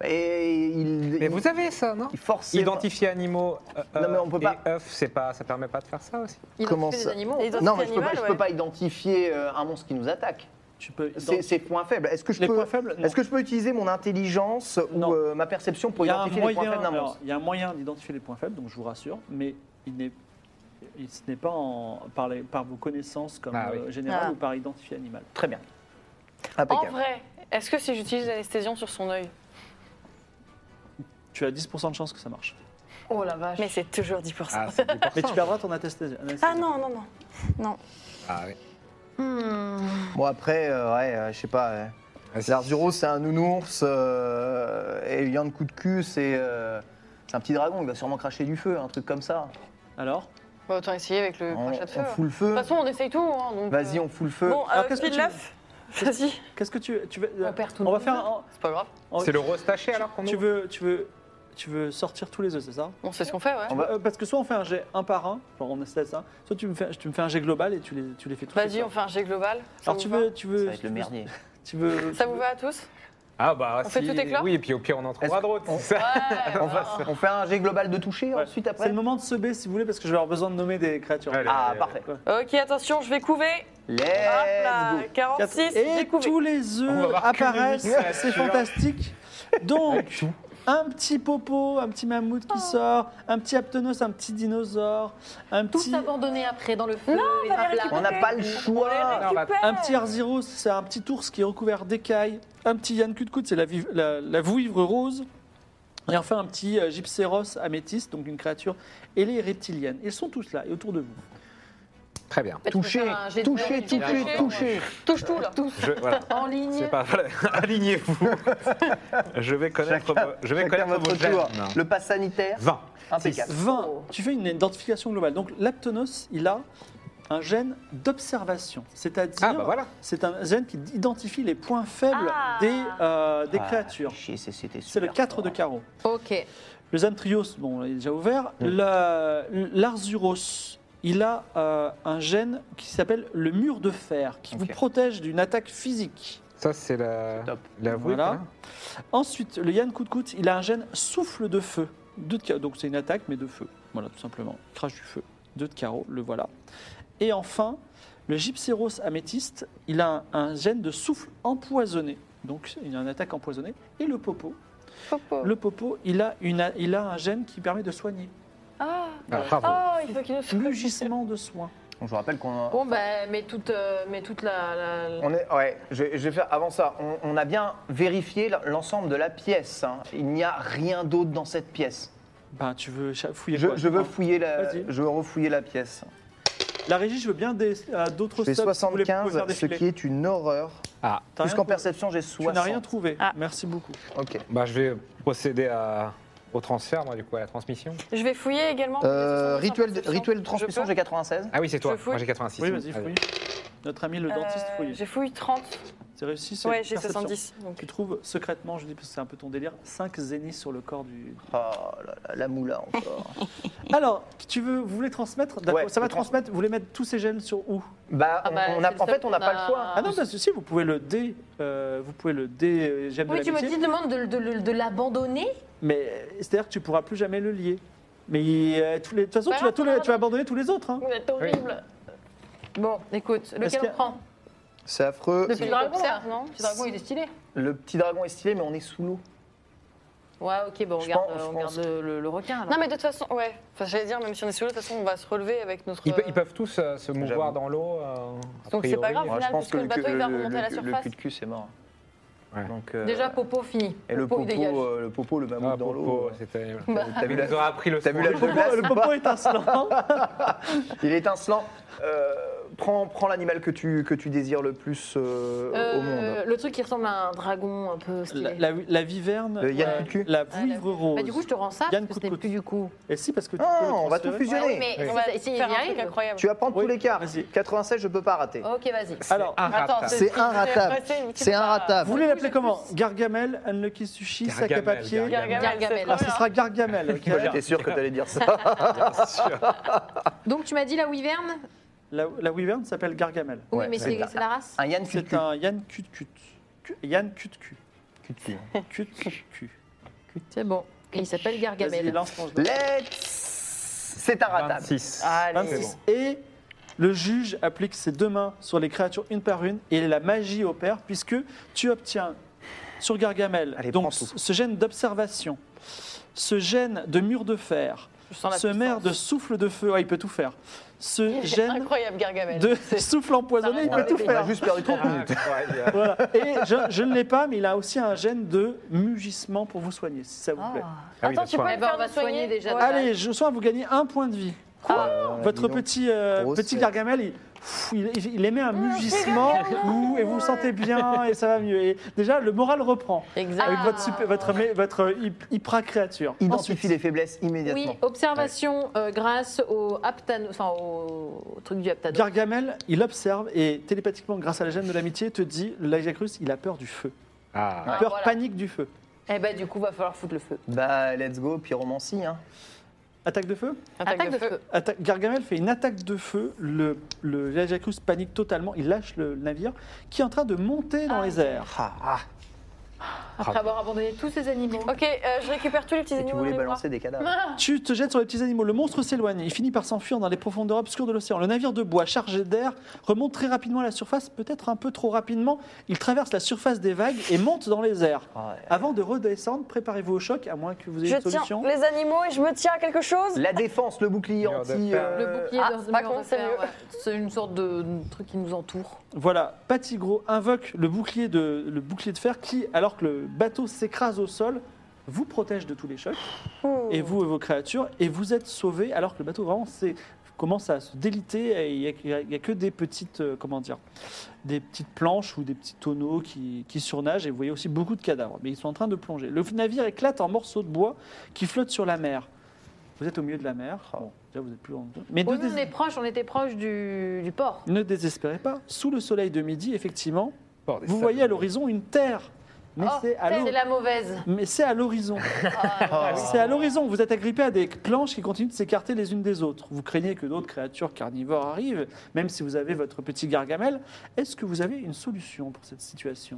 Speaker 2: Et il,
Speaker 4: Mais
Speaker 2: il-
Speaker 4: vous savez ça, non
Speaker 2: il force.
Speaker 4: Identifier animaux euh,
Speaker 2: Non, mais on
Speaker 4: euh,
Speaker 2: peut
Speaker 4: et
Speaker 2: pas.
Speaker 4: œufs, c'est pas, ça permet pas de faire ça aussi
Speaker 3: Identifier
Speaker 2: Comment
Speaker 3: les
Speaker 2: ça
Speaker 3: animaux.
Speaker 6: Et
Speaker 2: Non, mais je peux, pas,
Speaker 6: Identifier
Speaker 2: je
Speaker 6: l'animal,
Speaker 2: peux pas identifier euh, un monstre qui nous attaque.
Speaker 1: Tu peux.
Speaker 2: C'est c'est point faible. Est-ce que je
Speaker 1: les
Speaker 2: peux
Speaker 1: points faibles non.
Speaker 2: Est-ce que je peux utiliser mon intelligence
Speaker 1: Non.
Speaker 2: ou euh, ma perception pour
Speaker 1: Il y a un
Speaker 2: identifier les points
Speaker 1: moyen-
Speaker 2: faibles d'un
Speaker 1: alors,
Speaker 2: monstre
Speaker 1: il y a un moyen d'identifier les points faibles, donc je vous rassure, mais il n'est, il- ce n'est pas en- par, les- par vos connaissances comme
Speaker 4: Ah oui.
Speaker 1: euh, générales
Speaker 6: Ah.
Speaker 1: ou par identifier animal.
Speaker 2: Très bien.
Speaker 6: En
Speaker 2: Impeccable.
Speaker 6: vrai, est-ce que si j'utilise l'anesthésion sur son œil
Speaker 1: Tu as 10% de chance que ça marche.
Speaker 3: Oh la vache.
Speaker 6: Mais c'est toujours 10%.
Speaker 4: Ah, c'est du
Speaker 1: Mais tu
Speaker 4: porcin.
Speaker 1: perdras ton attestation.
Speaker 6: Ah non, non, non.
Speaker 4: Ah oui.
Speaker 3: Hmm.
Speaker 2: Bon après, euh, ouais, euh, je sais pas. euh,
Speaker 4: Ah, si.
Speaker 2: Larzuro, c'est un nounours euh, et Yann de coup de cul, c'est euh, c'est un petit dragon. Il va sûrement cracher du feu, un truc comme ça.
Speaker 1: Alors
Speaker 6: Bah, autant essayer avec le
Speaker 2: On,
Speaker 6: crachat de feu.
Speaker 2: on
Speaker 6: hein.
Speaker 2: fout le
Speaker 6: De
Speaker 2: feu.
Speaker 6: toute façon, on essaye tout. Hein, donc,
Speaker 2: Vas-y,
Speaker 6: euh,
Speaker 2: on fout le feu.
Speaker 6: Bon,
Speaker 1: Alors,
Speaker 6: euh,
Speaker 1: qu'est-ce que
Speaker 6: file
Speaker 1: tu
Speaker 6: l'œuf. Vas-y. C'est
Speaker 1: qu'est-ce que tu, tu veux
Speaker 3: On perd tout le
Speaker 1: Euh, On va
Speaker 3: monde.
Speaker 1: faire. un-
Speaker 6: pas grave.
Speaker 1: on-
Speaker 4: C'est le rostaché alors qu'on
Speaker 1: Tu
Speaker 4: ouvre
Speaker 1: veux, tu veux, tu veux sortir tous les œufs, c'est ça
Speaker 6: On sait ce qu'on fait, ouais.
Speaker 2: On va-
Speaker 1: Euh, Parce que soit on fait un jet un par un, genre on essaie ça. Soit tu me fais, tu me fais un jet global et tu les, tu les fais tous. les
Speaker 6: Vas-y,
Speaker 1: soirs.
Speaker 6: on fait un jet global. Ça
Speaker 1: Alors
Speaker 6: vous
Speaker 1: tu
Speaker 6: va
Speaker 1: veux, tu
Speaker 2: Ça
Speaker 1: veux,
Speaker 6: Euh,
Speaker 2: va être le merdier.
Speaker 1: tu veux.
Speaker 6: Ça vous va à tous
Speaker 4: Ah bah
Speaker 6: On fait
Speaker 4: si-
Speaker 6: tout éclore
Speaker 4: Oui, et puis au pire on en trouvera
Speaker 2: Est-ce-
Speaker 4: d'autres.
Speaker 2: on-
Speaker 4: c'est ça.
Speaker 6: Ouais.
Speaker 4: On va se-
Speaker 2: On fait un jet global de toucher
Speaker 1: Ouais.
Speaker 2: ensuite
Speaker 1: C'est
Speaker 2: après.
Speaker 1: le moment de se baisser si vous voulez parce que je vais avoir besoin de nommer des créatures.
Speaker 4: Allez,
Speaker 2: Ah
Speaker 4: allez,
Speaker 2: parfait.
Speaker 6: Ok, attention, je vais couver. Hop là,
Speaker 2: Let's go.
Speaker 6: 46,
Speaker 1: et
Speaker 6: j'ai couvé.
Speaker 1: tous les
Speaker 4: On va
Speaker 1: œufs
Speaker 4: avoir que
Speaker 1: apparaissent,
Speaker 4: des mixes,
Speaker 1: c'est
Speaker 4: je te jure.
Speaker 1: fantastique. Donc, un petit popo, un petit mammouth qui sort, un petit aptonos, un petit dinosaure, un
Speaker 3: Tous
Speaker 1: petit,
Speaker 3: abandonnés après dans le feu. Non,
Speaker 2: On n'a pas le
Speaker 6: On
Speaker 2: choix.
Speaker 4: Non, bah,
Speaker 1: un petit argyros, c'est un petit ours qui est recouvert d'écailles, un petit yann cutcut, c'est la, vive- la, la vouivre rose, et enfin un petit euh, gypséros améthyste, donc une créature ailée et reptilienne. Ils sont tous là et autour de vous.
Speaker 4: Très bien.
Speaker 2: Toucher, toucher, toucher,
Speaker 6: toucher.
Speaker 2: toucher.
Speaker 6: Touche tout là.
Speaker 4: Je, voilà.
Speaker 3: En ligne.
Speaker 4: C'est pas voilà. Alignez-vous. je vais connaître, vos- je vais
Speaker 2: Chacun
Speaker 4: connaître
Speaker 2: votre
Speaker 4: vos
Speaker 2: tour.
Speaker 4: gènes. Ah,
Speaker 2: Le pass sanitaire,
Speaker 4: 20.
Speaker 2: impeccable.
Speaker 1: 20. Tu fais une identification globale. Donc, l'aptonos, il a un gène d'observation, c'est-à-dire.
Speaker 4: Ah bah voilà.
Speaker 1: C'est un gène qui identifie les points faibles
Speaker 3: Ah.
Speaker 1: des, euh, des
Speaker 2: Ah,
Speaker 1: créatures.
Speaker 2: chier, c'est- c'était
Speaker 1: C'est le
Speaker 2: super
Speaker 1: 4 de
Speaker 2: fort.
Speaker 1: carreau.
Speaker 3: Ok.
Speaker 1: Le Zamtrios, bon, il est déjà ouvert.
Speaker 2: Mm.
Speaker 1: Le- L'Arzuros, il a euh, un gène qui s'appelle le mur de fer, qui vous
Speaker 2: Ok.
Speaker 1: protège d'une attaque physique.
Speaker 4: Ça c'est la
Speaker 2: Top.
Speaker 4: la voûte,
Speaker 1: Voilà.
Speaker 4: hein.
Speaker 1: Ensuite, le Yann Koutkut, il a un gène souffle de feu. Deux de ca- donc c'est une attaque, mais de feu. Voilà, tout simplement. Il crache du feu. Deux de carreau, le voilà. Et enfin, le Gypséros améthyste, il a un, un gène de souffle empoisonné. Donc il a une attaque empoisonnée. Et le Popo,
Speaker 6: Oh,
Speaker 1: le Popo, il a, une, a- il a un gène qui permet de soigner.
Speaker 6: Ah,
Speaker 4: Ah, bravo.
Speaker 6: Ah, il faut qu'il nous
Speaker 1: Le gisement de soins.
Speaker 2: Donc, Je vous rappelle qu'on a-
Speaker 3: Bon, bah, mais toute, euh, mais toute la. la- la-
Speaker 2: On est, ouais, je, je vais faire avant ça. On, on a bien vérifié l- l'ensemble de la pièce. hein. Il n'y a rien d'autre dans cette pièce.
Speaker 1: Ben, tu veux cha- fouiller
Speaker 2: Je,
Speaker 1: quoi
Speaker 2: je veux
Speaker 1: hein
Speaker 2: fouiller la,
Speaker 1: Vas-y.
Speaker 2: je veux refouiller la pièce.
Speaker 1: La régie, je veux bien des- à d'autres
Speaker 2: J'ai
Speaker 1: subs, si vous voulez, vous pouvez
Speaker 2: 75,
Speaker 1: faire
Speaker 2: ce
Speaker 1: défiler.
Speaker 2: qui est une horreur.
Speaker 4: Ah,
Speaker 1: T'as rien
Speaker 2: Plus qu'en
Speaker 1: trouvé
Speaker 2: perception, j'ai
Speaker 1: Tu
Speaker 2: 60.
Speaker 1: n'as rien trouvé.
Speaker 6: Ah.
Speaker 1: Merci beaucoup.
Speaker 6: Euh,
Speaker 2: Ok.
Speaker 4: bah, je vais procéder à- au transfert, moi, du coup, à la transmission.
Speaker 6: Je vais fouiller également. pour les
Speaker 2: Euh,
Speaker 6: 65
Speaker 2: rituel, de,
Speaker 6: perceptions.
Speaker 2: rituel de
Speaker 6: Je
Speaker 2: transmission,
Speaker 6: peux
Speaker 2: j'ai 96.
Speaker 4: Ah oui, c'est toi.
Speaker 6: fouille.
Speaker 4: Moi, j'ai 86.
Speaker 1: Oui, vas-y,
Speaker 4: Allez.
Speaker 1: fouille. Notre ami le dentiste
Speaker 6: Euh,
Speaker 1: fouille.
Speaker 6: J'ai fouillé 30.
Speaker 1: C'est réussi, c'est
Speaker 6: Ouais, j'ai
Speaker 1: perception.
Speaker 6: 70. Donc,
Speaker 1: Tu trouves secrètement, je dis parce que c'est un peu ton délire, 5 zéniths sur le corps du.
Speaker 2: Oh
Speaker 6: Ah
Speaker 2: là là, la moula encore.
Speaker 1: Alors, tu veux, vous voulez transmettre D'accord,
Speaker 2: Ouais,
Speaker 1: Ça va
Speaker 2: je trans-
Speaker 1: transmettre, vous voulez mettre tous ces gènes sur où
Speaker 2: bah,
Speaker 3: Ah
Speaker 2: on-
Speaker 3: bah,
Speaker 2: on a-
Speaker 3: c'est le
Speaker 2: en fait,
Speaker 3: seul
Speaker 2: on n'a
Speaker 3: qu'on
Speaker 2: pas le
Speaker 3: a-
Speaker 2: choix. hein.
Speaker 1: Ah non, pas de souci, vous pouvez le dé. euh, vous pouvez le dé euh, gemme
Speaker 3: Oui,
Speaker 1: de
Speaker 3: tu me
Speaker 1: l'amitié.
Speaker 3: dis, demande de, de- de- de l'abandonner
Speaker 1: Mais euh, c'est-à-dire que tu pourras plus jamais le lier. Mais euh, tous les- de toute façon,
Speaker 6: Bah
Speaker 1: tu,
Speaker 6: non,
Speaker 1: vas tous
Speaker 6: non,
Speaker 1: les-
Speaker 6: non.
Speaker 1: tu vas abandonner tous les autres. hein.
Speaker 6: vous êtes horrible.
Speaker 3: Bon, écoute,
Speaker 1: Est-ce
Speaker 3: lequel
Speaker 1: qu'il y a-
Speaker 3: on prend
Speaker 2: C'est affreux.
Speaker 3: Le
Speaker 6: Tu
Speaker 3: petit dragon, là.
Speaker 6: l'observes, non
Speaker 3: Le petit dragon, il est stylé.
Speaker 2: Le petit dragon est stylé, mais on est sous l'eau.
Speaker 3: Ouais, ok, bon, on
Speaker 2: Je
Speaker 3: regarde,
Speaker 2: pense-
Speaker 3: euh,
Speaker 2: je
Speaker 3: on regarde
Speaker 2: pense-
Speaker 3: le, le- le requin. alors.
Speaker 6: Non, mais de toute façon, ouais. Enfin, j'allais dire, même si on est sous l'eau, de toute façon, on va se relever avec notre.
Speaker 4: Ils, pe- ils peuvent tous euh, se mouvoir
Speaker 2: J'avoue.
Speaker 4: dans l'eau. euh, a
Speaker 6: Donc, c'est
Speaker 4: priori.
Speaker 6: pas grave.
Speaker 2: Moi,
Speaker 6: final, parce que le bateau, il va remonter à la
Speaker 2: le- le
Speaker 6: surface.
Speaker 2: cul de cul, c'est mort.
Speaker 4: Ouais.
Speaker 2: Donc, euh,
Speaker 3: Déjà, Popo, fini.
Speaker 2: Et le
Speaker 3: Popo, il dégage.
Speaker 2: popo, euh, le popo, le mammouth
Speaker 4: Ah,
Speaker 2: dans
Speaker 4: Popo,
Speaker 2: l'eau.
Speaker 4: c'est terrible.
Speaker 6: Bah.
Speaker 2: T'as vu- T'as vu
Speaker 4: Il
Speaker 2: la-
Speaker 4: nous aura appris le
Speaker 2: T'as
Speaker 4: son.
Speaker 2: vu la-
Speaker 1: Le Ah, popo, le popo est insolent.
Speaker 2: Il est étincelant. Euh, prends prends l'animal que tu, que tu désires le plus euh,
Speaker 3: Euh,
Speaker 2: au monde.
Speaker 3: Le truc qui ressemble à un dragon un peu
Speaker 1: La,
Speaker 3: stylé.
Speaker 1: la- la viverne,
Speaker 2: Le Yann
Speaker 1: euh,
Speaker 2: Cucu.
Speaker 1: la
Speaker 3: la-
Speaker 1: vouivre rose.
Speaker 3: Bah, du coup, je te rends ça,
Speaker 1: Yann
Speaker 3: parce que c'était
Speaker 1: Coutcoute.
Speaker 3: plus du coup.
Speaker 1: Et si, parce que tu
Speaker 2: Ah,
Speaker 1: peux le
Speaker 2: on va tout
Speaker 1: transférer.
Speaker 2: fusionner.
Speaker 6: mais
Speaker 4: Oui.
Speaker 6: on va
Speaker 3: Si, si, il y
Speaker 6: faire un
Speaker 3: arrive.
Speaker 6: truc incroyable.
Speaker 2: Tu vas prendre
Speaker 1: Oui,
Speaker 2: tous les cartes.
Speaker 1: vas-y.
Speaker 2: 96, je peux pas rater.
Speaker 3: Ok, vas-y.
Speaker 1: Alors,
Speaker 4: Un
Speaker 6: Attends,
Speaker 4: ratat.
Speaker 2: C'est un ratable. C'est un ratable.
Speaker 1: vous voulez l'appeler
Speaker 6: j'ai
Speaker 1: comment Gargamel, Unlucky Sushi, sac à
Speaker 4: Gargamel,
Speaker 1: papier.
Speaker 4: Gargamel.
Speaker 3: Gargamel. hein.
Speaker 1: Alors, Ah, ce sera Gargamel. ok.
Speaker 2: Moi, J'étais sûr que t'allais dire ça.
Speaker 4: Bien sûr.
Speaker 3: Donc, tu m'as dit la wyvern
Speaker 1: La, la wyvern s'appelle Gargamel.
Speaker 3: Oui,
Speaker 2: Ouais,
Speaker 3: mais
Speaker 2: c'est Ah.
Speaker 3: c'est
Speaker 2: la-
Speaker 3: c'est la race
Speaker 2: Un Yann cul de
Speaker 1: C'est
Speaker 2: cul.
Speaker 1: un Yann Cutcut. Yann Cutcut.
Speaker 2: Cul de cul.
Speaker 1: Cutcut.
Speaker 3: C'est bon. Et il s'appelle
Speaker 1: Vas-y,
Speaker 3: Gargamel.
Speaker 1: lance ton jet.
Speaker 2: Let's. C'est un ratable.
Speaker 4: 26.
Speaker 2: Allez.
Speaker 1: 26. Et le juge applique ses deux mains sur les créatures une par une et la magie opère puisque tu obtiens sur Gargamel
Speaker 2: Allez, prends
Speaker 1: donc
Speaker 2: tout.
Speaker 1: ce gène d'observation, ce gène de mur de fer, ce maire de souffle de feu, ouais, il peut tout faire, ce gène
Speaker 6: Incroyable, Gargamel.
Speaker 2: Ah
Speaker 1: de souffle empoisonné, il
Speaker 6: Ça
Speaker 1: peut
Speaker 6: reste
Speaker 1: tout
Speaker 2: On a
Speaker 1: faire.
Speaker 2: juste perdu 30
Speaker 4: Ah,
Speaker 2: minutes.
Speaker 4: incroyable.
Speaker 1: Voilà. Et je, je ne l'ai pas, mais il a aussi un gène de mugissement pour vous soigner, si ça vous plaît.
Speaker 4: Ah oui,
Speaker 2: bah,
Speaker 6: Attends,
Speaker 4: le
Speaker 6: tu
Speaker 4: soin.
Speaker 6: peux
Speaker 3: Eh
Speaker 6: le
Speaker 3: ben,
Speaker 6: faire
Speaker 3: on va
Speaker 6: nous
Speaker 3: soigner déjà.
Speaker 6: Ouais.
Speaker 1: Allez, je soins, vous gagnez un point de vie.
Speaker 2: Ah,
Speaker 1: Votre
Speaker 2: dis donc.
Speaker 1: petit, euh,
Speaker 2: Grosse
Speaker 1: petit
Speaker 2: tête.
Speaker 1: Gargamel, il, pff, il- il- il
Speaker 4: Ah.
Speaker 1: émet un mugissement ouh, et vous vous sentez bien et ça va mieux. Et déjà, le moral reprend
Speaker 6: Ah
Speaker 3: Exact.
Speaker 4: Ah.
Speaker 1: avec votre, super- votre, mé- votre hyper créature.
Speaker 2: Identifie les faiblesses
Speaker 3: Oui,
Speaker 2: immédiatement.
Speaker 3: observation euh, grâce au Aptano, enfin au au truc du Aptano.
Speaker 1: Gargamel, il observe et télépathiquement, grâce à la gemme de l'amitié, te dit le Lajacrus, il a peur du feu.
Speaker 4: Ah,
Speaker 3: Ah,
Speaker 1: peur
Speaker 3: voilà.
Speaker 1: panique du feu.
Speaker 3: Eh ben du coup, va falloir foutre le feu.
Speaker 2: Bah, let's go, pyromancie. Hein.
Speaker 1: Attaque de feu
Speaker 3: Attaque, de feu.
Speaker 1: Atta- Gargamel fait une attaque de feu. Le, le Lajacrus panique totalement. Il lâche le navire qui est en train de monter dans les airs.
Speaker 2: Ah, ah,
Speaker 3: Après avoir abandonné tous ces animaux.
Speaker 6: Ok, euh, je récupère tous les petits
Speaker 2: et tu
Speaker 6: animaux.
Speaker 2: voulais
Speaker 6: dans les bras.
Speaker 2: balancer des cadavres.
Speaker 1: Tu te jettes sur les petits animaux. Le monstre s'éloigne. Il finit par s'enfuir dans les profondeurs obscures de l'océan. Le navire de bois chargé d'air remonte très rapidement à la surface, peut-être un peu trop rapidement. Il traverse la surface des vagues et monte dans les airs.
Speaker 2: Ah, Ouais.
Speaker 1: Avant de redescendre, préparez-vous au choc, à moins que vous ayez
Speaker 6: Je
Speaker 1: une
Speaker 6: tiens
Speaker 1: solution.
Speaker 6: les animaux et je me tiens à quelque chose.
Speaker 2: La défense, le bouclier
Speaker 4: Mur de
Speaker 2: anti.
Speaker 4: fer.
Speaker 2: euh,
Speaker 3: Le bouclier
Speaker 6: ah,
Speaker 3: de-
Speaker 6: c'est pas
Speaker 3: mur de
Speaker 6: con, c'est
Speaker 3: fer,
Speaker 6: mieux.
Speaker 3: ouais. C'est une sorte de de truc qui nous entoure.
Speaker 1: Voilà, Patigro invoque le bouclier, de, le bouclier de fer qui, alors que le bateau s'écrase au sol, vous protège de tous les chocs,
Speaker 6: Ouh.
Speaker 1: et vous et vos créatures, et vous êtes sauvés alors que le bateau vraiment s'est- commence à se déliter et il n'y a, il y a que des petites, euh, comment dire, des petites planches ou des petits tonneaux qui, qui surnagent et vous voyez aussi beaucoup de cadavres, mais ils sont en train de plonger. Le navire éclate en morceaux de bois qui flottent sur la mer. Vous êtes au milieu de la mer, Ah Bon, déjà vous êtes plus en... Mais
Speaker 3: Oui,
Speaker 1: ne
Speaker 3: mais Oh, on
Speaker 1: dés-
Speaker 3: est proche, on était proche du, du port.
Speaker 1: ne désespérez pas, sous le soleil de midi, effectivement,
Speaker 4: bordel,
Speaker 1: vous
Speaker 4: ça-
Speaker 1: voyez à l'horizon une terre, mais
Speaker 3: Oh,
Speaker 1: c'est à l'ho-
Speaker 3: c'est la mauvaise.
Speaker 1: mais c'est à l'horizon.
Speaker 2: ah,
Speaker 1: C'est à l'horizon, vous êtes agrippé à des planches qui continuent de s'écarter les unes des autres. Vous craignez que d'autres créatures carnivores arrivent, même si vous avez votre petit gargamel. Est-ce que vous avez une solution pour cette situation